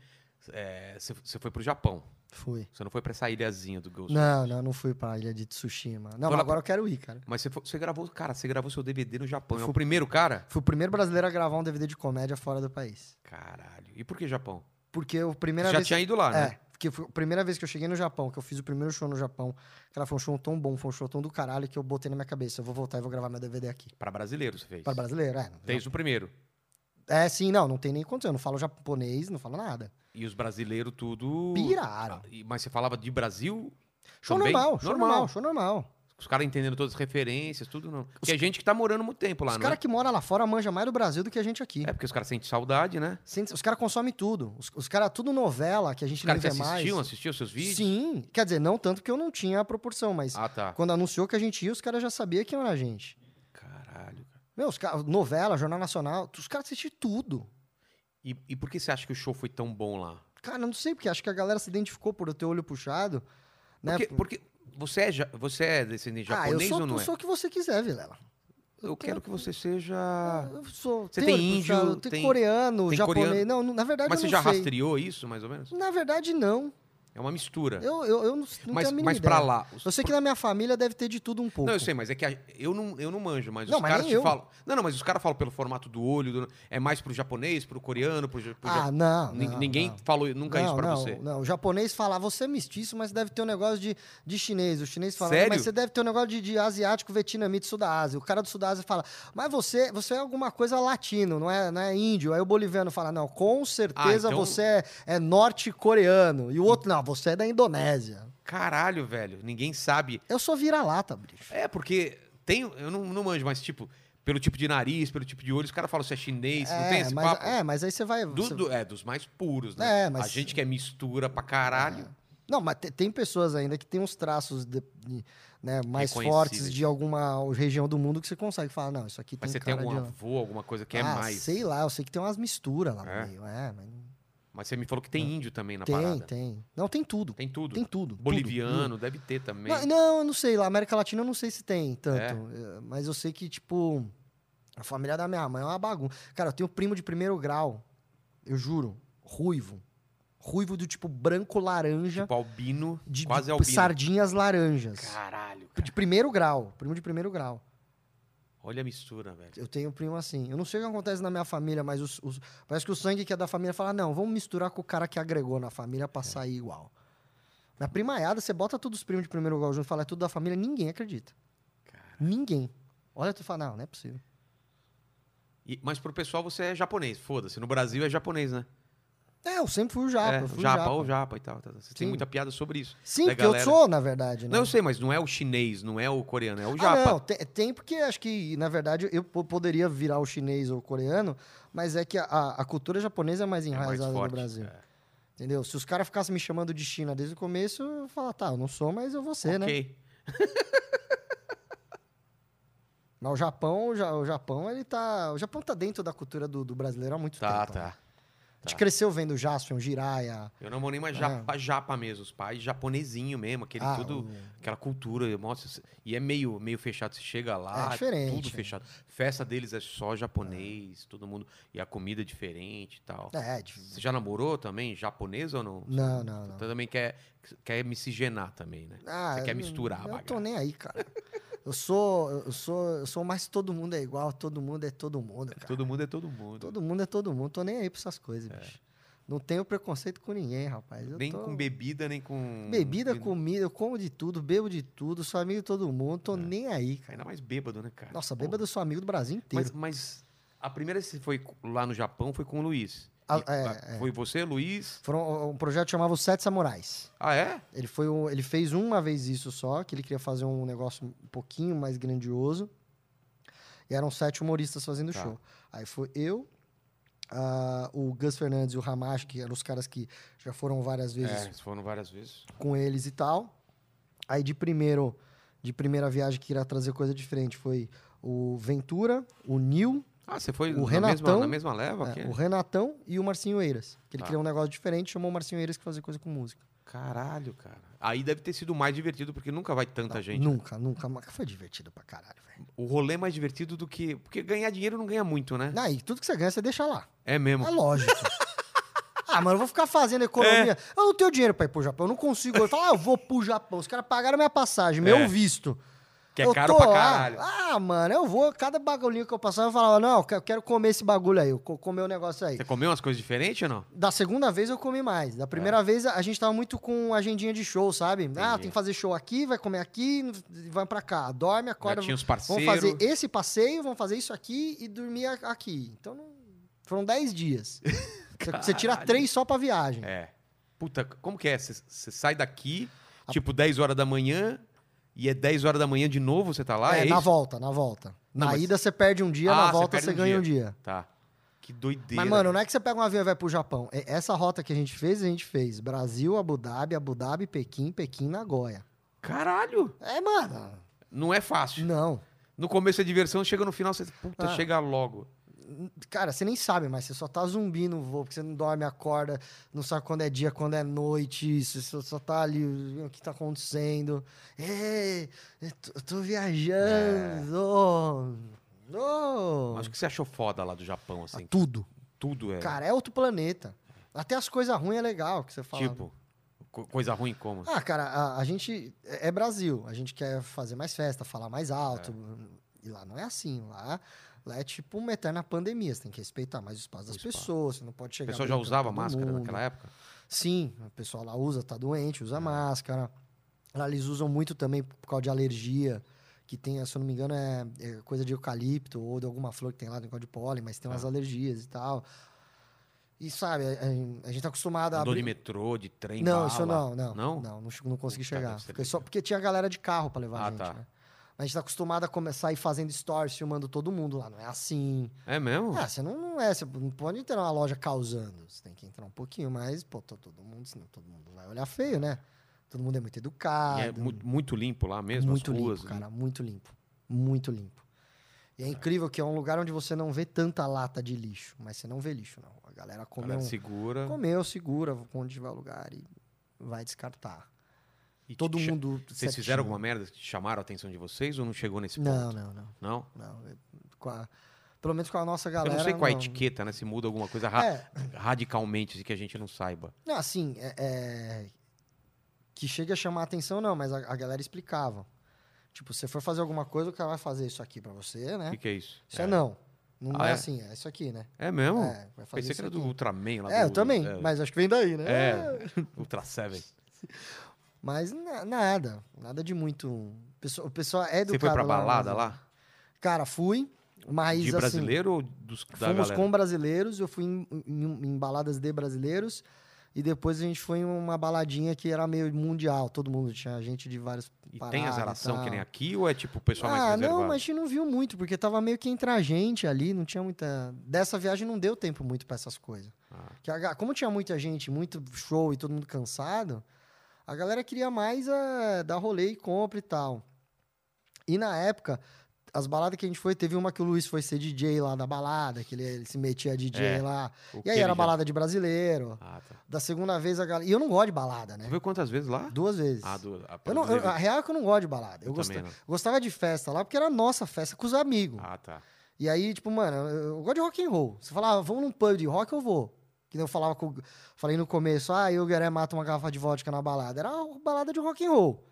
S1: é, você foi pro Japão.
S2: foi.
S1: Você não foi pra essa ilhazinha do Ghost.
S2: Não, não, não fui pra ilha de Tsushima. Não,
S1: Foi
S2: mas
S1: lá
S2: agora eu quero ir, cara.
S1: Mas você foi- você gravou, cara, você gravou seu DVD no Japão. É
S2: Fui-
S1: o primeiro, cara?
S2: Fui o primeiro brasileiro a gravar um DVD de comédia fora do país.
S1: Caralho. E por que Japão?
S2: Porque a primeira
S1: Você já
S2: vez.
S1: tinha ido lá, né?
S2: É, porque foi a primeira vez que eu cheguei no Japão, que eu fiz o primeiro show no Japão, cara, foi um show tão bom, foi um show tão do caralho que eu botei na minha cabeça, eu vou voltar e vou gravar meu DVD aqui.
S1: Pra brasileiros você fez.
S2: Para brasileiro, é. não-
S1: Fez o primeiro.
S2: É, sim, não, não tem nem condição, eu não falo japonês, não falo nada.
S1: E os brasileiros tudo.
S2: Piraram.
S1: Ah, e- Mas você falava de Brasil?
S2: Show
S1: Também?
S2: normal, show normal,
S1: Normal.
S2: show normal.
S1: Os caras entendendo todas as referências, tudo não. Porque é gente que tá morando muito tempo lá,
S2: Os
S1: né?
S2: caras que moram lá fora manjam mais do Brasil do que a gente aqui.
S1: É porque os caras sentem saudade, né?
S2: Sente- Os caras consomem tudo. Os, os caras, tudo novela que a gente
S1: Os
S2: não
S1: caras
S2: vê
S1: que assistiam,
S2: é mais.
S1: assistiam seus vídeos?
S2: Sim, quer dizer, não tanto que eu não tinha a proporção, mas
S1: Ah, tá.
S2: quando anunciou que a gente ia, os caras já sabiam que era a gente.
S1: Caralho, cara.
S2: Meu, os caras, novela, Jornal Nacional, os caras assistem tudo.
S1: E, e por que você acha que o show foi tão bom lá?
S2: Cara, eu não sei, porque acho que a galera se identificou por eu ter olho puxado. Né?
S1: Porque, porque você, é, ja- você é descendente
S2: ah, eu
S1: japonês
S2: sou,
S1: ou não
S2: eu
S1: é?
S2: sou o que você quiser, Vilela.
S1: Eu quero que você seja.
S2: eu sou.
S1: Você
S2: tenho
S1: tem
S2: olho
S1: índio,
S2: puxado, tem
S1: tem-
S2: coreano,
S1: tem
S2: japonês.
S1: coreano.
S2: Não, não, na verdade
S1: Mas
S2: eu
S1: você
S2: não
S1: já
S2: sei.
S1: rastreou isso, mais ou menos?
S2: Na verdade, não.
S1: É uma mistura.
S2: Eu, eu, eu não, não
S1: mas
S2: tenho a mínima
S1: mas
S2: ideia.
S1: pra lá. os-
S2: Eu sei que na minha família deve ter de tudo um pouco.
S1: Não, eu sei, mas é que a- eu, não, eu não manjo, mas
S2: Não,
S1: os
S2: mas
S1: caras
S2: nem
S1: te
S2: eu.
S1: falam. Não, não, mas os caras falam pelo formato do olho. do- É mais pro japonês, pro coreano, pro, ja- pro
S2: Ah,
S1: ja-
S2: não.
S1: Nin-
S2: não,
S1: Ninguém
S2: não.
S1: falou nunca
S2: não,
S1: isso pra
S2: não,
S1: você.
S2: Não, o japonês fala, "Ah, você é mestiço, mas deve ter um negócio de, de chinês. O chinês fala,
S1: Sério?
S2: mas você deve ter um negócio de, de asiático, vietnamita, sul da Ásia. O cara do sul da Ásia fala, mas você, você é alguma coisa latino, não é, não é índio. Aí o boliviano fala, não, com certeza
S1: Ah, então-
S2: você é, é norte-coreano. E o outro, não, você é da Indonésia.
S1: Caralho, velho. Ninguém sabe.
S2: Eu sou vira-lata, bicho.
S1: É, porque tem. Eu não, não manjo, mas tipo, pelo tipo de nariz, pelo tipo de olho, os caras falam se é chinês, não tem esse
S2: mas,
S1: papo.
S2: é, mas aí você vai...
S1: Do-
S2: você-
S1: do- é, dos mais puros, né?
S2: É, mas- Ah,
S1: A gente que é mistura pra caralho.
S2: Não, mas te- tem pessoas ainda que tem uns traços de- de, né, mais
S1: Reconhecíveis.
S2: fortes de alguma região do mundo que você consegue falar, não, isso aqui
S1: Mas
S2: tem
S1: você tem
S2: um cara
S1: algum
S2: de...
S1: avô, alguma coisa que é
S2: ah,
S1: mais.
S2: sei lá, eu sei que tem umas misturas lá
S1: É?
S2: no meio. É, mas não-
S1: Mas você me falou que tem índio também na
S2: Hum. tem,
S1: parada.
S2: tem. Não, tem tudo.
S1: Tem tudo.
S2: Tem tudo. tudo. hum.
S1: Boliviano, deve ter também. É?
S2: Não, não, eu não sei. Lá, América Latina, eu não sei se tem tanto. eh, Mas eu sei que, tipo, a família da minha mãe é uma bagunça. Cara, eu tenho primo de primeiro grau, eu juro, ruivo. Ruivo do tipo branco-laranja,
S1: Tipo albino,
S2: de, de
S1: quase albino.
S2: sardinhas laranjas.
S1: Caralho, cara.
S2: De primeiro grau, primo de primeiro grau.
S1: Olha a mistura, velho.
S2: Eu tenho primo assim. Eu não sei o que acontece na minha família, mas os, os- parece que o sangue que é da família fala: não, vamos misturar com o cara que agregou na família
S1: É.
S2: pra sair igual. Na primaiada, você bota todos os primos de primeiro grau junto e fala: é tudo da família, ninguém acredita. Ninguém. Olha, tu fala: não, não é possível.
S1: E- mas pro pessoal você é japonês, foda-se. No Brasil é japonês, né?
S2: É, eu sempre fui o japa.
S1: é,
S2: fui o
S1: japa,
S2: japa.
S1: ou japa e tal. tal, tal. Você tem
S2: Sim.
S1: muita piada sobre isso.
S2: Sim,
S1: da
S2: porque
S1: galera.
S2: eu sou, na verdade. Né?
S1: Não, eu sei, mas não é o chinês, não é o coreano, é o
S2: Ah,
S1: japa.
S2: não, te- tem, porque acho que, na verdade, eu po- poderia virar o chinês ou o coreano, mas é que a, a cultura japonesa é mais
S1: é mais
S2: enraizada no
S1: forte.
S2: Brasil.
S1: É.
S2: Entendeu? Se os caras ficassem me chamando de China desde o começo, eu falo, tá, eu não sou, mas eu vou ser, né?
S1: Ok. Tá,
S2: Mas o Japão, o Ja- o Japão, ele tá. O Japão tá dentro da cultura do, do brasileiro há muito
S1: Tá,
S2: tempo. né?
S1: tá.
S2: A gente
S1: tá.
S2: cresceu vendo o Jaspion, Jiraya.
S1: Eu não nem mais
S2: É.
S1: japa, japa mesmo, os pais japonesinho mesmo, aquele
S2: ah,
S1: tudo,
S2: o-
S1: aquela cultura, nossa, cê- e é meio, meio fechado, você chega lá,
S2: É diferente,
S1: tudo
S2: é.
S1: fechado. Festa deles é só japonês, todo mundo, e a comida é diferente e tal.
S2: É, de-
S1: Você já namorou também, japonesa ou não?
S2: Não, não, não.
S1: Você também quer, quer miscigenar também, né?
S2: Ah,
S1: você quer
S2: eu não-
S1: misturar a
S2: Eu não
S1: bagaça.
S2: tô nem aí, cara. Eu sou, eu sou, eu sou mais todo mundo é igual, todo mundo é todo mundo, cara.
S1: Todo mundo é todo mundo.
S2: Todo mundo é todo mundo. Tô nem aí pra essas coisas, bicho. Não tenho preconceito com ninguém, rapaz. Eu
S1: É. nem
S2: tô-
S1: com bebida, nem com...
S2: Bebida, comida, eu como de tudo, bebo de tudo, sou amigo de todo mundo, tô nem aí, cara.
S1: Ainda mais bêbado, né, É. cara?
S2: Nossa,
S1: Pô.
S2: bêbado eu sou amigo do Brasil inteiro.
S1: Mas, mas a primeira vez que você foi co- lá no Japão foi com o Luiz.
S2: Ah,
S1: E-
S2: é,
S1: a- Foi você, Luiz?
S2: Foram, um projeto que chamava Os Sete Samurais.
S1: Ah, é?
S2: Ele, foi um- ele fez uma vez isso só, que ele queria fazer um negócio um pouquinho mais grandioso. E eram sete humoristas fazendo
S1: Tá.
S2: show. Aí foi eu, ah, o Gus Fernandes e o Ramache, que eram os caras que já foram várias vezes
S1: É, foram várias vezes.
S2: com eles e tal. Aí de primeiro, de primeira viagem que irá trazer coisa diferente foi o Ventura, o Nil,
S1: Ah, você foi
S2: O
S1: na, mesma,
S2: Renatão-
S1: na mesma leva? aqui?
S2: é, o Renatão e o Marcinho Eiras. Que ele
S1: Tá.
S2: criou um negócio diferente, chamou o Marcinho Eiras que fazia coisa com música.
S1: Caralho, cara. Aí deve ter sido mais divertido, porque nunca vai tanta
S2: Não,
S1: gente.
S2: Nunca, nunca. Mas foi divertido pra caralho, velho.
S1: O rolê é mais divertido do que... Porque ganhar dinheiro não ganha muito, né?
S2: Não, e tudo que você ganha, você deixa lá.
S1: É mesmo.
S2: É lógico. ah, mano, eu vou ficar fazendo economia.
S1: É.
S2: Eu não tenho dinheiro pra ir pro Japão. Eu não consigo. Eu falo, ah, eu vou pro Japão. Os caras pagaram minha passagem, meu
S1: É.
S2: visto.
S1: Que
S2: Eu
S1: é caro
S2: tô
S1: pra
S2: lá.
S1: caralho.
S2: Ah, mano, eu vou. Cada bagulhinho que eu passava, eu falava, não, eu quero- quero comer esse bagulho aí. Eu co- comer o negócio aí.
S1: Você comeu umas coisas diferentes ou não?
S2: Da segunda vez eu comi mais. Da
S1: É.
S2: primeira vez a gente tava muito com agendinha de show, sabe? Ah, tem que fazer show aqui, vai comer aqui, vai pra cá. Dorme, acorda.
S1: Já tinha um os
S2: Vamos
S1: parceiros.
S2: fazer esse passeio, vamos fazer isso aqui e dormir a- aqui. Então não- foram 10 dias. Você- Você tira
S1: Caralho.
S2: três só pra viagem.
S1: É. Puta, como que é? Você você sai daqui, tipo 10 horas da manhã, e é 10 horas da manhã de novo você tá lá? É,
S2: É, na
S1: isso?
S2: volta, na volta.
S1: Não,
S2: na
S1: mas-
S2: ida você perde um dia,
S1: Ah,
S2: na
S1: você
S2: volta
S1: perde
S2: você
S1: um
S2: ganha um dia.
S1: Tá. Que doideira.
S2: Mas, mano, não é que você pega um avião e vai pro Japão. É- Essa rota que a gente fez, a gente fez Brasil, Abu Dhabi, Abu Dhabi, Pequim, Pequim, Nagoya.
S1: Caralho!
S2: É, mano.
S1: Não é fácil.
S2: Não.
S1: No começo é diversão, chega no final, você. Puta,
S2: Ah.
S1: chega logo.
S2: Cara, você nem sabe, mas você só tá zumbi no voo, porque você não dorme, acorda, não sabe quando é dia, quando é noite, você só, só tá ali, o que tá acontecendo. É, eu tô, eu tô
S1: É.
S2: viajando. Oh,
S1: Mas o que você achou foda lá do Japão, assim?
S2: Tudo.
S1: Tudo é.
S2: Cara, é outro planeta. Até as coisas ruins é legal que você fala.
S1: tipo, co- coisa ruim como?
S2: Ah, cara, a, a gente. É é Brasil. A gente quer fazer mais festa, falar mais alto. E lá não é assim. Lá, lá é tipo uma eterna pandemia. Você tem que respeitar mais o espaço das
S1: espaço.
S2: pessoas. Você não pode
S1: O
S2: chegar.
S1: pessoal já
S2: brincando
S1: usava
S2: todo
S1: máscara
S2: mundo.
S1: naquela época? É.
S2: Sim, o pessoal lá usa, tá doente, usa máscara. Lá eles usam muito também por causa de alergia, que tem, se eu não me engano, é, é coisa de eucalipto ou de alguma flor que tem lá, tem causa de pólen, mas tem umas
S1: É.
S2: alergias e tal. E sabe, a, a- a gente tá acostumado a
S1: Andou de
S2: abrir-
S1: metrô, de trem,
S2: não,
S1: bala.
S2: isso não, não.
S1: Não?
S2: Não? Não, não, che- não consegui
S1: Puta,
S2: chegar.
S1: deve ser
S2: Porque, só porque tinha galera de carro pra levar
S1: Ah,
S2: a gente,
S1: tá.
S2: né? A gente tá acostumado a começar a ir fazendo stories, filmando todo mundo lá. Não é assim.
S1: É mesmo?
S2: Ah, você não, não é, você não pode entrar numa loja causando. Você tem que entrar um pouquinho mais, pô, tô todo mundo, senão todo mundo vai olhar feio, né? Todo mundo é muito educado.
S1: E é mu- muito limpo lá mesmo,
S2: muito
S1: as
S2: limpo,
S1: ruas. né? Tá.
S2: cara. Muito limpo. Muito limpo. E é incrível que é um lugar onde você não vê tanta lata de lixo, mas você não vê lixo, não. A galera um
S1: A
S2: comeu,
S1: galera segura.
S2: comeu segura, onde tiver lugar e vai descartar.
S1: E te
S2: Todo
S1: cha-
S2: mundo.
S1: Vocês
S2: certinho.
S1: fizeram alguma merda que chamaram a atenção de vocês ou não chegou nesse ponto?
S2: Não, não, não.
S1: Não?
S2: não. É, com a- Pelo menos com a nossa galera.
S1: Eu não sei qual a
S2: não.
S1: etiqueta, né? Se muda alguma coisa ra-
S2: É,
S1: radicalmente assim, que a gente não saiba.
S2: não, assim, é- é, que chega a chamar atenção, não, mas a, a galera explicava. Tipo, se você for fazer alguma coisa, o cara vai fazer isso aqui pra você,
S1: O
S2: né?
S1: que, que é isso?
S2: Isso é, não. Não
S1: Ah,
S2: é,
S1: é?
S2: assim, é isso aqui, né?
S1: É mesmo?
S2: é, vai
S1: Pensei que era do
S2: aqui.
S1: Ultraman lá
S2: É,
S1: do-
S2: eu também,
S1: é,
S2: mas acho que vem daí, né?
S1: É, Ultra Seven.
S2: Mas na- nada, nada de muito. Pessoa- O pessoal é do
S1: Você foi pra balada lá?
S2: Cara, fui, mas
S1: De
S2: assim.
S1: brasileiro ou dos, da
S2: Fomos
S1: galera?
S2: com brasileiros, eu fui em, em- em baladas de brasileiros e depois a gente foi em uma baladinha que era meio mundial, todo mundo tinha gente de vários
S1: E
S2: paradas
S1: tem azaração
S2: tal.
S1: que nem aqui ou é tipo o pessoal mais
S2: tá. Ah,
S1: reservado?
S2: não, mas a gente não viu muito, porque tava meio que entre a gente ali, não tinha muita. Dessa viagem não deu tempo muito pra essas coisas.
S1: Ah.
S2: Que a ga- como tinha muita gente, muito show e todo mundo cansado, a galera queria mais eh, dar rolê e compra e tal. E na época, as baladas que a gente foi, teve uma que o Luiz foi ser DJ lá da balada, que ele, ele se metia DJ
S1: É.
S2: lá.
S1: O que
S2: E aí
S1: ele
S2: era
S1: já-
S2: balada de brasileiro.
S1: Ah, tá.
S2: Da segunda vez a galera. E eu não gosto de balada,
S1: Você
S2: né?
S1: veio quantas vezes lá?
S2: Duas vezes.
S1: Ah, do, a,
S2: Eu não,
S1: do
S2: eu-
S1: evento.
S2: a real é que eu não gosto de balada. Eu,
S1: Eu
S2: gosta-
S1: também
S2: gostava,
S1: não.
S2: de festa lá porque era a nossa festa com os amigos.
S1: Ah, tá.
S2: E aí, tipo, mano, eu, eu gosto de rock and roll. Você falava, vamos num pub de rock, eu vou. Que nem eu falava com. Falei no começo, ah, eu e o Gueré mata uma garrafa de vodka na balada. Era uma balada de rock and roll.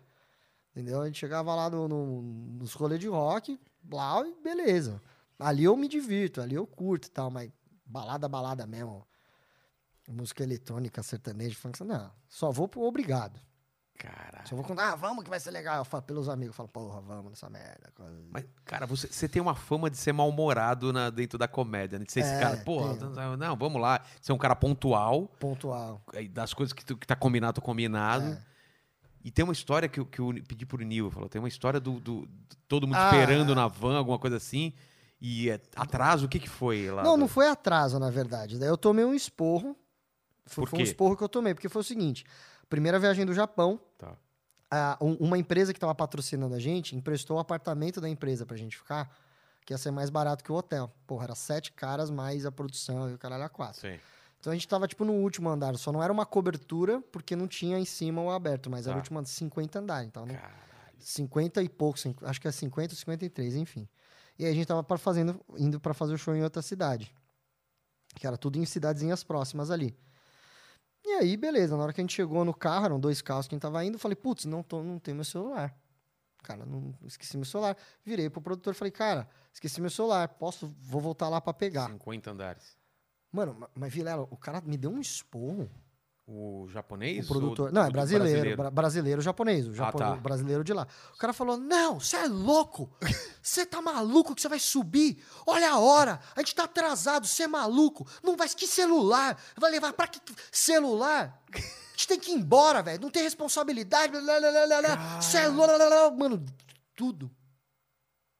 S2: Entendeu? A gente chegava lá no, no- nos rolês de rock, blá, e beleza. Ali eu me divirto, ali eu curto e tal, mas balada, balada mesmo. Música eletrônica, sertanejo, funk, não. Só vou pro obrigado.
S1: Caralho.
S2: Só vou contar, ah, vamos que vai ser legal. Eu falo pelos amigos, eu falo, porra, vamos nessa merda.
S1: Mas, cara, você, você tem uma fama de ser mal-humorado na- dentro da comédia, né? De ser esse
S2: É,
S1: cara, porra, não, não, vamos lá. Você é um cara pontual,
S2: Pontual.
S1: aí das coisas que, tu, que tá combinado, tá combinado.
S2: É.
S1: E tem uma história que, eu- que eu pedi pro Nil, falou, tem uma história do, do- do- todo mundo
S2: Ah.
S1: esperando na van, alguma coisa assim, e é, atraso, o que que foi lá?
S2: Não,
S1: do-
S2: não foi atraso, na verdade. Daí eu tomei um esporro. Foi,
S1: Por
S2: foi um
S1: quê?
S2: esporro que eu tomei, porque foi o seguinte: primeira viagem do Japão,
S1: Tá.
S2: a- um- uma empresa que estava patrocinando a gente emprestou o apartamento da empresa pra gente ficar, que ia ser mais barato que o hotel. Porra, era sete caras mais a produção e o caralho a quatro.
S1: Sim.
S2: Então a gente tava, tipo, no último andar. Só não era uma cobertura, porque não tinha em cima o aberto, mas era o
S1: Tá.
S2: último andar, 50 andar. Então não,
S1: Caralho.
S2: 50 e pouco, cin- acho que é 50 ou 53, enfim. E aí a gente tava pra fazendo, indo para fazer o show em outra cidade. Que era tudo em cidadezinhas próximas ali. E aí, beleza, na hora que a gente chegou no carro, eram dois carros que a gente tava indo, eu falei, putz, não, tô, não tenho meu celular. Cara, não esqueci meu celular. Virei pro produtor e falei, cara, esqueci meu celular, posso, vou voltar lá pra pegar.
S1: 50 andares.
S2: Mano, ma- mas Vilela, o cara me deu um esporro.
S1: O japonês?
S2: O produtor.
S1: ou-
S2: Não,
S1: ou
S2: é
S1: do
S2: brasileiro, bra- brasileiro japonês, o japo-
S1: tá.
S2: o brasileiro de lá. O cara falou: Não, você é louco! Você tá maluco que você vai subir? Olha a hora! A gente tá atrasado, você é maluco! Não vai. Que celular? Vai levar pra que celular? A gente tem que ir embora, velho. Não tem responsabilidade. blá, blá, blá, blá, blá. Você é louco. blá, blá, blá." Mano, tudo.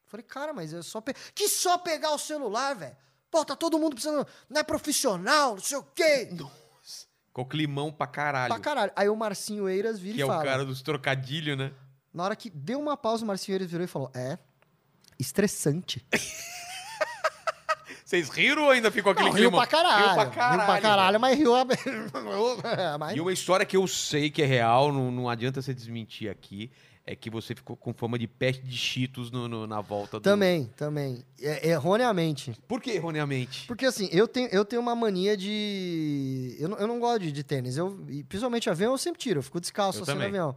S2: Falei, cara, mas é só. Pe... Que só pegar o celular, velho? Pô, tá todo mundo precisando. Não é profissional, não sei o quê.
S1: Com o climão pra caralho.
S2: Pra caralho. Aí o Marcinho Eiras vira
S1: Que é
S2: e fala.
S1: o cara dos trocadilhos, né?
S2: Na hora que deu uma pausa, o Marcinho Eiras virou e falou: É, estressante.
S1: Vocês riram ou ainda ficou aquele climão? Riu pra caralho.
S2: Riu pra caralho, mas riu. A... mas...
S1: E uma história que eu sei que é real, não, não adianta você desmentir aqui, é que você ficou com fama de peste de cheetos no- no- na volta do...
S2: Também, também. É- erroneamente.
S1: Por que, erroneamente?
S2: Porque assim, eu tenho, eu tenho uma mania de. Eu não, eu não gosto de, de tênis. Eu, e principalmente avião, eu sempre tiro, eu fico descalço
S1: Eu
S2: assim
S1: também.
S2: no avião.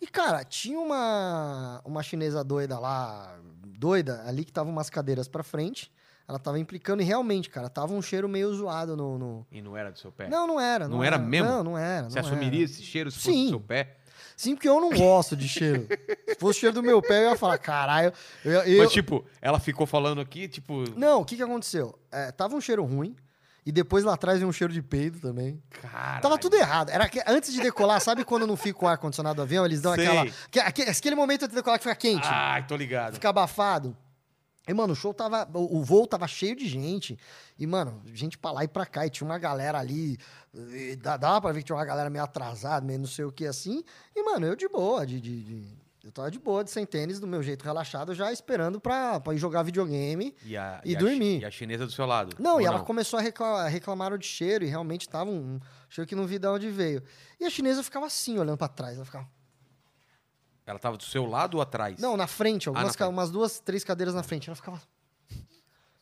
S2: E, cara, tinha uma, uma chinesa doida lá, doida, ali que tava umas cadeiras pra frente. Ela tava implicando e realmente, cara, tava um cheiro meio zoado no. no-
S1: E não era do seu pé?
S2: Não, não era.
S1: É. Não era mesmo?
S2: Não, não era.
S1: Você
S2: não
S1: assumiria
S2: era.
S1: esse cheiro se fosse
S2: Sim.
S1: do seu pé?
S2: Sim, porque eu não gosto de cheiro. Se fosse o cheiro do meu pé, eu ia falar, caralho. Eu, ia- eu,
S1: Mas, tipo, ela ficou falando aqui, tipo...
S2: Não, o que que aconteceu? É, tava um cheiro ruim. E depois lá atrás veio um cheiro de peido também.
S1: Caralho.
S2: Tava tudo errado. Era que- antes de decolar, sabe quando não fica o ar-condicionado do avião? Eles dão
S1: Sei. Ah.
S2: aquela. que- aque- Aquele, momento antes de decolar que fica quente,
S1: Ai, tô ligado.
S2: fica abafado. E, mano, o show tava. O o voo tava cheio de gente. E, mano, gente pra lá e pra cá. E tinha uma galera ali. e dá- dava pra ver que tinha uma galera meio atrasada, meio não sei o que assim. E, mano, eu de boa, de. de- de- eu tava de boa, de sem tênis, do meu jeito relaxado, já esperando pra, pra ir jogar videogame.
S1: E, a,
S2: E
S1: a
S2: dormir.
S1: chi- e a chinesa do seu lado.
S2: Não,
S1: Ou
S2: e ela começou a reclamar, reclamar de cheiro, e realmente tava um, um cheiro que não vi de onde veio. E a chinesa ficava assim, olhando pra trás. Ela ficava.
S1: Ela tava do seu lado ou atrás?
S2: Não, na frente, algumas,
S1: Ah, na
S2: ca-
S1: frente.
S2: umas duas, três cadeiras na frente. Ela ficava.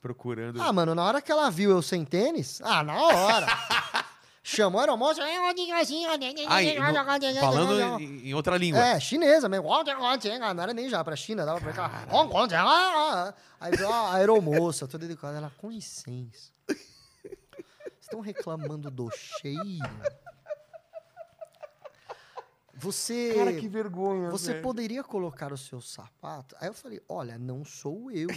S1: Procurando.
S2: Ah, mano, na hora que ela viu eu sem tênis, ah, na hora. Chamou a aeromoça. né,
S1: Ai, no- falando em, em outra língua.
S2: É, chinesa mesmo. Não era nem já pra China, dava pra cá. Aí veio a aeromoça, toda educada. Ela, com licença. Vocês estão reclamando do cheiro? Você.
S1: vergonha.
S2: Você poderia colocar o seu sapato? Aí eu falei, olha, não sou eu.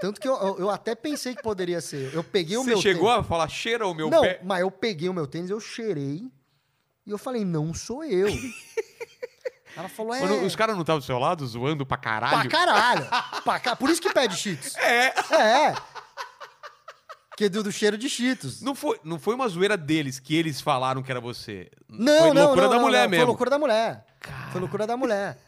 S2: Tanto que eu, eu- eu até pensei que poderia ser. Eu peguei o
S1: Você
S2: meu
S1: chegou
S2: tênis.
S1: a falar, cheira o meu
S2: Não,
S1: pé.
S2: mas eu peguei o meu tênis, eu cheirei. E eu falei, não sou eu. Ela falou, é.
S1: Mano, os caras não estavam do seu lado, zoando pra
S2: pra
S1: caralho?
S2: caralho. pra ca- Por isso que pede cheetos. É. É. Que do, do cheiro de cheetos.
S1: Não foi, não foi uma zoeira deles que eles falaram que era você.
S2: Não,
S1: foi
S2: não,
S1: loucura
S2: não,
S1: da
S2: não,
S1: mulher
S2: não,
S1: mesmo.
S2: Foi loucura da mulher. Foi loucura da mulher.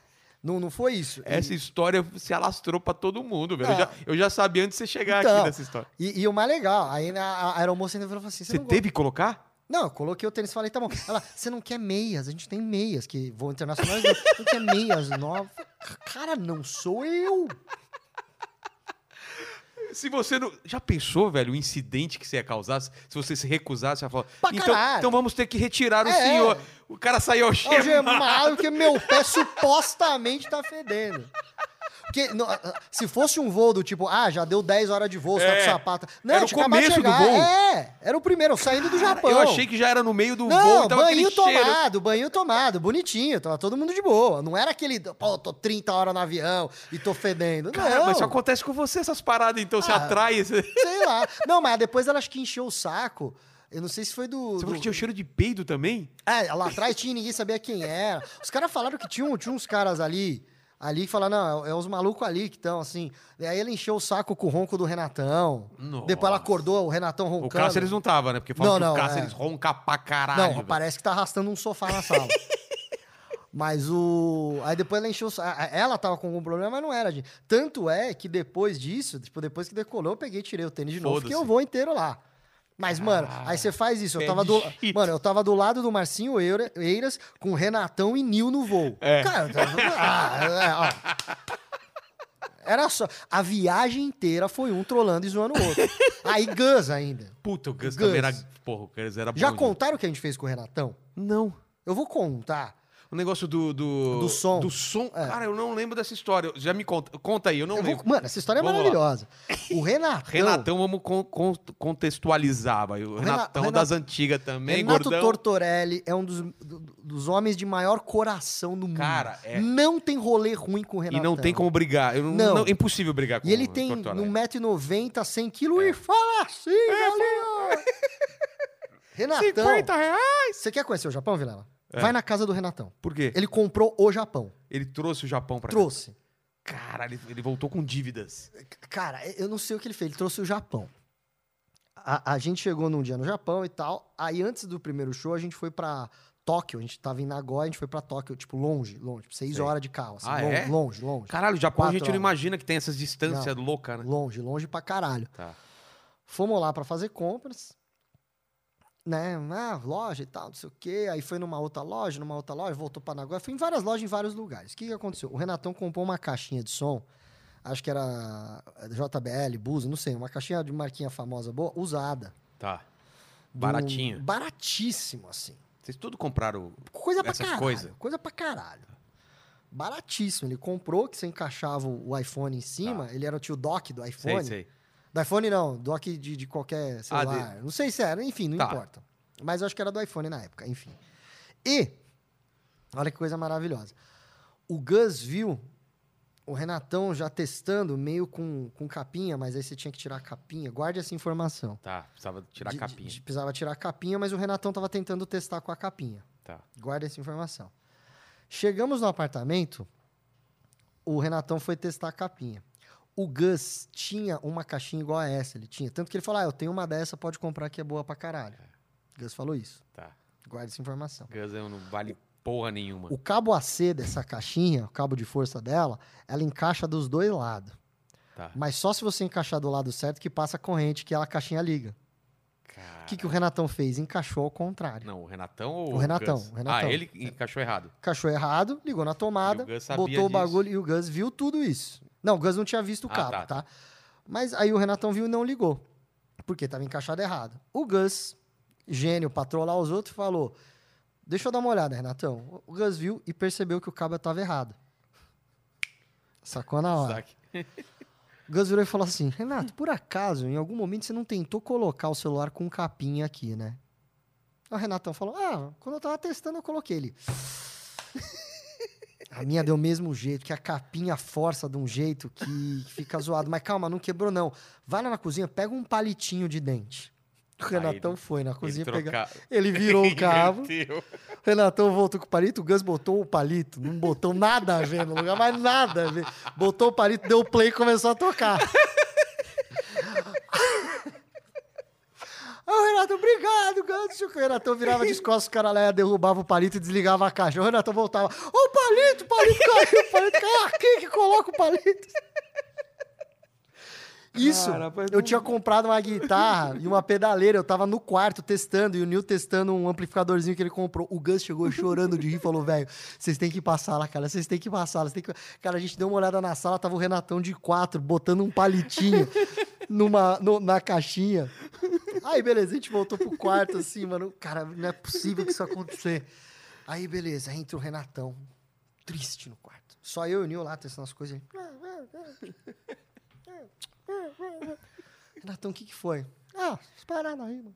S2: Não, não foi isso. E-
S1: Essa história se alastrou pra todo mundo, velho.
S2: É.
S1: Eu, já, eu já sabia antes de você chegar
S2: Então,
S1: é aqui nessa história.
S2: E, e o mais legal, aí a, a aeromoça ainda falou assim: você
S1: Você
S2: não gosta-
S1: teve que colocar?
S2: Não, eu coloquei o tênis e falei, tá bom. Ela, você não quer meias, a gente tem meias, que vão internacionais, não, não quer meias novas. Cara, não sou eu.
S1: Se você não. Já pensou, velho, o incidente que você ia causar? Se você se recusasse, você ia falar.
S2: Pra
S1: então,
S2: caralho."
S1: então vamos ter que retirar o
S2: É,
S1: senhor.
S2: é.
S1: O cara saiu ao
S2: Algemado, porque meu pé supostamente tá fedendo. Porque no- se fosse um voo do tipo, ah, já deu 10 horas de voo, você tá
S1: É.
S2: com sapato. Não,
S1: Era
S2: eu
S1: o
S2: tinha acabado de
S1: começo do
S2: chegar.
S1: voo.
S2: É, era o primeiro, eu saindo do Japão.
S1: Eu achei que já era no meio do voo
S2: Não,
S1: e tava
S2: banho
S1: aquele cheiro.
S2: tomado, banho tomado, bonitinho, tava todo mundo de boa. Não era aquele, pô, tô 30 horas no avião e tô fedendo.
S1: Cara,
S2: não,
S1: mas só acontece com você essas paradas, então você
S2: Ah.
S1: atrai. Você, você
S2: sei lá. Não, mas depois ela acho que encheu o saco. Eu não sei se foi
S1: falou
S2: do. do...
S1: que tinha o cheiro de peido também?
S2: É, lá atrás tinha ninguém sabia quem era. Os caras falaram que tinha, um- tinha uns caras ali. Ali que falaram, não, é os malucos ali que estão assim. E aí ele encheu o saco com o ronco do Renatão.
S1: Nossa.
S2: Depois ela acordou, o Renatão roncando.
S1: O Cássio eles não tava, né? Porque falam
S2: Não,
S1: que
S2: não,
S1: o Cássio
S2: é.
S1: eles ronca pra caralho.
S2: Não,
S1: velho.
S2: parece que tá arrastando um sofá na sala. Mas o. Aí depois ela encheu. o sa- a- Ela tava com algum problema, mas não era, gente. Tanto é que depois disso, tipo, depois que decolou, eu peguei e tirei o tênis de novo.
S1: Foda-se. Ah,
S2: Fiquei o voo inteiro lá. Mas, mano, aí você faz isso. Eu
S1: pé
S2: tava
S1: de
S2: do.
S1: chito.
S2: Mano, eu tava do lado do Marcinho Eira- Eiras com o Renatão e Nil no voo.
S1: É.
S2: Cara, eu tava... ah, é, ó. Era só. A viagem inteira foi um trolando e zoando o outro. Aí Gus ainda.
S1: Puta, o Gus,
S2: Gus.
S1: também era. Porra, o Gus era
S2: Já
S1: bom,
S2: contaram o que a gente fez com o Renatão?
S1: Não.
S2: Eu vou contar.
S1: O negócio do. Do,
S2: Do som.
S1: Do som.
S2: É.
S1: Cara, eu não lembro dessa história. Já me conta. Conta aí, eu não
S2: Eu vou-
S1: lembro.
S2: mano, essa história é
S1: Vamos lá.
S2: maravilhosa. O Renatão.
S1: Renatão, vamos con- con- contextualizar, vai. O
S2: Rena-
S1: Renatão
S2: Rena-
S1: das antigas também,
S2: Renato
S1: gordão.
S2: Tortorelli é um dos, do- dos homens de maior coração do mundo.
S1: Cara, é.
S2: Não tem rolê ruim com
S1: E
S2: o Renatão.
S1: não tem como brigar. Eu não,
S2: Não.
S1: não- é impossível brigar com
S2: E ele
S1: o
S2: tem
S1: Tortorelli. É.
S2: 1,90m, 100kg e fala assim, galera! Renatão,
S1: reais?
S2: você quer conhecer o Japão, Vilela?
S1: É.
S2: Vai na casa do Renatão.
S1: Por quê?
S2: Ele comprou o Japão.
S1: Ele trouxe o Japão pra
S2: Trouxe.
S1: cá. Caralho, ele- ele voltou com dívidas.
S2: Cara, eu não sei o que ele fez. Ele trouxe o Japão. A, a gente chegou num dia no Japão e tal. Aí, antes do primeiro show, a gente foi pra Tóquio. A gente tava em Nagoya, a gente foi pra Tóquio, tipo, longe, longe. Tipo, seis
S1: Sei.
S2: horas de carro. Assim,
S1: Ah,
S2: longe,
S1: é?
S2: longe, longe.
S1: Caralho, o Japão a
S2: Quatro
S1: gente não
S2: horas.
S1: imagina que tem essas distâncias loucas, né?
S2: Longe, longe pra caralho.
S1: Tá.
S2: Fomos lá pra fazer compras. Né? Ah, loja e tal, não sei o quê. Aí foi numa outra loja, numa outra loja, voltou pra Nagoya. Foi em várias lojas, em vários lugares. O que, que aconteceu? O Renatão comprou uma caixinha de som. Acho que era é, JBL, Buzo, não sei. Uma caixinha de marquinha famosa boa, usada.
S1: Tá.
S2: do-
S1: Baratinho.
S2: Baratíssimo, assim.
S1: Vocês tudo compraram.
S2: Coisa pra
S1: Essas
S2: caralho.
S1: coisa.
S2: Coisa. pra caralho. Baratíssimo. Ele comprou, que você encaixava o iPhone em cima. Ele era o tio dock do
S1: Tá. Sei,
S2: iPhone.
S1: sei.
S2: Do iPhone não, dock de, de qualquer celular. Não sei se era, enfim, não
S1: Tá.
S2: importa. Mas eu acho que era do iPhone na época, enfim. E, olha que coisa maravilhosa. O Gus viu o Renatão já testando, meio com, com capinha, mas aí você tinha que tirar a capinha. Guarde essa informação.
S1: Tá, precisava tirar
S2: De-
S1: a capinha.
S2: de- de- precisava tirar a capinha, mas o Renatão tava tentando testar com a capinha.
S1: Tá.
S2: Guarda essa informação. Chegamos no apartamento, o Renatão foi testar a capinha. O Gus tinha uma caixinha igual a essa, ele tinha. Tanto que ele falou: ah, eu tenho uma dessa, pode comprar que é boa pra caralho. Gus falou isso.
S1: Tá.
S2: Guarda essa informação.
S1: Gazão não vale porra nenhuma.
S2: O cabo AC dessa caixinha, o cabo de força dela, ela encaixa dos dois lados.
S1: Tá.
S2: Mas só se você encaixar do lado certo que passa a corrente que ela, a caixinha liga.
S1: Cara.
S2: O que, que o Renatão fez? Encaixou ao contrário.
S1: Não, o Renatão ou
S2: O Renatão,
S1: Gus?
S2: o Renatão.
S1: Ah, ele encaixou errado.
S2: Encaixou errado, ligou na tomada,
S1: E o Gus sabia
S2: botou o
S1: disso.
S2: bagulho e o Gus viu tudo isso. Não, o Gus não tinha visto o
S1: Ah,
S2: cabo,
S1: tá,
S2: tá? Mas aí o Renatão viu e não ligou. Porque tava encaixado errado. O Gus, gênio, pra trollar os outros, falou: Deixa eu dar uma olhada, Renatão. O Gus viu e percebeu que o cabo tava errado. Sacou na hora.
S1: Saque.
S2: O Gus virou e falou assim: Renato, por acaso, em algum momento você não tentou colocar o celular com um capinha aqui, né? Aí O Renatão falou: Ah, quando eu tava testando, eu coloquei ele. A minha deu o mesmo jeito, que a capinha força de um jeito que fica zoado. Mas calma, não quebrou, não. Vai lá na cozinha, pega um palitinho de dente. O
S1: Aí
S2: Renatão
S1: ele-
S2: foi na cozinha
S1: Ele
S2: pegar.
S1: troca-
S2: Ele virou o cabo.
S1: Inverteu.
S2: Renatão voltou com o palito, o Gus botou o palito, não botou nada a ver no lugar, mas nada a ver. Botou o palito, deu play e começou a tocar. Ô, Ah, Renato, obrigado, Gus. O Renatão virava de costas, os caras lá derrubava o palito e desligava a caixa. O Renatão voltava. Ô, o palito, o palito caiu, o palito caiu. Ah, quem que coloca o palito? Isso,
S1: Cara, mas
S2: eu
S1: não-
S2: tinha comprado uma guitarra e uma pedaleira, eu tava no quarto testando, e o Nil testando um amplificadorzinho que ele comprou. O Gus chegou chorando de rir e falou, velho, vocês têm que passar lá, cara, vocês têm que passar lá. vocês têm que-" Cara, a gente deu uma olhada na sala, tava o Renatão de quatro, botando um palitinho numa, no- na caixinha. Aí, beleza, a gente voltou pro quarto, assim, mano, cara, não é possível que isso acontecer. Aí, beleza, aí entra o Renatão, triste no quarto. Só eu e o Nil lá testando as coisas. ele- Renatão, o que, que foi? Ah, as paradas aí, mano.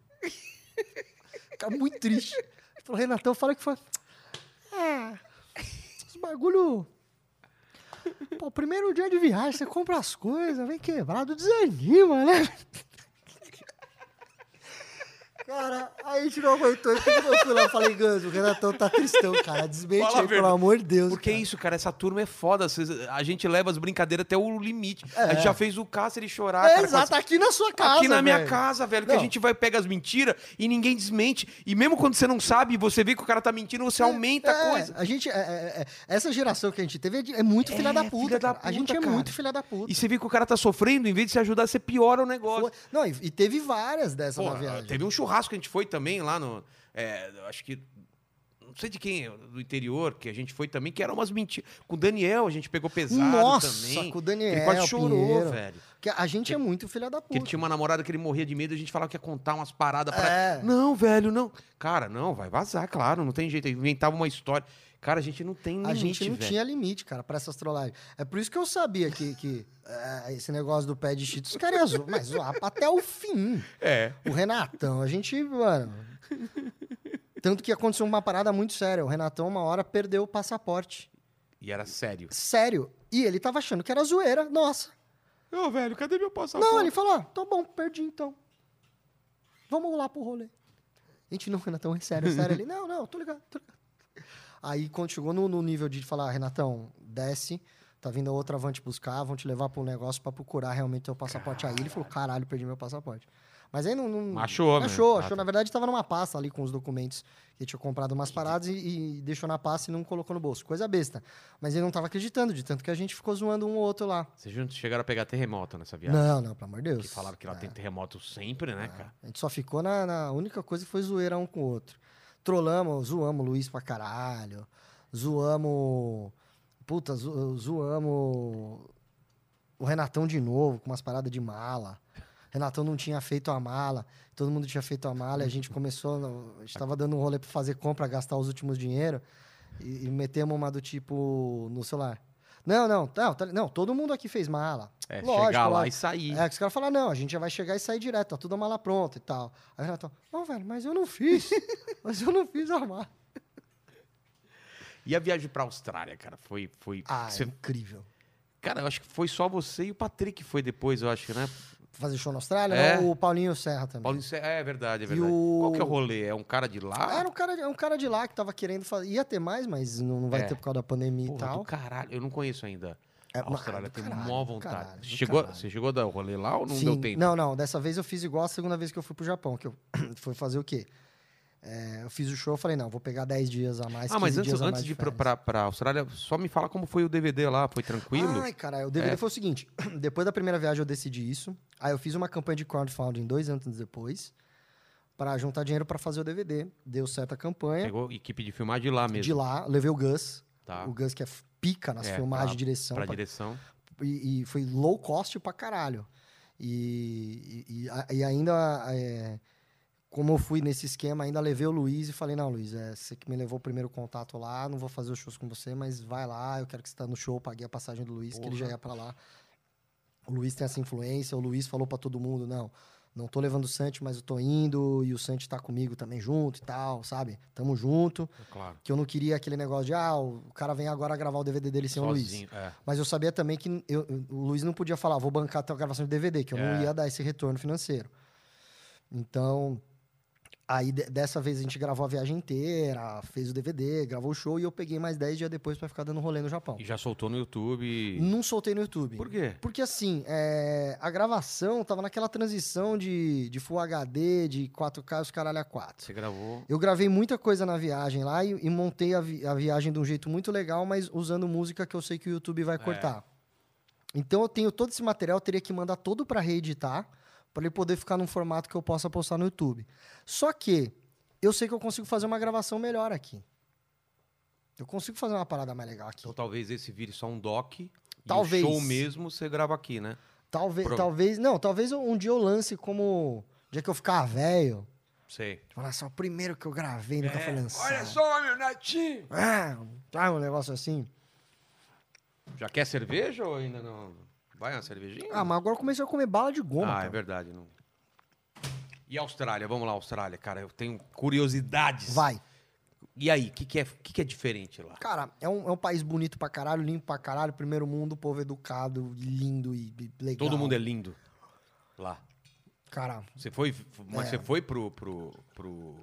S2: Fica muito triste. Ele falou, Renatão, fala que foi. Ah, os bagulho. Pô, primeiro dia de viagem, você compra as coisas, vem quebrado, desanima, né? Cara, aí a gente não aguentou. Eu fui lá e falei, Ganso, o Renatão tá tristão, cara. Desmente
S1: Fala a
S2: aí, pelo
S1: verdade.
S2: amor de Deus.
S1: Porque é isso, cara, essa turma é foda. Vocês- A gente leva as brincadeiras até o limite. A gente já fez o Cássio ele chorar.
S2: É,
S1: cara, com
S2: exato,
S1: essa-
S2: aqui na sua casa.
S1: Aqui na minha
S2: velho.
S1: casa, velho, que
S2: Não.
S1: a gente vai pega as mentiras e ninguém desmente. E mesmo quando você não sabe, você vê que o cara tá mentindo, você aumenta a
S2: É,
S1: coisa.
S2: A gente, é, é, é, essa geração que a gente teve é de- é muito filha da puta.
S1: filha da
S2: cara. a gente
S1: puta,
S2: é
S1: cara.
S2: muito filha da puta.
S1: E você vê que o cara tá sofrendo, em vez de se ajudar, você piora o negócio.
S2: Foi- Não, e, e teve várias dessa
S1: Pô,
S2: na viagem.
S1: teve um churrasco que a gente foi também lá no. é, acho que. Não sei de quem, do interior, que a gente foi também, que eram umas mentiras. Com o Daniel, a gente pegou pesado
S2: Nossa,
S1: também.
S2: com o Daniel.
S1: ele quase chorou,
S2: Pinheiro.
S1: velho.
S2: Que a gente é muito filha da
S1: Que
S2: puta.
S1: ele tinha uma namorada que ele morria de medo, a gente falava que ia contar umas paradas pra
S2: É.
S1: Não, velho, não. Cara, não, vai vazar, claro, não tem jeito. Ele inventava uma história. Cara, a gente não tem limite,
S2: A gente não
S1: velho.
S2: tinha limite, cara, pra essas trollagens. É por isso que eu sabia que, que é, esse negócio do pé de cheetos, os caras iam zoar, mas zoar até o fim.
S1: É.
S2: O Renatão, a gente, mano... Tanto que aconteceu uma parada muito séria. O Renatão, uma hora, perdeu o passaporte.
S1: E era sério.
S2: Sério. E ele tava achando que era zoeira. Nossa.
S1: Ô, velho, cadê meu passaporte?
S2: Não, ele falou, ó, tá bom, perdi então. Vamos lá pro rolê. A gente, não, Renatão, é sério, é sério. Ele, não, não, tô ligado, tô ligado. Aí, quando chegou no, no nível de falar, Renatão, desce, tá vindo a outra van te buscar, vão te levar pro negócio pra procurar realmente teu passaporte. Aí ele falou, caralho, perdi meu passaporte. Mas aí não... não-
S1: Achou, né?
S2: Achou,
S1: Ah,
S2: achou.
S1: tá.
S2: Na verdade, tava numa pasta ali com os documentos que ele tinha comprado umas paradas e, e deixou na pasta e não colocou no bolso. Coisa besta. Mas ele não tava acreditando, de tanto que a gente ficou zoando um ou outro lá.
S1: Vocês juntos chegaram a pegar terremoto nessa viagem.
S2: Não, não, pelo amor de Deus.
S1: Que falava que lá
S2: É.
S1: tem terremoto sempre, né, cara?
S2: A gente só ficou na, na única coisa que foi zoeira um com o outro. Trollamos, zoamos o Luiz pra caralho. Zoamos. Puta, zo- zoamos o Renatão de novo, com umas paradas de mala. Renatão não tinha feito a mala, todo mundo tinha feito a mala, e a gente começou. no- A gente tava dando um rolê pra fazer compra, gastar os últimos dinheiro, e, e metemos uma do tipo no celular. Não, não, não, tá- não, todo mundo aqui fez mala.
S1: É,
S2: Lógico,
S1: chegar lá
S2: lógico.
S1: e sair.
S2: É, que os caras falam, não, a gente já vai chegar e sair direto, tá tudo a mala pronta e tal. Aí o Renatão, não, velho, mas eu não fiz. mas eu não fiz a mala.
S1: E a viagem pra Austrália, cara, foi. foi
S2: Ah,
S1: cê-
S2: incrível.
S1: Cara, eu acho que foi só você e o Patrick que foi depois, eu acho, né?
S2: Fazer show na Austrália,
S1: É.
S2: né? o Paulinho Serra também.
S1: Paulo Ince- É verdade, é verdade.
S2: o-
S1: Qual que é o rolê? É um cara de lá?
S2: Era um cara, de- um cara de lá que tava querendo fazer. Ia ter mais, mas não, não vai
S1: É.
S2: ter por causa da pandemia
S1: Porra,
S2: e tal.
S1: do caralho. Eu não conheço ainda
S2: É,
S1: A Austrália
S2: do
S1: tem
S2: caralho,
S1: mó
S2: do caralho,
S1: vontade.
S2: do
S1: Você chegou,
S2: caralho.
S1: você chegou a dar o rolê lá ou não
S2: Sim.
S1: deu tempo?
S2: Não, não. Dessa vez eu fiz igual a segunda vez que eu fui pro Japão, que eu fui fazer o quê? É, eu fiz o show, eu falei, não, vou pegar 10 dias a mais,
S1: Ah,
S2: 15
S1: mas antes,
S2: dias a mais
S1: antes de ir pra,
S2: férias.
S1: pra, pra Austrália, só me fala como foi o DVD lá. Foi tranquilo? É.
S2: Ai, cara, o DVD foi o seguinte: depois da primeira viagem eu decidi isso. Aí eu fiz uma campanha de crowdfunding dois anos depois pra juntar dinheiro pra fazer o DVD. Deu certa campanha
S1: Pegou equipe de filmagem de lá mesmo.
S2: é. de lá, levei o Gus,
S1: Tá.
S2: o Gus que é f- pica nas
S1: É,
S2: filmagens
S1: pra-
S2: de direção
S1: Pra
S2: pra-
S1: direção.
S2: e, e foi low cost pra caralho. E, e- e a- e ainda é, como eu fui nesse esquema, ainda levei o Luiz e falei, não, Luiz, é, você que me levou o primeiro contato lá, não vou fazer os shows com você, mas vai lá, eu quero que você tá no show, paguei a passagem do Luiz, que ele já ia pra lá. O Luiz tem essa influência, o Luiz falou pra todo mundo, não, não tô levando o Santi, mas eu tô indo, e o Santi tá comigo também junto e tal, sabe? Tamo junto.
S1: é Claro.
S2: Que eu não queria aquele negócio de, ah, o cara vem agora gravar o DVD dele sem o Luiz.
S1: Sozinho. É.
S2: Mas eu sabia também que eu- eu- o Luiz não podia falar, vou bancar até a gravação de DVD, que eu
S1: É.
S2: não ia dar esse retorno financeiro. Então, aí de- dessa vez a gente gravou a viagem inteira, fez o DVD, gravou o show e eu peguei mais 10 dias depois pra ficar dando rolê no Japão.
S1: E já soltou no YouTube.
S2: Não soltei no YouTube.
S1: Por quê?
S2: Porque assim, é, a gravação tava naquela transição de, de Full HD, de 4K e os caralho a 4.
S1: Você gravou.
S2: Eu gravei muita coisa na viagem lá e, e montei a, vi- a viagem de um jeito muito legal, mas usando música que eu sei que o YouTube
S1: É.
S2: vai cortar. Então eu tenho todo esse material, eu teria que mandar todo para reeditar, para ele poder ficar num formato que eu possa postar no YouTube. Só que eu sei que eu consigo fazer uma gravação melhor aqui. Eu consigo fazer uma parada mais legal aqui.
S1: Então talvez esse vire só um doc. e o
S2: Talvez.
S1: show mesmo você grava aqui, né?
S2: Talvez,
S1: Pro-
S2: talvez, não, talvez eu- um dia eu lance como o dia que eu ficar velho.
S1: Sei.
S2: Falar só, o primeiro que eu gravei, nunca foi lançado.
S1: É, só, meu netinho!
S2: Ah, tá, um negócio assim.
S1: Já quer cerveja ou ainda não? Vai uma cervejinha?
S2: Ah, mas agora começou a comer bala de goma.
S1: Ah,
S2: cara.
S1: é verdade. Não... E Austrália? Vamos lá, Austrália, cara. Eu tenho curiosidades.
S2: Vai.
S1: E aí, o que, que, é, que, que é diferente lá?
S2: Cara, é um, é um país bonito pra caralho, limpo pra caralho, primeiro mundo, povo educado, lindo e e legal.
S1: Todo mundo é lindo lá.
S2: Cara,
S1: Você foi, f- mas
S2: É.
S1: você foi pro, pro, pro.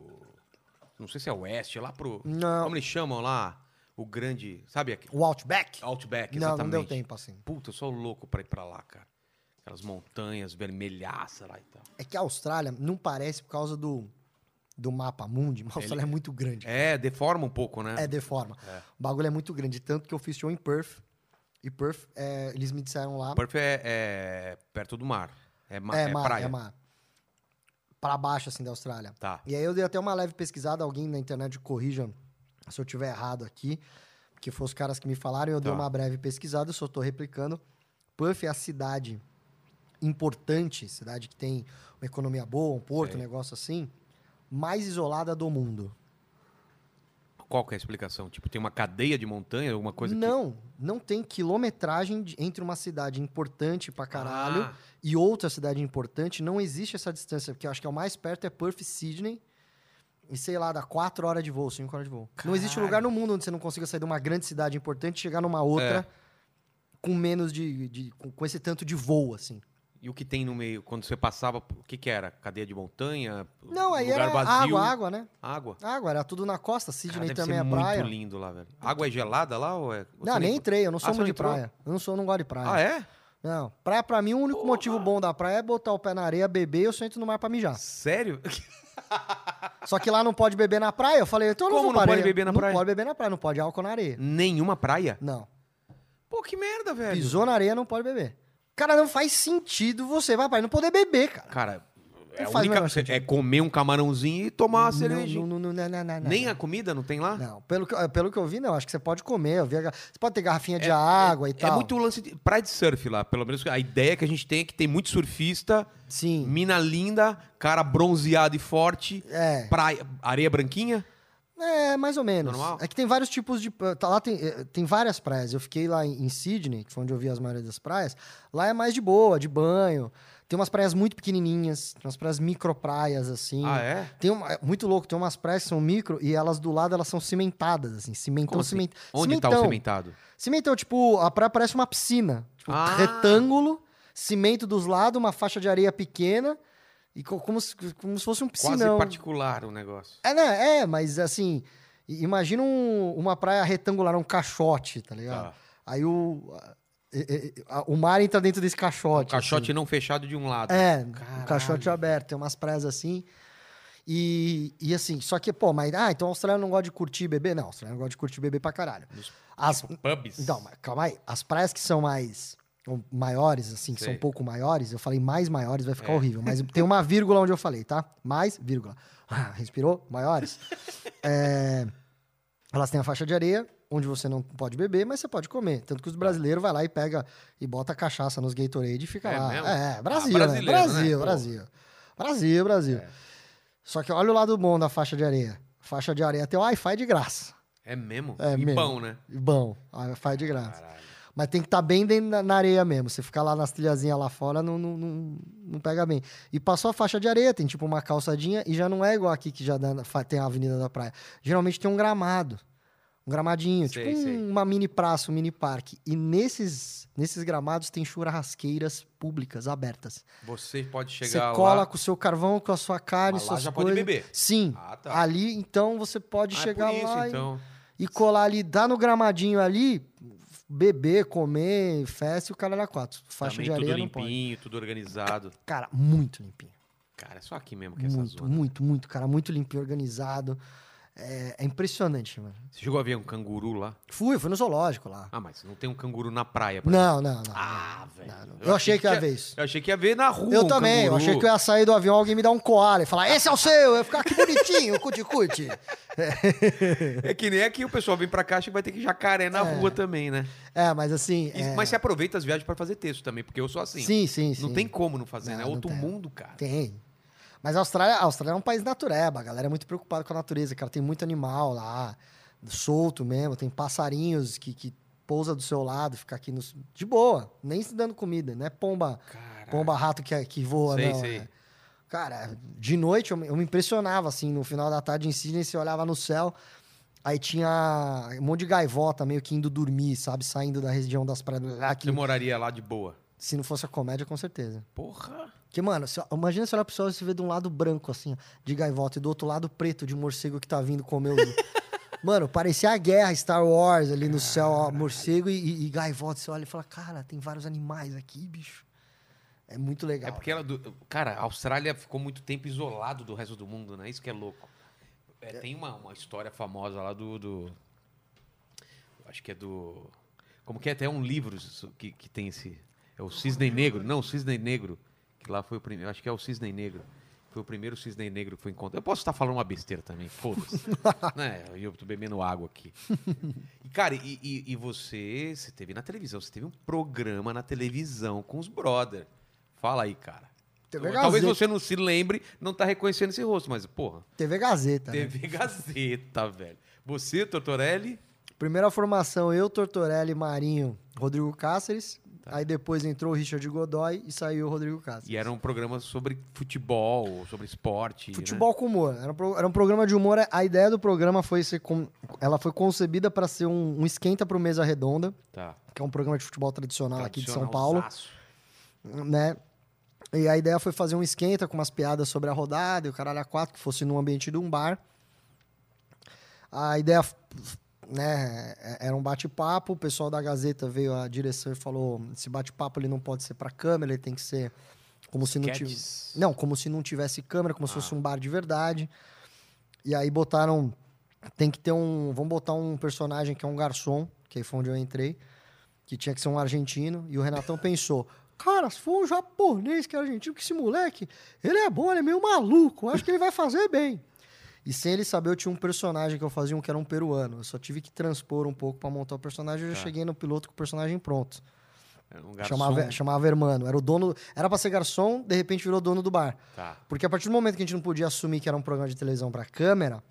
S1: Não sei se é oeste, lá pro.
S2: Não.
S1: Como eles chamam lá? O grande. Sabe? aqui-
S2: o Outback?
S1: Outback,
S2: não,
S1: exatamente.
S2: não deu tempo assim.
S1: Puta, eu sou louco pra ir pra lá, cara. Aquelas montanhas vermelhaças lá e tal.
S2: É que a Austrália não parece por causa do, do mapa mundi, mas a Austrália é muito grande.
S1: É, deforma um pouco, né?
S2: É, deforma. O bagulho é muito grande, tanto que eu fiz show em Perth. E Perth, é, eles me disseram lá.
S1: Perth é, é perto do mar. É, ma- é praia.
S2: é mar. Pra baixo, assim, da Austrália.
S1: Tá.
S2: E aí eu dei até uma leve pesquisada, alguém na internet corrija se eu tiver errado aqui, porque foram os caras que me falaram, eu dei
S1: Tá.
S2: uma breve pesquisada, eu só tô replicando. Perth é a cidade importante, cidade que tem uma economia boa, um porto, um negócio assim, mais isolada do mundo.
S1: Qual que é a explicação? Tipo, tem uma cadeia de montanha, alguma coisa que-
S2: não, não tem quilometragem de- entre uma cidade importante pra caralho
S1: Ah,
S2: e outra cidade importante, não existe essa distância, porque eu acho que é o mais perto é Perth e Sydney. E sei lá, dá 4 horas de voo, 5 horas de voo. Não existe lugar no mundo onde você não consiga sair de uma grande cidade importante e chegar numa
S1: É.
S2: outra com menos de. de- com, com esse tanto de voo, assim.
S1: e o que tem no meio? Quando você passava, o que que era? Cadeia de montanha?
S2: Não, aí
S1: lugar
S2: era
S1: vazio?
S2: água, água, né?
S1: Água.
S2: Água, era tudo na costa,
S1: Cara,
S2: Sydney
S1: deve
S2: também
S1: ser
S2: é praia.
S1: muito lindo lá, velho. A Água é gelada lá ou é...
S2: Não,
S1: Você
S2: nem entrei, eu não sou
S1: Ah, você
S2: muito de
S1: não entrou?
S2: praia. Eu não sou, eu não gosto de praia.
S1: Ah, é?
S2: Não, praia pra mim, o único motivo bom da praia é botar o pé na areia, beber e eu sento no mar pra mijar.
S1: Sério?
S2: Só que lá não pode beber na praia. Eu falei, então eu não
S1: Como
S2: vou pra
S1: não pode
S2: areia.
S1: beber na praia?
S2: Não pode beber na praia, não pode álcool na areia.
S1: Nenhuma praia?
S2: Não.
S1: Pô, que merda, velho.
S2: Pisou na areia, não pode beber. Cara, não faz sentido você vai pra praia e não poder beber, cara.
S1: Cara, é, a
S2: faz o
S1: única,
S2: menor sentido.
S1: é comer um camarãozinho e tomar uma cervejinha.
S2: Não, não, não, não, não, não, não.
S1: Nem a comida não tem lá?
S2: Não, pelo que, eu- é, pelo que eu vi, não. Acho que você pode comer. Eu vi a gar- Você pode ter garrafinha de água e
S1: É
S2: tal.
S1: muito lance de praia de surf lá, pelo menos a ideia que a gente tem é que tem muito surfista,
S2: Sim.
S1: mina linda, cara bronzeado e forte,
S2: É.
S1: praia, areia branquinha.
S2: É, mais ou menos.
S1: Normal?
S2: É que tem vários tipos de. tá, lá tem, eh, tem várias praias. Eu fiquei lá em, em Sydney, que foi onde eu vi as maioria das praias. Lá é mais de boa, de banho. Tem umas praias muito pequenininhas, tem umas praias micro praias, assim.
S1: Ah, é?
S2: Tem uma, é muito louco, tem umas praias que são micro e elas do lado elas são cimentadas, assim. Cimentão,
S1: Como assim?
S2: ciment...
S1: Onde
S2: cimentão.
S1: tá o cimentado?
S2: Cimentão, tipo, a praia parece uma piscina. Tipo,
S1: Ah.
S2: retângulo, cimento dos lados, uma faixa de areia pequena. E co- como se, como se fosse um
S1: Quase
S2: piscinão.
S1: particular o negócio.
S2: É, né? É, mas assim, i- imagina um- uma praia retangular, um caixote, tá ligado?
S1: Tá.
S2: Aí o. a- e- e- a- o mar entra dentro desse caixote.
S1: Um Caixote
S2: assim.
S1: não fechado de um lado.
S2: É, o
S1: Caralho.
S2: caixote aberto, tem umas praias assim. E, e assim, só que, pô, mas. Ah, então a Austrália não gosta de curtir bebê? Não, a Austrália não gosta de curtir bebê pra caralho. As,
S1: Pubs.
S2: Não, mas calma aí. As praias que são mais ou maiores, assim, que são um
S1: Sei. É.
S2: pouco maiores, eu falei mais maiores, vai ficar horrível. Mas tem uma vírgula onde eu falei, tá? Mais, vírgula. Ah, Respirou? Maiores. É, elas têm a faixa de areia, onde você não pode beber, mas você pode comer. Tanto
S1: Tá.
S2: que os brasileiros vai lá e pega e bota cachaça nos Gatorade e fica
S1: É
S2: lá.
S1: mesmo?
S2: É, Brasil,
S1: Ah, brasileiro,
S2: né?
S1: né?
S2: Brasil,
S1: Pô. É.
S2: Brasil. Brasil, Brasil. Só que olha o lado bom da faixa de areia. Faixa de areia tem Wi-Fi de graça.
S1: É mesmo?
S2: É
S1: e
S2: mesmo.
S1: pão, né?
S2: Bom, Wi-Fi de graça.
S1: Caralho.
S2: Mas tem que estar bem dentro da- na areia mesmo. Você ficar lá nas trilhazinhas lá fora, não, não, não, não pega bem. E passou a faixa de areia, tem tipo uma calçadinha, e já não é igual aqui que já dá na- fa- tem a avenida da praia. Geralmente tem um gramado. Um gramadinho,
S1: Sei,
S2: tipo um-
S1: sei.
S2: uma mini praça, um mini parque. E nesses, nesses gramados tem churrasqueiras públicas abertas.
S1: Você pode
S2: Você
S1: chegar
S2: cola
S1: lá.
S2: com o seu carvão, com a sua carne,
S1: Mas lá
S2: suas
S1: já pode
S2: coisas.
S1: beber.
S2: Sim.
S1: Ah, tá.
S2: Ali, então, você pode
S1: Ah, é
S2: chegar
S1: por isso,
S2: lá e
S1: então.
S2: e colar ali, dar no gramadinho ali, beber, comer, festa e o cara era quatro. Faixa
S1: Também
S2: de areia
S1: tudo
S2: não pode.
S1: limpinho, tudo organizado.
S2: Cara, muito limpinho.
S1: Cara, é só aqui mesmo que é essa
S2: Muito,
S1: zona.
S2: muito, muito, cara. Muito limpinho, organizado. É, é impressionante, mano.
S1: Você chegou a ver um canguru lá?
S2: Fui, fui no zoológico lá.
S1: Ah, mas não tem um canguru na praia, por exemplo.
S2: Não, não, não.
S1: Ah, velho.
S2: não, não. Eu achei que ia ver isso.
S1: Eu achei que ia ver na rua.
S2: eu
S1: um
S2: também, eu
S1: canguru.
S2: achei que eu ia sair do avião, alguém me dar um koala e falar, esse é o seu, eu ia ficar que bonitinho, cuti-cuti.
S1: É que nem aqui o pessoal vem pra cá acha que vai ter que jacaré na rua também, né?
S2: É, mas assim...
S1: E-
S2: é,
S1: Mas você aproveita as viagens pra fazer texto também, porque eu sou assim.
S2: sim, sim, sim.
S1: Não tem como não fazer,
S2: Não,
S1: né? É
S2: não
S1: outro
S2: tem.
S1: mundo, cara.
S2: Tem. Mas a Austrália, a Austrália é um país natureba, a galera é muito preocupada com a natureza, cara. Tem muito animal lá, solto mesmo, tem passarinhos que, que pousa do seu lado, fica aqui nos- de boa, nem se dando comida, não é pomba,
S1: Caralho.
S2: pomba rato que, é, que voa,
S1: Sei,
S2: não.
S1: sei.
S2: é. Cara, de noite eu, me- eu me impressionava, assim, no final da tarde em Sydney, você olhava no céu, aí tinha um monte de gaivota meio que indo dormir, sabe? Saindo da região das praias. lá, que
S1: Você moraria lá de boa.
S2: se não fosse a comédia, com certeza.
S1: Porra.
S2: Porque, mano, você- imagina você olhar pro céu e você vê de um lado branco, assim, ó, de gaivota, e do outro lado preto de morcego que tá vindo comer o. mano, parecia a guerra Star Wars ali no céu, ó, morcego e, e- e gaivota. Você olha e fala, cara, tem vários animais aqui, bicho. É muito legal.
S1: É porque ela. do- Cara, a Austrália ficou muito tempo isolado do resto do mundo, né? Isso que é louco. É, tem uma, uma história famosa lá do, do- Acho que é do. Como que é? Até um livro isso- que, que tem esse. É o Cisne Negro. Não, o Cisne Negro. Que lá foi o primeiro. Acho que é o Cisne Negro. Foi o primeiro cisne negro que foi encontrado. Eu posso estar falando uma besteira também, foda-se. né? Eu tô bebendo água aqui. E, cara, e, e- e você, você teve na televisão, você teve um programa na televisão com os brother. Fala aí, cara.
S2: TV
S1: Talvez
S2: Gazeta.
S1: você não se lembre, não tá reconhecendo esse rosto, mas, porra,
S2: TV Gazeta. né?
S1: TV Gazeta, velho. Você, Tortorelli,
S2: Primeira formação, eu, Tortorelli, Marinho, Rodrigo Cáceres. Aí depois entrou o Richard Godoy e saiu o Rodrigo Cáceres.
S1: Tá. e era um programa sobre futebol, sobre esporte. né?
S2: Futebol com humor. Era um, pro- era um programa de humor. A ideia do programa foi ser. com- ela foi concebida para ser um, um esquenta para o Mesa Redonda,
S1: Tá.
S2: que é um programa de futebol tradicional aqui de São Paulo,
S1: Tradicionalzaço.
S2: né? E a ideia foi fazer um esquenta com umas piadas sobre a rodada e o caralho a quatro, que fosse num ambiente de um bar. A ideia, né, é- era um bate-papo. O pessoal da Gazeta veio à direção e falou: esse bate-papo ele não pode ser para câmera, ele tem que ser como se não tivesse.
S1: Sketches.
S2: Não, como se não tivesse câmera, como se fosse um bar de verdade. E aí botaram. Tem que ter um. Vamos botar um personagem que é um garçom, que aí foi onde eu entrei, que tinha que ser um argentino. E o Renatão pensou. Cara, se for um japonês que é argentino, que esse moleque, ele é bom, ele é meio maluco, acho que ele vai fazer bem. E sem ele saber, eu tinha um personagem que eu fazia, um que era um peruano. Eu só tive que transpor um pouco pra montar o personagem, eu já cheguei no piloto com o personagem pronto.
S1: Era um garçom.
S2: Chamava, chamava Hermano. Era o dono. Era pra ser garçom, de repente virou dono do bar.
S1: Tá.
S2: Porque a partir do momento que a gente não podia assumir que era um programa de televisão pra câmera,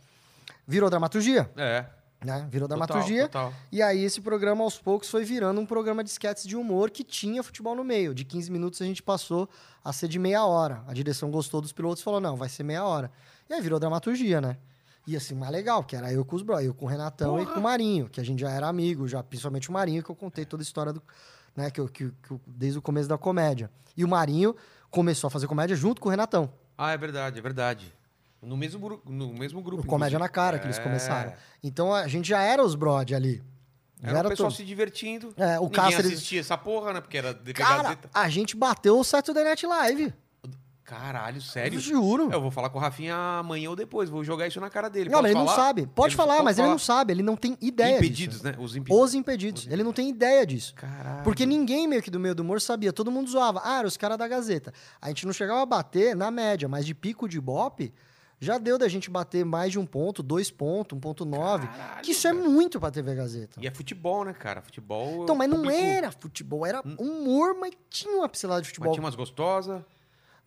S2: virou dramaturgia,
S1: É.
S2: né? Virou
S1: total,
S2: dramaturgia.
S1: Total,
S2: E aí esse programa aos poucos foi virando um programa de sketches de humor que tinha futebol no meio. De 15 minutos a gente passou a ser de meia hora. A direção gostou dos pilotos e falou: "Não, vai ser meia hora". E aí virou dramaturgia, né? E assim, mais legal, que era eu com os bro, eu com o Renatão e com o Marinho, que a gente já era amigo, já principalmente o Marinho, que eu contei toda a história do, né, que eu, que, eu- que eu- desde o começo da comédia. E o Marinho começou a fazer comédia junto com o Renatão.
S1: Ah, é verdade, é verdade. No mesmo, gru- no mesmo grupo.
S2: O Comédia
S1: inclusive.
S2: na Cara que eles
S1: É.
S2: começaram. Então a gente já era os brod ali. Já
S1: Era o
S2: era
S1: pessoal assim,
S2: tudo.
S1: se divertindo.
S2: É, o
S1: Ninguém
S2: Cáceres-
S1: assistia essa porra, né? Porque era de
S2: Cara,
S1: Gazeta.
S2: a gente bateu o Saturday Night Live.
S1: Caralho,
S2: Eu
S1: sério?
S2: juro.
S1: Eu vou falar com o Rafinha amanhã ou depois, vou jogar isso na cara dele.
S2: não,
S1: Posso
S2: mas ele não
S1: falar?
S2: sabe. Pode
S1: Ele-
S2: falar,
S1: posso
S2: mas ele não sabe. Ele não tem ideia
S1: Impedidos,
S2: disso.
S1: né? Os impedidos.
S2: Os impedidos. Ele não tem ideia disso.
S1: Caralho.
S2: Porque ninguém meio que do meio do humor sabia. Todo mundo zoava. Ah, era os caras da Gazeta. A gente não chegava a bater na média, mas de pico de bope, já deu da gente bater mais de um ponto, dois pontos, um ponto nove.
S1: Caralho,
S2: Que isso é
S1: velho.
S2: muito pra TV Gazeta.
S1: E é futebol, né, cara? Futebol.
S2: Então, mas não
S1: público-
S2: era futebol, era humor, mas tinha uma pincelada de
S1: Tipo, Hum. Mas
S2: futebol.
S1: tinha umas gostosas.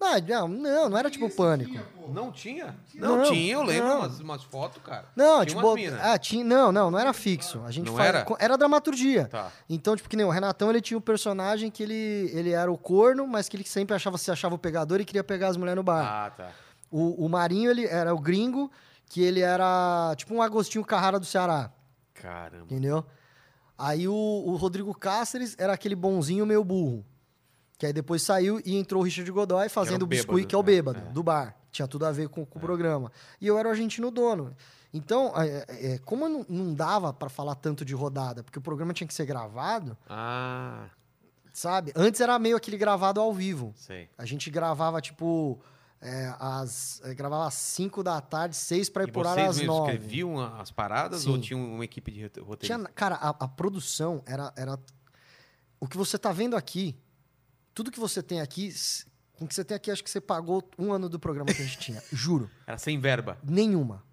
S2: Ah, Não, não, não era tipo pânico.
S1: Não tinha? Não, tinha, eu lembro
S2: não.
S1: umas, umas fotos, cara.
S2: Não,
S1: tinha
S2: tipo,
S1: umas mina.
S2: ah, tinha, não, não, não era fixo. A gente
S1: Não
S2: faz-
S1: era?
S2: co- era dramaturgia.
S1: Tá.
S2: Então, tipo, que nem o Renatão, ele tinha um personagem que ele, ele era o corno, mas que ele sempre achava se achava o pegador e queria pegar as mulheres no bar.
S1: Ah, tá.
S2: O, o Marinho, ele era o gringo, que ele era tipo um Agostinho Carrara do Ceará,
S1: Caramba.
S2: entendeu? Aí o, o Rodrigo Cáceres era aquele bonzinho meio burro. Que aí depois saiu e entrou o Richard Godoy fazendo
S1: Era
S2: o
S1: o
S2: biscuit,
S1: bêbado,
S2: que é o
S1: né?
S2: bêbado,
S1: É.
S2: do bar. Tinha tudo a ver com, com o programa. E eu era o argentino dono. Então, é, é, como eu não, não dava pra falar tanto de rodada, porque o programa tinha que ser gravado,
S1: Ah,
S2: sabe? Antes era meio aquele gravado ao vivo.
S1: sei.
S2: A gente gravava, tipo, é, às, é, gravava às 5 da tarde, 6 pra ir
S1: e
S2: por ar
S1: vocês
S2: às
S1: mesmos
S2: 9.
S1: escreviam a- as paradas ou
S2: Sim.
S1: tinha uma equipe de rote-
S2: Tinha,
S1: roteirista?
S2: cara, a, a produção era, era. O que você tá vendo aqui, tudo que você tem aqui, s- com o que você tem aqui, acho que você pagou um ano do programa que a gente tinha. Juro.
S1: Era sem verba.
S2: Nenhuma.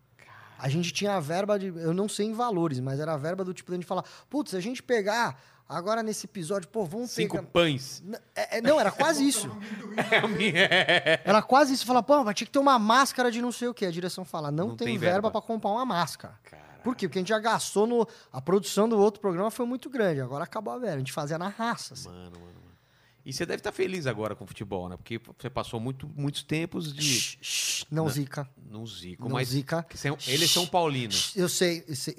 S2: A gente tinha a verba de. Eu não sei em valores, mas era a verba do tipo de gente falar: putz, se a gente pegar agora nesse episódio, pô, vamos
S1: Cinco
S2: pegar.
S1: pães.
S2: N- é- é- não, era quase isso.
S1: É a minha.
S2: Era quase isso. Fala, pô, mas tinha que ter uma máscara de não sei o quê. A direção fala, não, tem, verba pra comprar uma máscara.
S1: Cara,
S2: Por quê? Porque a gente já gastou no... A produção do outro programa foi muito grande. Agora acabou a verba. A gente fazia na raça. assim.
S1: mano, mano, mano. E você deve estar feliz agora com o futebol, né? Porque você passou muito, muitos tempos de.
S2: Shh, shh, não, zica.
S1: No Zico,
S2: Não
S1: mas.
S2: zica.
S1: que são- ele é São Paulino.
S2: Shh, eu sei. Eu sei.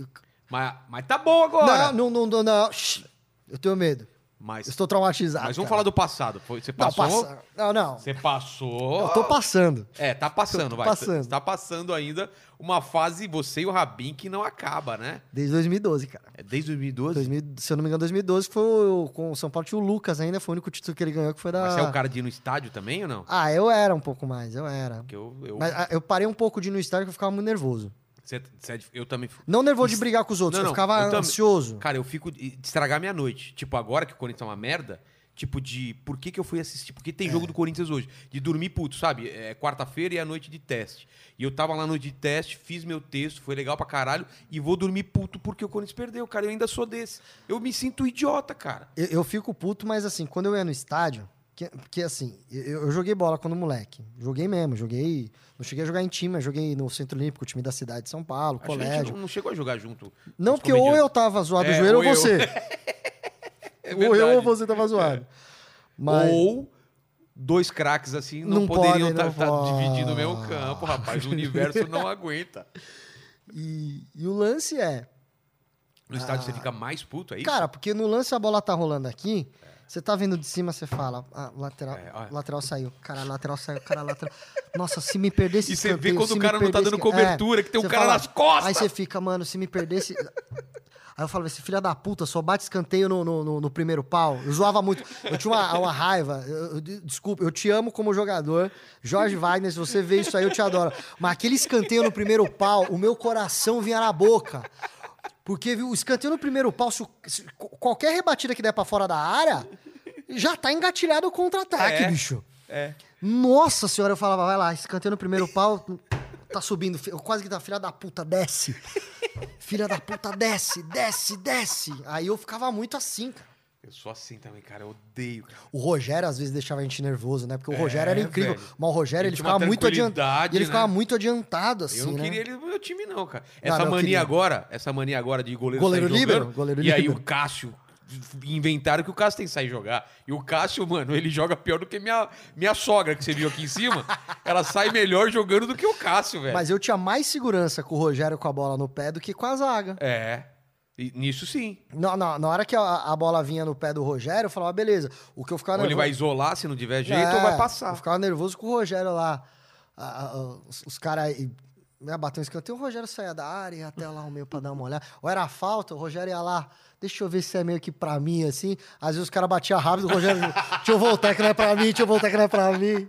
S1: Mas, mas tá bom agora.
S2: Não, não, não, não. não. Shh, eu tenho medo.
S1: Mas,
S2: Eu estou traumatizado.
S1: mas vamos
S2: cara.
S1: falar do passado. Foi- Você
S2: Não,
S1: passou.
S2: passa... não, não.
S1: Você passou.
S2: Eu tô passando.
S1: É, tá passando,
S2: Tô- tô
S1: vai.
S2: passando.
S1: Tá passando ainda uma fase, você e o Rabin, que não acaba, né?
S2: Desde 2012, cara.
S1: É desde 2012.
S2: 2000, se eu não me engano, 2012 foi o, com o São Paulo. Tinha o Lucas ainda. Foi o único título que ele ganhou, que foi da...
S1: Mas você é o cara de ir no estádio também ou não?
S2: Ah, eu era um pouco mais, eu era.
S1: Porque eu, eu,
S2: Mas ah, eu parei um pouco de ir no estádio que eu ficava muito nervoso.
S1: você- você é de- eu também. fico-
S2: Não nervoso de brigar com os outros,
S1: Não,
S2: eu
S1: não,
S2: ficava
S1: eu também.
S2: ansioso.
S1: Cara, eu fico de de estragar minha noite. Tipo, agora que o Corinthians é uma merda, tipo, de por que, que eu fui assistir? Porque
S2: É.
S1: tem jogo do Corinthians hoje. De dormir puto, sabe? É quarta-feira e é a noite de teste. E eu tava lá na noite de teste, fiz meu texto, foi legal pra caralho, e vou dormir puto porque o Corinthians perdeu, cara. Eu ainda sou desse. Eu me sinto idiota, cara.
S2: Eu, eu fico puto, mas assim, quando eu ia no estádio, que- porque assim, eu, eu joguei bola quando moleque. Joguei mesmo, joguei. Não cheguei a jogar em time, mas joguei no Centro Olímpico, time da cidade de São Paulo,
S1: Acho que A gente
S2: colégio.
S1: não- não chegou a jogar junto.
S2: Não,
S1: os
S2: porque ou
S1: comediantes.
S2: eu tava zoado
S1: É,
S2: do joelho ou
S1: ou eu.
S2: você.
S1: É
S2: ou eu ou
S1: verdade. É.
S2: você tava zoado. Mas.
S1: Ou dois craques assim não,
S2: Não
S1: poderiam
S2: podem,
S1: estar
S2: não pode.
S1: dividindo o meu campo, rapaz. O universo não aguenta.
S2: E, e o lance é.
S1: No estádio você fica mais puto é aí?
S2: Ah. Cara, porque no lance a bola tá rolando aqui, você tá vendo de cima, você fala, ah, lateral,
S1: É, olha.
S2: lateral saiu, cara, lateral saiu, cara, lateral. Nossa, se me perdesse
S1: E
S2: esse
S1: você vê
S2: escanteio,
S1: quando
S2: se
S1: o
S2: me
S1: cara não tá
S2: perdesse- É,
S1: dando cobertura, que tem um
S2: você
S1: cara nas costas.
S2: Aí você fica, mano, se me perdesse. Aí eu falo, esse filho da puta só bate escanteio no, no, no- no primeiro pau. Eu zoava muito. Eu tinha uma, uma raiva. Eu- eu- de- desculpa, eu te amo como jogador. Jorge Wagner, se você vê isso aí, eu te adoro. Mas aquele escanteio no primeiro pau, o meu coração vinha na boca. Porque viu, o escanteio no primeiro pau, se, o- se qu- qualquer rebatida que der pra fora da área, já tá engatilhado o contra-ataque,
S1: É.
S2: bicho.
S1: É.
S2: Nossa senhora, eu falava, vai lá, escanteio no primeiro pau, tá subindo, fi- quase que tá, filha da puta, desce. Filha da puta, desce, desce, desce. Aí eu ficava muito assim, cara.
S1: Eu sou assim também, cara. Eu odeio. cara.
S2: O Rogério às vezes deixava a gente nervoso, né? Porque o Rogério era
S1: É,
S2: incrível.
S1: velho.
S2: Mas o Rogério,
S1: Ele
S2: ele
S1: tinha uma
S2: ficava muito adiantado.
S1: tranquilidade,
S2: Ele
S1: né?
S2: ficava muito adiantado, assim,
S1: eu não
S2: né?
S1: queria ele no meu time, não, cara. Essa
S2: não, eu
S1: mania
S2: queria.
S1: agora, essa mania agora de goleiro
S2: Goleiro
S1: sair
S2: líbero,
S1: jogando,
S2: goleiro
S1: e aí
S2: líbero.
S1: o Cássio inventaram que o Cássio tem que sair jogar. E o Cássio, mano, ele joga pior do que minha, minha sogra que você viu aqui em cima. ela sai melhor jogando do que o Cássio, velho.
S2: Mas eu tinha mais segurança com o Rogério com a bola no pé do que com a zaga.
S1: É. E nisso sim.
S2: Na, na, na hora que a, a bola vinha no pé do Rogério, eu falava, beleza. O que eu ficava
S1: Ou ele
S2: nervoso.
S1: vai isolar se não tiver jeito,
S2: É,
S1: ou vai
S2: Eu
S1: passar.
S2: ficava nervoso com o Rogério lá. Ah, ah, ah, os os caras né, bateu um escanteio, o Rogério saía da área, ia até lá o meio pra dar uma olhada. Ou era falta, o Rogério ia lá, deixa eu ver se é meio que pra mim, assim. Às vezes os caras batiam rápido, o Rogério, deixa eu voltar que não é pra mim, deixa eu voltar que não é pra mim.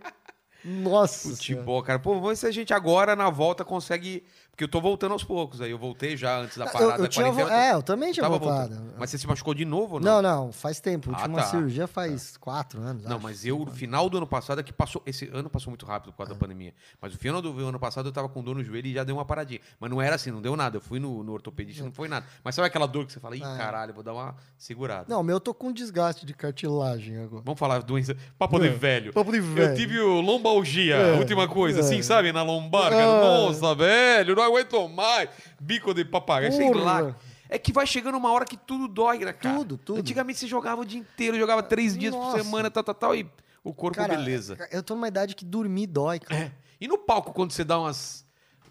S2: Nossa Senhora.
S1: Futebol, cara. Pô, vamos ver se a gente agora na volta consegue. Porque eu tô voltando aos poucos aí. Eu voltei já antes da
S2: Eu-
S1: parada
S2: eu
S1: da
S2: tinha vo-
S1: quarentena.
S2: é, eu também tinha
S1: Tava
S2: voltado.
S1: voltando. Mas você se machucou de novo ou não?
S2: Não, não, faz tempo. A
S1: Ah,
S2: última
S1: tá.
S2: cirurgia faz quatro anos.
S1: Não,
S2: acho.
S1: mas eu, no final do ano passado, é que passou. Esse ano passou muito rápido por causa
S2: É.
S1: da pandemia. Mas o final do ano passado eu tava com dor no joelho e já deu uma paradinha. Mas não era assim, não deu nada. Eu fui no, no ortopedista, não foi nada. Mas sabe aquela dor que você fala, ih,
S2: É.
S1: caralho, vou dar uma segurada.
S2: Não, o meu eu tô com desgaste de cartilagem agora.
S1: Vamos falar doença. Papo de velho.
S2: É. Papo de
S1: Eu
S2: velho.
S1: tive o lombalgia,
S2: É,
S1: última coisa, assim,
S2: é.
S1: sabe? Na lombar, cara.
S2: É.
S1: Nossa, velho, não aguento mais. Bico de papagaio, sei
S2: Porra.
S1: lá. É que vai chegando uma hora que tudo dói, né, cara?
S2: Tudo, tudo.
S1: Antigamente você jogava o dia inteiro, jogava três dias por
S2: Nossa.
S1: semana, tal, tal, tal, e o corpo, beleza. É.
S2: Eu tô numa idade que dormir dói, cara.
S1: E no palco, quando você dá umas,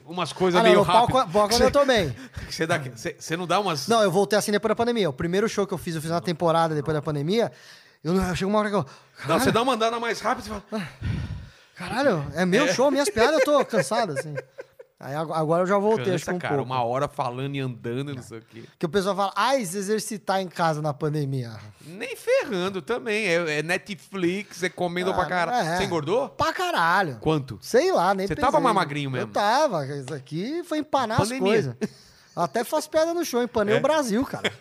S1: umas
S2: Ah,
S1: coisas
S2: não,
S1: meio
S2: no palco,
S1: rápidas.
S2: palco eu tô bem.
S1: Você, dá, você, você não dá umas.
S2: Não, eu voltei assim depois da pandemia. O primeiro show que eu fiz, eu fiz na temporada depois da pandemia. Eu não, chegou uma hora que eu.
S1: Não,
S2: Caralho,
S1: você dá uma andada mais rápida e fala.
S2: caralho, é meu show, minhas piadas, eu tô cansado, assim. Aí ag- agora eu já voltei, acho que
S1: Cansa,
S2: um
S1: cara,
S2: pouco.
S1: uma hora falando e andando, e não sei o quê.
S2: Que o pessoal fala, ai, se exercitar em casa na pandemia.
S1: Nem ferrando também. É, é Netflix, é comendo
S2: Ah,
S1: pra caralho.
S2: é.
S1: Você engordou?
S2: Pra caralho.
S1: Quanto?
S2: Sei lá, nem
S1: Você
S2: pesei.
S1: tava mais magrinho mesmo?
S2: Eu tava. Isso aqui foi empanar
S1: Pandemia. É?
S2: as coisas. Até faço piada no show, empanei o Brasil, cara.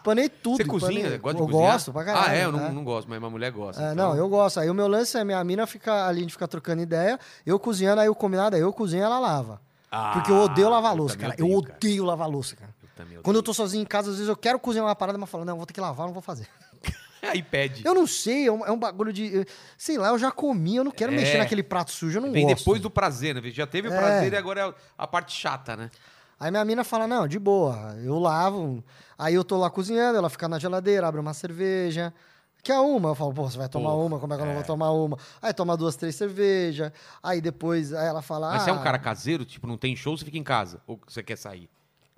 S2: Empanei tudo.
S1: você cozinha?
S2: empanei-
S1: Gosta de
S2: eu
S1: cozinhar?
S2: gosto pra caralho.
S1: Ah, é? Eu
S2: né?
S1: não, não gosto, mas minha mulher gosta.
S2: É,
S1: então.
S2: Não, eu gosto. Aí o meu lance é minha mina fica ali, a gente fica trocando ideia, eu cozinhando, aí o combinado é eu cozinho, ela lava.
S1: Ah,
S2: Porque eu odeio lavar
S1: eu
S2: louça,
S1: também
S2: cara. Eu
S1: odeio,
S2: odeio,
S1: cara.
S2: lavar louça, cara.
S1: também odeio.
S2: Quando eu tô sozinho em casa, às vezes eu quero cozinhar uma parada, mas falo, não, vou ter que lavar, não vou fazer.
S1: Aí pede.
S2: Eu não sei, é um, é um bagulho de. eh, Sei lá, eu já comi, eu não quero
S1: É.
S2: mexer naquele prato sujo, eu não
S1: Vem
S2: gosto.
S1: depois do prazer, né? Já teve o
S2: É.
S1: prazer e agora é a parte chata, né?
S2: Aí minha mina fala, não, de boa, eu lavo. Aí eu tô lá cozinhando, ela fica na geladeira, abre uma cerveja. Quer uma? Eu falo, pô, você vai tomar
S1: Porra,
S2: uma, como é que eu não vou tomar uma? Aí toma duas, três cervejas. Aí depois, aí ela fala.
S1: Mas você é um
S2: "Ah,
S1: cara caseiro, tipo, não tem show, você fica em casa. Ou você quer sair?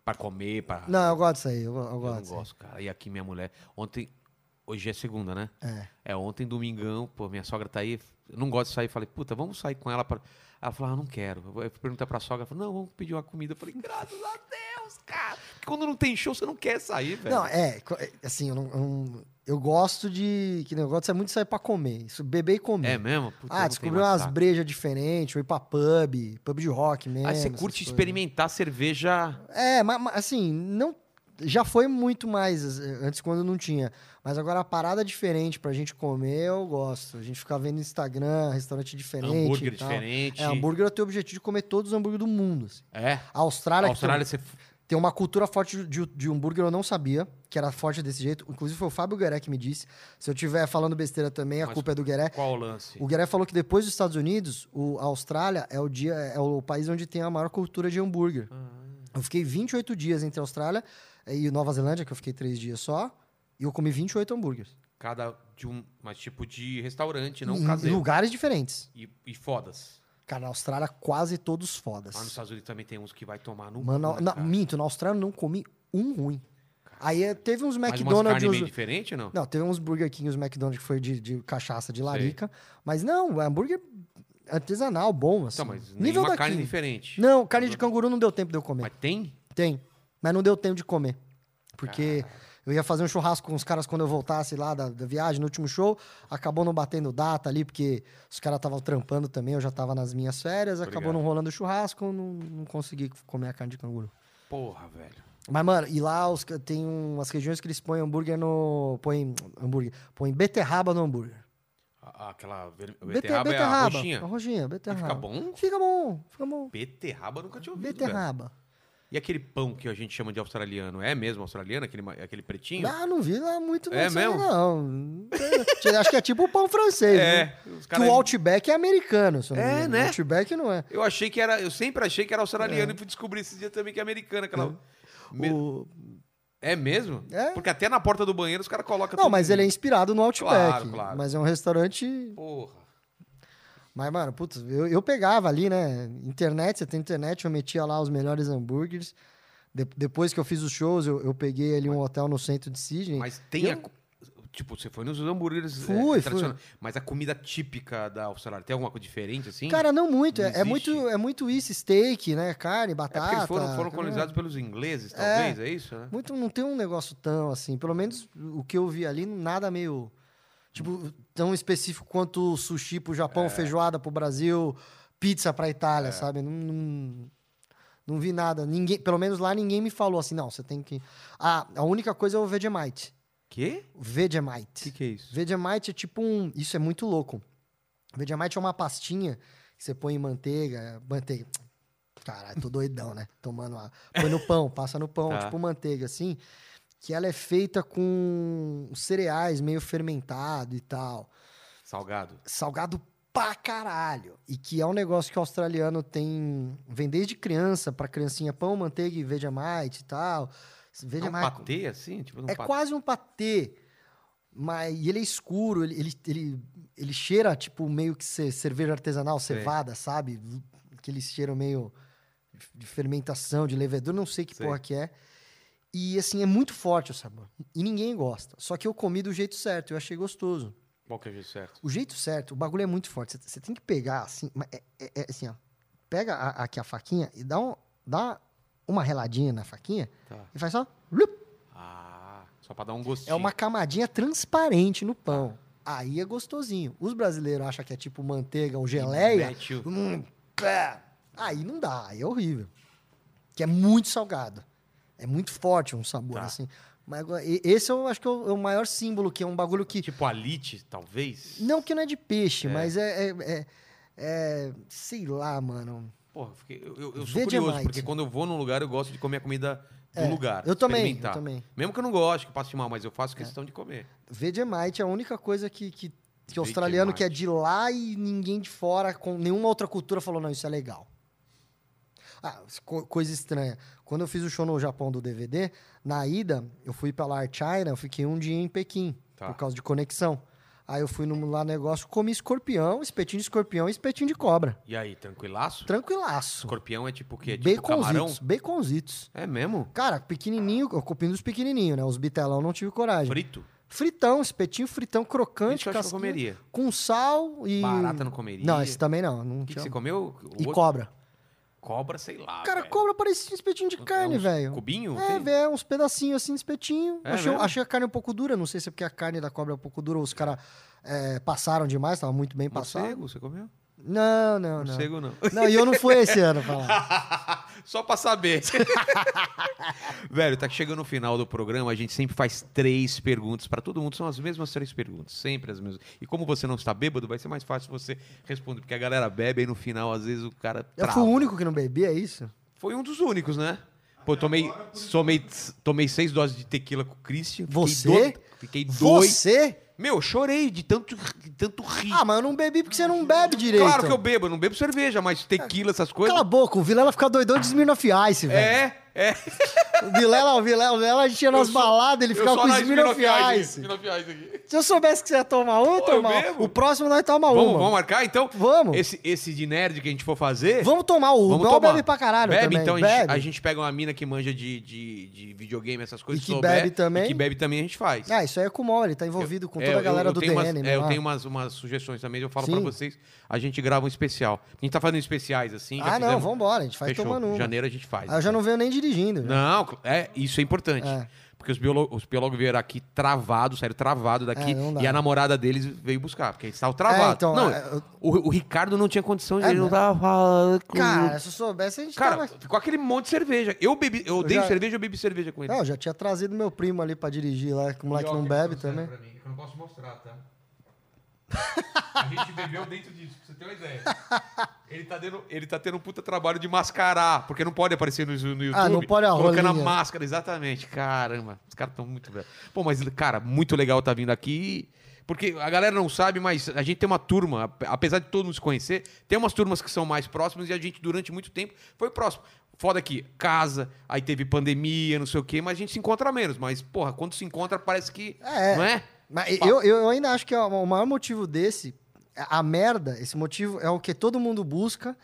S1: Pra comer, pra.
S2: Não, eu gosto disso aí, eu, eu gosto.
S1: Eu não
S2: disso aí.
S1: gosto, cara. E aqui minha mulher. Ontem. Hoje é segunda, né?
S2: É.
S1: ontem, domingão, pô, minha sogra tá aí. Eu não gosto de sair. Falei, puta, vamos sair com ela. Pra... Ela falou, ah, não quero. Eu vou- Eu perguntei pra sogra, ela falou, não, vamos pedir uma comida. Eu falei, graças a Deus, cara. Porque quando não tem show, você não quer sair, velho.
S2: Não, é, co- é, assim, eu, não, eu não- eu gosto de. Que negócio é muito sair pra comer. Isso, beber e comer.
S1: É mesmo? Puta, eu
S2: ah,
S1: não
S2: descobrir
S1: tenho mais
S2: umas
S1: saco.
S2: brejas diferentes, ou ir pra pub, pub de rock mesmo.
S1: Aí você
S2: essas
S1: curte
S2: coisas. né?
S1: experimentar cerveja.
S2: É, mas, mas, assim, não. Já foi muito mais eh, antes quando não tinha. Mas agora a parada é diferente pra gente comer, eu gosto. A gente fica vendo Instagram, restaurante diferente. e
S1: hambúrguer
S2: tal.
S1: diferente.
S2: É, hambúrguer eu tenho o objetivo de comer todos os hambúrguer do mundo. assim.
S1: É.
S2: A Austrália, que tem-
S1: Austrália, você.
S2: Tem uma cultura forte de, de hambúrguer, eu não sabia que era forte desse jeito. Inclusive, foi o Fábio Gueré que me disse. Se eu estiver falando besteira também, a
S1: Mas
S2: culpa é do Gueré.
S1: Qual o lance?
S2: O Gueré falou que depois dos Estados Unidos, o, a Austrália é o, dia, é o país onde tem a maior cultura de hambúrguer.
S1: Ah.
S2: Eu fiquei 28 dias entre a Austrália e Nova Zelândia, que eu fiquei três dias só, e eu comi 28 hambúrgueres.
S1: Cada de um. Mas tipo de restaurante, não
S2: em, em
S1: caseiro.
S2: lugares diferentes.
S1: E, e fodas.
S2: Cara, na Austrália, quase todos
S1: Lá nos
S2: fodas.
S1: Estados Unidos também tem uns que vai tomar no.
S2: Mano,
S1: cu,
S2: na,
S1: né,
S2: na-
S1: cara?
S2: minto, na Austrália eu não comi um ruim. Aí eh, teve uns
S1: Mas umas
S2: McDonald's.
S1: carne
S2: uns-
S1: meio diferente, não?
S2: Não, teve uns Burger King, uns McDonald's que foi de, de cachaça, de larica. Mas não, é hambúrguer artesanal, bom, assim.
S1: Então, mas
S2: Nível
S1: nenhuma
S2: daqui.
S1: carne diferente.
S2: Não, carne de canguru não deu tempo de eu comer.
S1: Uhum. Mas tem?
S2: Tem, mas não deu tempo de comer. Porque eu ia fazer um churrasco com os caras quando eu voltasse lá da, da viagem, no último show. Acabou não batendo data ali, porque os caras estavam trampando também, eu já tava nas minhas férias. Acabou
S1: ligado.
S2: não rolando o churrasco, não, não consegui comer a carne de canguru.
S1: Porra, velho.
S2: Mas, mano, e lá os, ca- tem umas regiões que eles põem hambúrguer no. põem hambúrguer. põem beterraba no hambúrguer.
S1: A- Aquela ver-
S2: Bete-
S1: beterraba, é a roxinha.
S2: A roxinha, beterraba.
S1: Fica bom?
S2: Fica bom, fica bom.
S1: Beterraba eu nunca tinha ouvido, velho.
S2: Beterraba.
S1: E aquele pão que a gente chama de australiano, é mesmo australiano? Aquele, ma- aquele pretinho?
S2: Ah, não vi lá muito
S1: É
S2: isso aí,
S1: mesmo?
S2: não. Acho que é tipo o pão francês, né?
S1: é. Os
S2: Que
S1: cara...
S2: o Outback é americano, se eu não me
S1: É,
S2: engano.
S1: né?
S2: O Outback não é.
S1: Eu achei que era... Eu sempre achei que era australiano e fui descobrir esse dia também que é americano. Aquela... Me-
S2: O-
S1: É mesmo?
S2: É.
S1: Porque até na porta do banheiro os caras colocam...
S2: Não,
S1: tudo.
S2: mas ele é inspirado no Outback.
S1: Claro, claro.
S2: Mas é um restaurante.
S1: Porra.
S2: Mas, mano, putz, eu, eu pegava ali, né? Internet, você tem internet, eu metia lá os melhores hambúrgueres. De- depois que eu fiz os shows, eu, eu peguei ali um hotel no centro de Sydney.
S1: Mas tem a... Tipo, você foi nos hambúrgueres é,
S2: Fui, fui.
S1: tradicionais, mas a comida típica da Austrália tem alguma coisa diferente assim?
S2: Cara, não muito.
S1: Não
S2: É, é muito.
S1: existe.
S2: É muito isso, steak, né? Carne,
S1: é
S2: batata.
S1: porque eles foram, foram
S2: né?
S1: colonizados pelos ingleses, talvez, é, isso, né?
S2: Muito, não tem um negócio tão assim. Pelo menos o que eu vi ali, nada meio. Tipo, tão específico quanto sushi pro Japão, feijoada pro Brasil, pizza pra Itália, sabe? Não, não, não vi nada. Ninguém, pelo menos lá ninguém me falou assim, não, você tem que. Ah, a única coisa é o Vegemite.
S1: Quê?
S2: O Vegemite.
S1: O que, que é isso?
S2: Vegemite é tipo um. Isso é muito louco. Vegemite é uma pastinha que você põe em manteiga. Manteiga. Caralho, tô doidão, né? Tomando a. Põe no pão, passa no pão,
S1: Tá.
S2: tipo manteiga assim. Que ela é feita com cereais meio fermentado e tal.
S1: Salgado.
S2: Salgado pra caralho. E que é um negócio que o australiano tem. Vem desde criança, pra criancinha, pão, manteiga e Vegemite e tal.
S1: É um
S2: Vegemite.
S1: patê, assim? Tipo, um
S2: É
S1: patê.
S2: quase um patê, mas e ele é escuro, ele, ele, ele, ele cheira tipo meio que ce- cerveja artesanal,
S1: Sei.
S2: cevada, sabe? Aquele cheiro meio de fermentação, de levedura, não sei que
S1: Sei.
S2: porra que é. E assim, é muito forte o sabor. E ninguém gosta. Só que eu comi do jeito certo, eu achei gostoso.
S1: Qual que é o jeito certo?
S2: O jeito certo, o bagulho é muito forte. Você- Você tem que pegar assim, mas é, é- é assim, ó. Pega a- aqui a faquinha e dá, um, dá uma reladinha na faquinha
S1: Tá.
S2: e faz só. Blup,
S1: Ah, só pra dar um gostinho.
S2: é uma camadinha transparente no pão. Aí é gostosinho. Os brasileiros acham que é tipo manteiga ou geleia.
S1: Mete o-
S2: Hum, pá. Aí não dá, aí é horrível. Que é muito salgado. É muito forte um sabor,
S1: Tá.
S2: assim. Mas agora, e- esse eu acho que é o é o maior símbolo, que é um bagulho que.
S1: Tipo alite, talvez?
S2: Não que não é de peixe,
S1: É.
S2: mas é. é- é- é- sei lá, mano.
S1: Porra, eu fiquei- eu, eu- eu sou
S2: Vegemite.
S1: curioso, porque quando eu vou num lugar, eu gosto de comer a comida do lugar.
S2: É, Eu também, eu
S1: experimentar.
S2: também.
S1: Mesmo que eu não goste, que eu passe mal, mas eu faço questão de comer.
S2: Vegemite é a única coisa que, que, que o australiano que é de lá e ninguém de fora, com nenhuma outra cultura, falou: não, isso é legal. Ah, co- coisa estranha. Quando eu fiz o show no Japão do DVD, na ida, eu fui pra lá, China, eu fiquei um dia em Pequim,
S1: Tá.
S2: por causa de conexão. Aí eu fui num lá negócio, comi escorpião, espetinho de escorpião e espetinho de cobra.
S1: E aí, tranquilaço?
S2: Tranquilaço.
S1: Escorpião é tipo o quê? Tipo camarão?
S2: Baconzitos, baconzitos.
S1: É mesmo?
S2: Cara, pequenininho, eu copino dos pequenininhos, né? Os bitelão não tive coragem.
S1: Frito?
S2: Fritão, espetinho fritão, crocante,
S1: Isso eu acho que eu
S2: casquinha,
S1: comeria.
S2: com sal e...
S1: Barata não comeria.
S2: Não, esse também não. não
S1: O que, que
S2: tinha-
S1: você comeu? O
S2: E
S1: outro-
S2: cobra.
S1: Cobra, sei lá.
S2: Cara,
S1: velho.
S2: cobra parecia um espetinho de
S1: É
S2: carne,
S1: uns
S2: velho.
S1: Cubinho?
S2: É,
S1: Tem?
S2: velho, uns pedacinhos assim de espetinho.
S1: É
S2: achei,
S1: mesmo?
S2: achei a carne um pouco dura, não sei se é porque a carne da cobra é um pouco dura ou os caras passaram demais, tava muito bem passado.
S1: Morcego, você comeu?
S2: Não, não, não.
S1: Morcego não.
S2: Não, e eu não fui esse ano pra lá.
S1: Só pra saber. Velho, tá chegando o final do programa, a gente sempre faz três perguntas pra todo mundo, são as mesmas três perguntas, sempre as mesmas. E como você não está bêbado, vai ser mais fácil você responder, porque a galera bebe e no final, às vezes, o cara
S2: Eu
S1: trava.
S2: fui o único que não bebi, é isso?
S1: Foi um dos únicos, né? Pô, eu tomei, tomei, tomei seis doses de tequila com o Christian. fiquei
S2: Você?
S1: do- Fiquei dois.
S2: Você?
S1: Meu, eu chorei de tanto, de tanto rir.
S2: Ah, mas eu não bebi porque você não bebe direito.
S1: claro que eu bebo, eu não bebo cerveja, mas tequila, essas coisas...
S2: Cala a boca, o Vilela fica doidão de Smirnoff Ice, velho.
S1: É, é.
S2: O Vilela, o Vilela, o Vilela tinha nas
S1: Eu sou-
S2: baladas, ele
S1: Eu
S2: ficava
S1: só
S2: com
S1: na
S2: Smirnoff
S1: Smirnoff Ice,
S2: Ice.
S1: Smirnoff Ice aqui.
S2: Se eu soubesse que você ia tomar um,
S1: Pô,
S2: tomar
S1: eu
S2: um.
S1: mesmo?
S2: O próximo nós toma
S1: Vamos,
S2: uma.
S1: vamos marcar então?
S2: Vamos.
S1: Esse, esse de nerd que a gente for fazer.
S2: Vamos tomar o. O
S1: vamos
S2: Bel
S1: tomar.
S2: bebe pra caralho
S1: Bebe,
S2: também.
S1: então a gente-
S2: bebe.
S1: A, gente pega uma mina que manja de, de, de videogame, essas coisas.
S2: E
S1: se
S2: que
S1: souber,
S2: bebe também.
S1: E que bebe também a gente faz.
S2: Ah, isso aí é com o Mole, tá envolvido com
S1: É,
S2: toda a galera do né?
S1: tenho umas-
S2: DN.
S1: é, eu
S2: lá.
S1: tenho umas, umas sugestões também, eu falo pra
S2: Sim.
S1: vocês. A gente grava um especial. A gente tá fazendo especiais assim. já
S2: Ah, não,
S1: fizemos.
S2: vambora, a gente vai
S1: Fechou.
S2: tomando uma.
S1: Janeiro a gente faz.
S2: Ah, eu já não venho nem dirigindo. já.
S1: Não, cl- é, isso é importante.
S2: É.
S1: Porque os, biolo- os biólogos vieram aqui travados, saíram travados daqui.
S2: É, não dá.
S1: e a namorada deles veio buscar, porque eles estavam travados.
S2: É, então,
S1: não,
S2: é, eu-
S1: o, o Ricardo não tinha condição,
S2: É
S1: ele não
S2: mesmo?
S1: tava falando com-
S2: Cara, se eu soubesse, a gente
S1: Cara,
S2: tava...
S1: ficou aquele monte de cerveja. Eu bebi, eu,
S2: Eu
S1: dei
S2: já-
S1: cerveja, eu bebi cerveja com ele.
S2: Não, eu já tinha trazido meu primo ali pra dirigir lá, que o moleque não bebe
S1: então,
S2: também.
S1: eu não posso mostrar, tá? A gente bebeu dentro disso, pra você ter uma ideia. Ele tá, dando, ele tá tendo um puta trabalho de mascarar, porque não pode aparecer no, no YouTube.
S2: Ah, não pode a
S1: Colocando a
S2: rolinha.
S1: máscara, exatamente. Caramba, os caras estão muito velhos. Bom, mas, cara, muito legal tá vindo aqui. Porque a galera não sabe, mas a gente tem uma turma, ap- apesar de todo mundo se conhecer, tem umas turmas que são mais próximas e a gente, durante muito tempo, foi próximo. Foda aqui, casa, aí teve pandemia, não sei o quê, mas a gente se encontra menos. Mas, porra, quando se encontra, parece que.
S2: É.
S1: Não é?
S2: Mas eu, eu ainda acho que ó, o maior motivo desse, a a merda, esse motivo é o que todo mundo busca,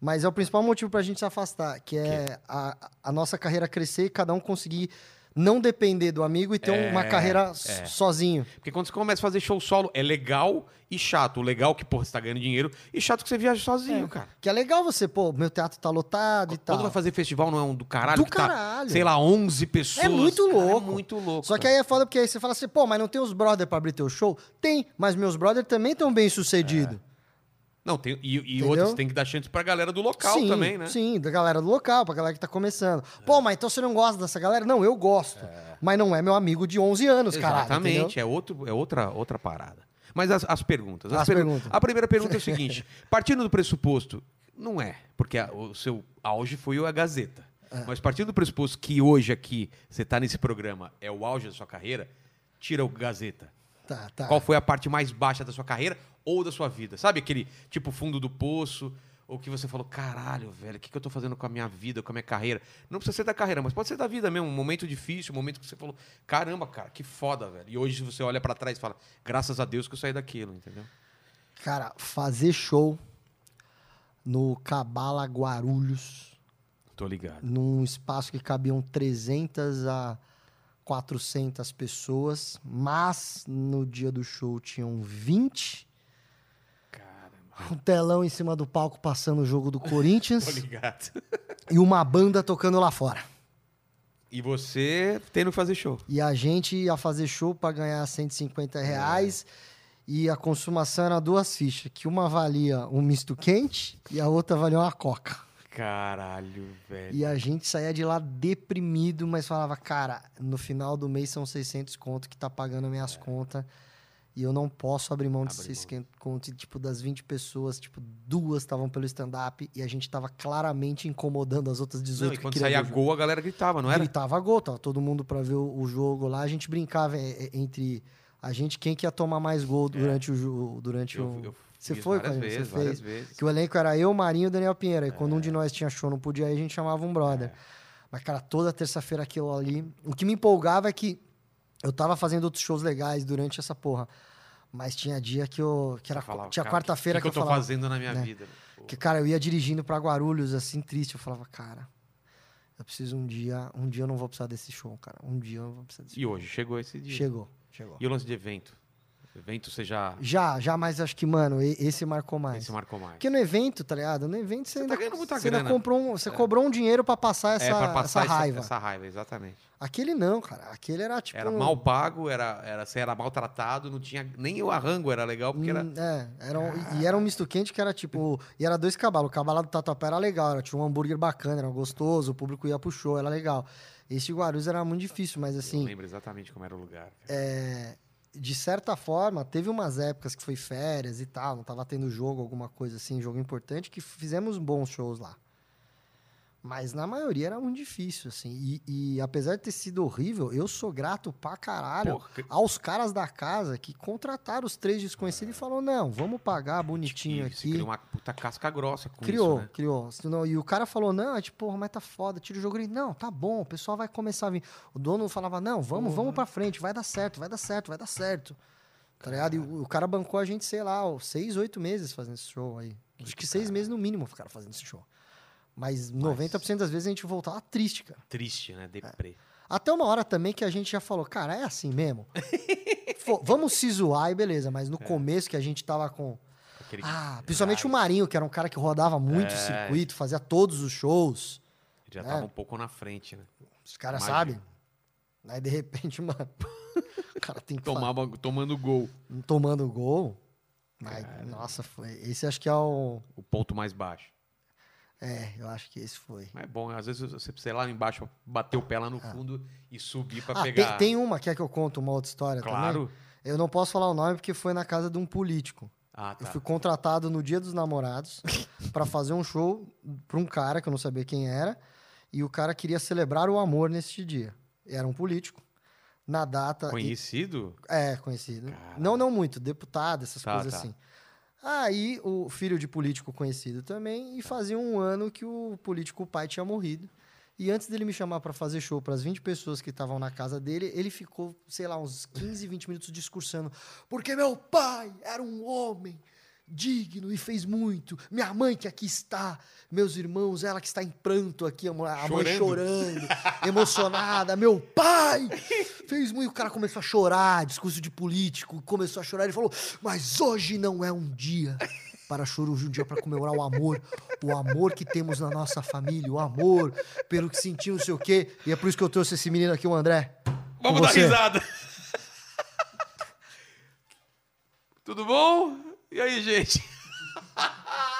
S2: mas é
S1: é.
S2: o principal motivo pra gente se afastar, que é a, a nossa carreira crescer e cada um conseguir não depender do amigo e ter uma
S1: É,
S2: carreira s- sozinho.
S1: Porque quando você começa a fazer show solo, é legal e chato. O legal é que, porra, você tá ganhando dinheiro e chato que você viaja sozinho, cara.
S2: Que é legal você, pô, meu teatro tá lotado e
S1: Quando
S2: tal.
S1: vai fazer festival, não é um do caralho?
S2: Do
S1: que tá,
S2: caralho.
S1: sei lá, 11 pessoas.
S2: É muito
S1: Cara,
S2: louco.
S1: É muito louco.
S2: Só que aí é foda porque aí você fala assim, pô, mas não tem os brother pra abrir teu show? Tem, mas meus brother também estão bem
S1: É.
S2: sucedidos.
S1: Não, tem, e, e
S2: Entendeu?
S1: outros tem que dar chance pra galera do local
S2: sim,
S1: também, né?
S2: Sim, da galera do local, pra galera que tá começando. Pô, mas então você não gosta dessa galera? Não, eu gosto. Mas não é meu amigo de 11 anos, caralho. entendeu?
S1: Exatamente, é, outro, é outra, outra parada. Mas as, as perguntas.
S2: As
S1: pergun-
S2: perguntas.
S1: A primeira pergunta é o seguinte: partindo do pressuposto, não é, porque a- o seu auge foi a Gazeta.
S2: É.
S1: Mas partindo do pressuposto que hoje aqui você está nesse programa é o auge da sua carreira, tira o Gazeta.
S2: Tá, tá.
S1: Qual foi a parte mais baixa da sua carreira ou da sua vida? Sabe aquele tipo fundo do poço? Ou que você falou, caralho, velho, o que, que eu tô fazendo com a minha vida, com a minha carreira? Não precisa ser da carreira, mas pode ser da vida mesmo. Um momento difícil, um momento que você falou, caramba, cara, que foda, velho. E hoje você olha pra trás e fala, graças a Deus que eu saí daquilo, entendeu?
S2: Cara, fazer show no Cabala Guarulhos,
S1: Tô ligado.
S2: num espaço que cabiam 300 a 400 pessoas, mas no dia do show tinham 20. Um telão em cima do palco passando o jogo do
S1: Tô
S2: Corinthians
S1: ligado.
S2: e uma banda tocando lá fora.
S1: E você tendo que fazer show.
S2: E a gente ia fazer show pra ganhar 150 reais. E a consumação era duas fichas, que uma valia um misto quente e a outra valia uma coca.
S1: Caralho, velho.
S2: E a gente saía de lá deprimido, mas falava, cara, no final do mês são 600 conto que tá pagando minhas
S1: É.
S2: contas. E eu não posso abrir mão de
S1: Abre
S2: 600 conto. E, tipo, das 20 pessoas, tipo, duas estavam pelo stand-up e a gente tava claramente incomodando as outras 18
S1: Não, e
S2: que
S1: quando
S2: queriam
S1: saía
S2: ver o jogo.
S1: gol, a galera gritava, não era?
S2: Gritava gol, tava todo mundo pra ver o, o jogo lá. A gente brincava é, é, entre a gente quem que ia tomar mais gol
S1: É.
S2: durante o jogo. Durante o... Você
S1: fiz
S2: foi,
S1: várias
S2: Clarinho? Você
S1: vezes,
S2: fez?
S1: várias vezes.
S2: Que o elenco era eu, Marinho e o Daniel Pinheiro. E quando um
S1: É.
S2: de nós tinha show, não podia ir, a gente chamava um brother. Mas, cara, toda terça-feira aquilo ali. O que me empolgava é que eu tava fazendo outros shows legais durante essa porra. Mas tinha dia que eu. Que era,
S1: Eu falava,
S2: tinha
S1: cara, o
S2: quarta-feira que,
S1: que,
S2: eu,
S1: que eu tô
S2: falava.
S1: fazendo na minha
S2: né?
S1: vida?
S2: Que, cara, eu ia dirigindo pra Guarulhos, assim, triste. Eu falava, cara, eu preciso um dia. Um dia eu não vou precisar desse show, cara. Um dia eu não vou precisar desse
S1: E hoje chegou esse dia.
S2: show. Chegou, chegou.
S1: E o lance de evento? Evento você já.
S2: Já, já, mas acho que, mano, e- esse marcou mais.
S1: Esse marcou mais.
S2: Porque no evento, tá ligado? No evento você, ainda,
S1: tá ganhando muita
S2: você ainda
S1: grana.
S2: comprou um- você cobrou um dinheiro pra passar essa,
S1: é, pra passar
S2: essa
S1: essa
S2: raiva.
S1: Essa raiva, exatamente.
S2: Aquele não, cara. Aquele era tipo.
S1: Era
S2: um-
S1: mal pago, era, era, você era maltratado, não tinha. Nem o arrango era legal, porque era.
S2: Hum, É, era um- e era um misto quente que era tipo. E era dois cabalos. O cabalo do Tatuapé era legal, era, tinha um hambúrguer bacana, era gostoso, o público ia pro show, era legal. Esse de Guarulhos era muito difícil, mas
S1: Eu
S2: assim, É,
S1: lembro exatamente como era o lugar. cara.
S2: de certa forma, teve umas épocas que foi férias e tal, não tava tendo jogo, alguma coisa assim, jogo importante, que fizemos bons shows lá. Mas na maioria era muito difícil, assim. E, e apesar de ter sido horrível, eu sou grato pra caralho
S1: Porra, que-
S2: aos caras da casa que contrataram os três desconhecidos e falou: não, vamos pagar bonitinho
S1: e Você
S2: aqui.
S1: criou uma puta casca grossa com
S2: Criou,
S1: isso, um né?
S2: criou. Senão- E o cara falou, não, é tipo, porra, mas tá foda, tira o jogo. Ele, não, tá bom, o pessoal vai começar a vir. O dono falava, não, vamos, vamos pra frente, vai dar certo, vai dar certo, vai dar certo. Tá ligado? E o, o cara bancou a gente, sei lá, ó, seis, oito meses fazendo esse show aí. Acho que seis meses no mínimo ficaram fazendo esse show. Mas 90% das vezes a gente voltava triste, cara.
S1: Triste, né?
S2: É.
S1: Deprê.
S2: Até uma hora também que a gente já falou, cara, é assim mesmo. Fo- vamos se zoar e beleza, mas
S1: É.
S2: no começo que a gente tava com.
S1: Aquele-
S2: Ah, principalmente o
S1: Ai,
S2: Marinho, que era um cara que rodava muito o
S1: É.
S2: circuito, fazia todos os shows.
S1: Já
S2: é.
S1: tava um pouco na frente, né?
S2: Os caras
S1: Imagino.
S2: sabem. Aí de repente, mano, o cara tem que tomar
S1: Tomava, tomando gol.
S2: tomando gol. Mas, nossa, foi. Esse acho que é o.
S1: O ponto mais baixo.
S2: É, eu acho que esse foi.
S1: Mas é bom, às vezes você precisa ir lá embaixo, bater o pé lá no fundo e subir pra
S2: Ah,
S1: pegar.
S2: tem, tem uma, quer que eu conte uma outra história também?
S1: Claro.
S2: Eu não posso falar o nome porque foi na casa de um político.
S1: Ah,
S2: Eu
S1: tá.
S2: fui contratado no Dia dos Namorados pra fazer um show pra um cara que eu não sabia quem era, e o cara queria celebrar o amor neste dia. Era um político. Na data. e-
S1: Conhecido?
S2: É, conhecido. Não, não muito, deputado, essas
S1: Tá,
S2: coisas
S1: tá.
S2: assim. Aí o filho de político conhecido também, e
S1: Tá.
S2: fazia um ano que o político pai tinha morrido. E antes dele me chamar pra fazer show pras 20 pessoas que estavam na casa dele, ele ficou, sei lá, uns 15, 20 minutos discursando. Porque meu pai era um homem digno e fez muito. Minha mãe que aqui está, meus irmãos, ela que está em pranto aqui, a mo- a mãe chorando, emocionada. Meu pai fez muito. O cara começou a chorar, discurso de político, começou a chorar. Ele falou, mas hoje não é um dia para chorar hoje um dia para comemorar o amor, o amor que temos na nossa família, o amor pelo que sentiu, não sei o quê. E é por isso que eu trouxe esse menino aqui, o André. Com
S1: Vamos dar
S2: você.
S1: risada. Tudo bom? E aí, gente?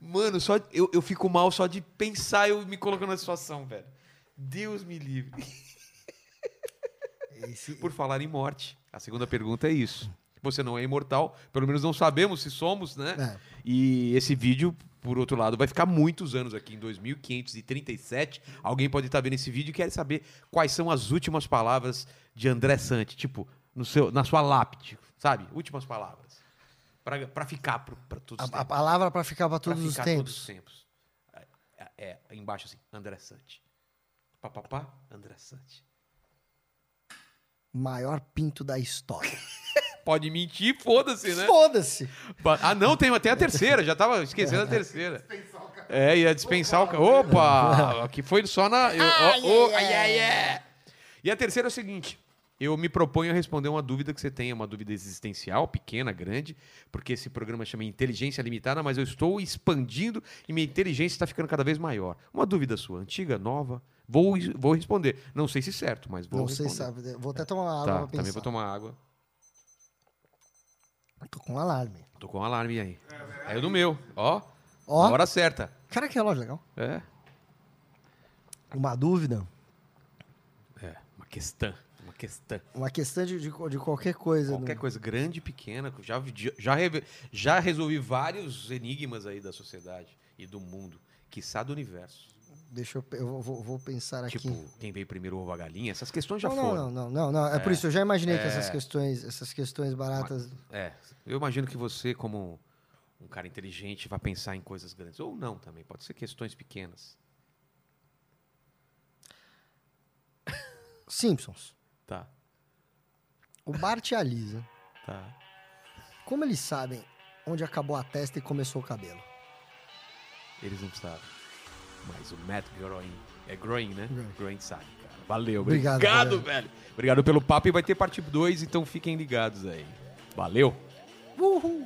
S1: Mano, só eu, eu fico mal só de pensar eu me colocando na situação, velho. Deus me livre.
S2: Esse-
S1: Por falar em morte, a segunda pergunta é isso. Você não é imortal, pelo menos não sabemos se somos, né?
S2: É.
S1: E esse vídeo, por outro lado, vai ficar muitos anos aqui, em 2537. Alguém pode estar vendo esse vídeo e quer saber quais são as últimas palavras de André Sante, tipo, no seu, na sua lápide, sabe? Últimas palavras. Pra, pra ficar pro, pra todos os
S2: A, a
S1: tempos.
S2: palavra para ficar para
S1: Pra
S2: todos os
S1: ficar
S2: tempos.
S1: todos os tempos. É, é, é, embaixo assim, André Sante. Papapá, André Sante.
S2: Maior pinto da história.
S1: Pode mentir, foda-se, né?
S2: Foda-se!
S1: Ba- Ah, não, tem até a terceira, já tava esquecendo a terceira. É, ia dispensar o cara. Opa! Aqui foi só na. eu- ó, ó, ai, ai, ai. E a terceira é o seguinte: eu me proponho a responder uma dúvida que você tenha, uma dúvida existencial, pequena, grande, porque esse programa chama Inteligência Limitada, mas eu estou expandindo e minha inteligência está ficando cada vez maior. Uma dúvida sua, antiga, nova. Vou, vou responder. Não sei se certo, mas vou
S2: Não sei,
S1: responder.
S2: sabe? Vou até tomar uma água
S1: Tá,
S2: pra pensar.
S1: também vou tomar água.
S2: Tô com um alarme.
S1: Tô com um alarme aí. É o do meu. Ó,
S2: Ó,
S1: na hora certa.
S2: cara, que relógio legal.
S1: É.
S2: Uma dúvida,
S1: É, uma questão. Uma questão.
S2: uma questão de, de, de qualquer coisa.
S1: Qualquer
S2: né?
S1: coisa, grande, pequena. Já, já, reve- já resolvi vários enigmas aí da sociedade e do mundo, quiçá do universo.
S2: Deixa eu, pe- eu vou- vou, vou pensar Tá aqui.
S1: Tipo, quem veio primeiro, ovo ou a galinha? Essas questões já É.
S2: não,
S1: foram.
S2: não, não, não, não, É por isso, eu já imaginei que essas questões, essas questões baratas.
S1: É, eu imagino que você, como um cara inteligente, vai pensar em coisas grandes. Ou não também, pode ser questões pequenas.
S2: Simpsons.
S1: Tá,
S2: O Bart e a Lisa.
S1: tá.
S2: Como eles sabem onde acabou a testa e começou o cabelo?
S1: Eles não sabem. Mas o Matt Groening, é Groening, né?
S2: Groening.
S1: Groening sabe, cara. Valeu,
S2: Obrigado,
S1: obrigado,
S2: galera.
S1: velho. Obrigado pelo papo e vai ter parte 2, então fiquem ligados aí. Valeu.
S2: Uhul!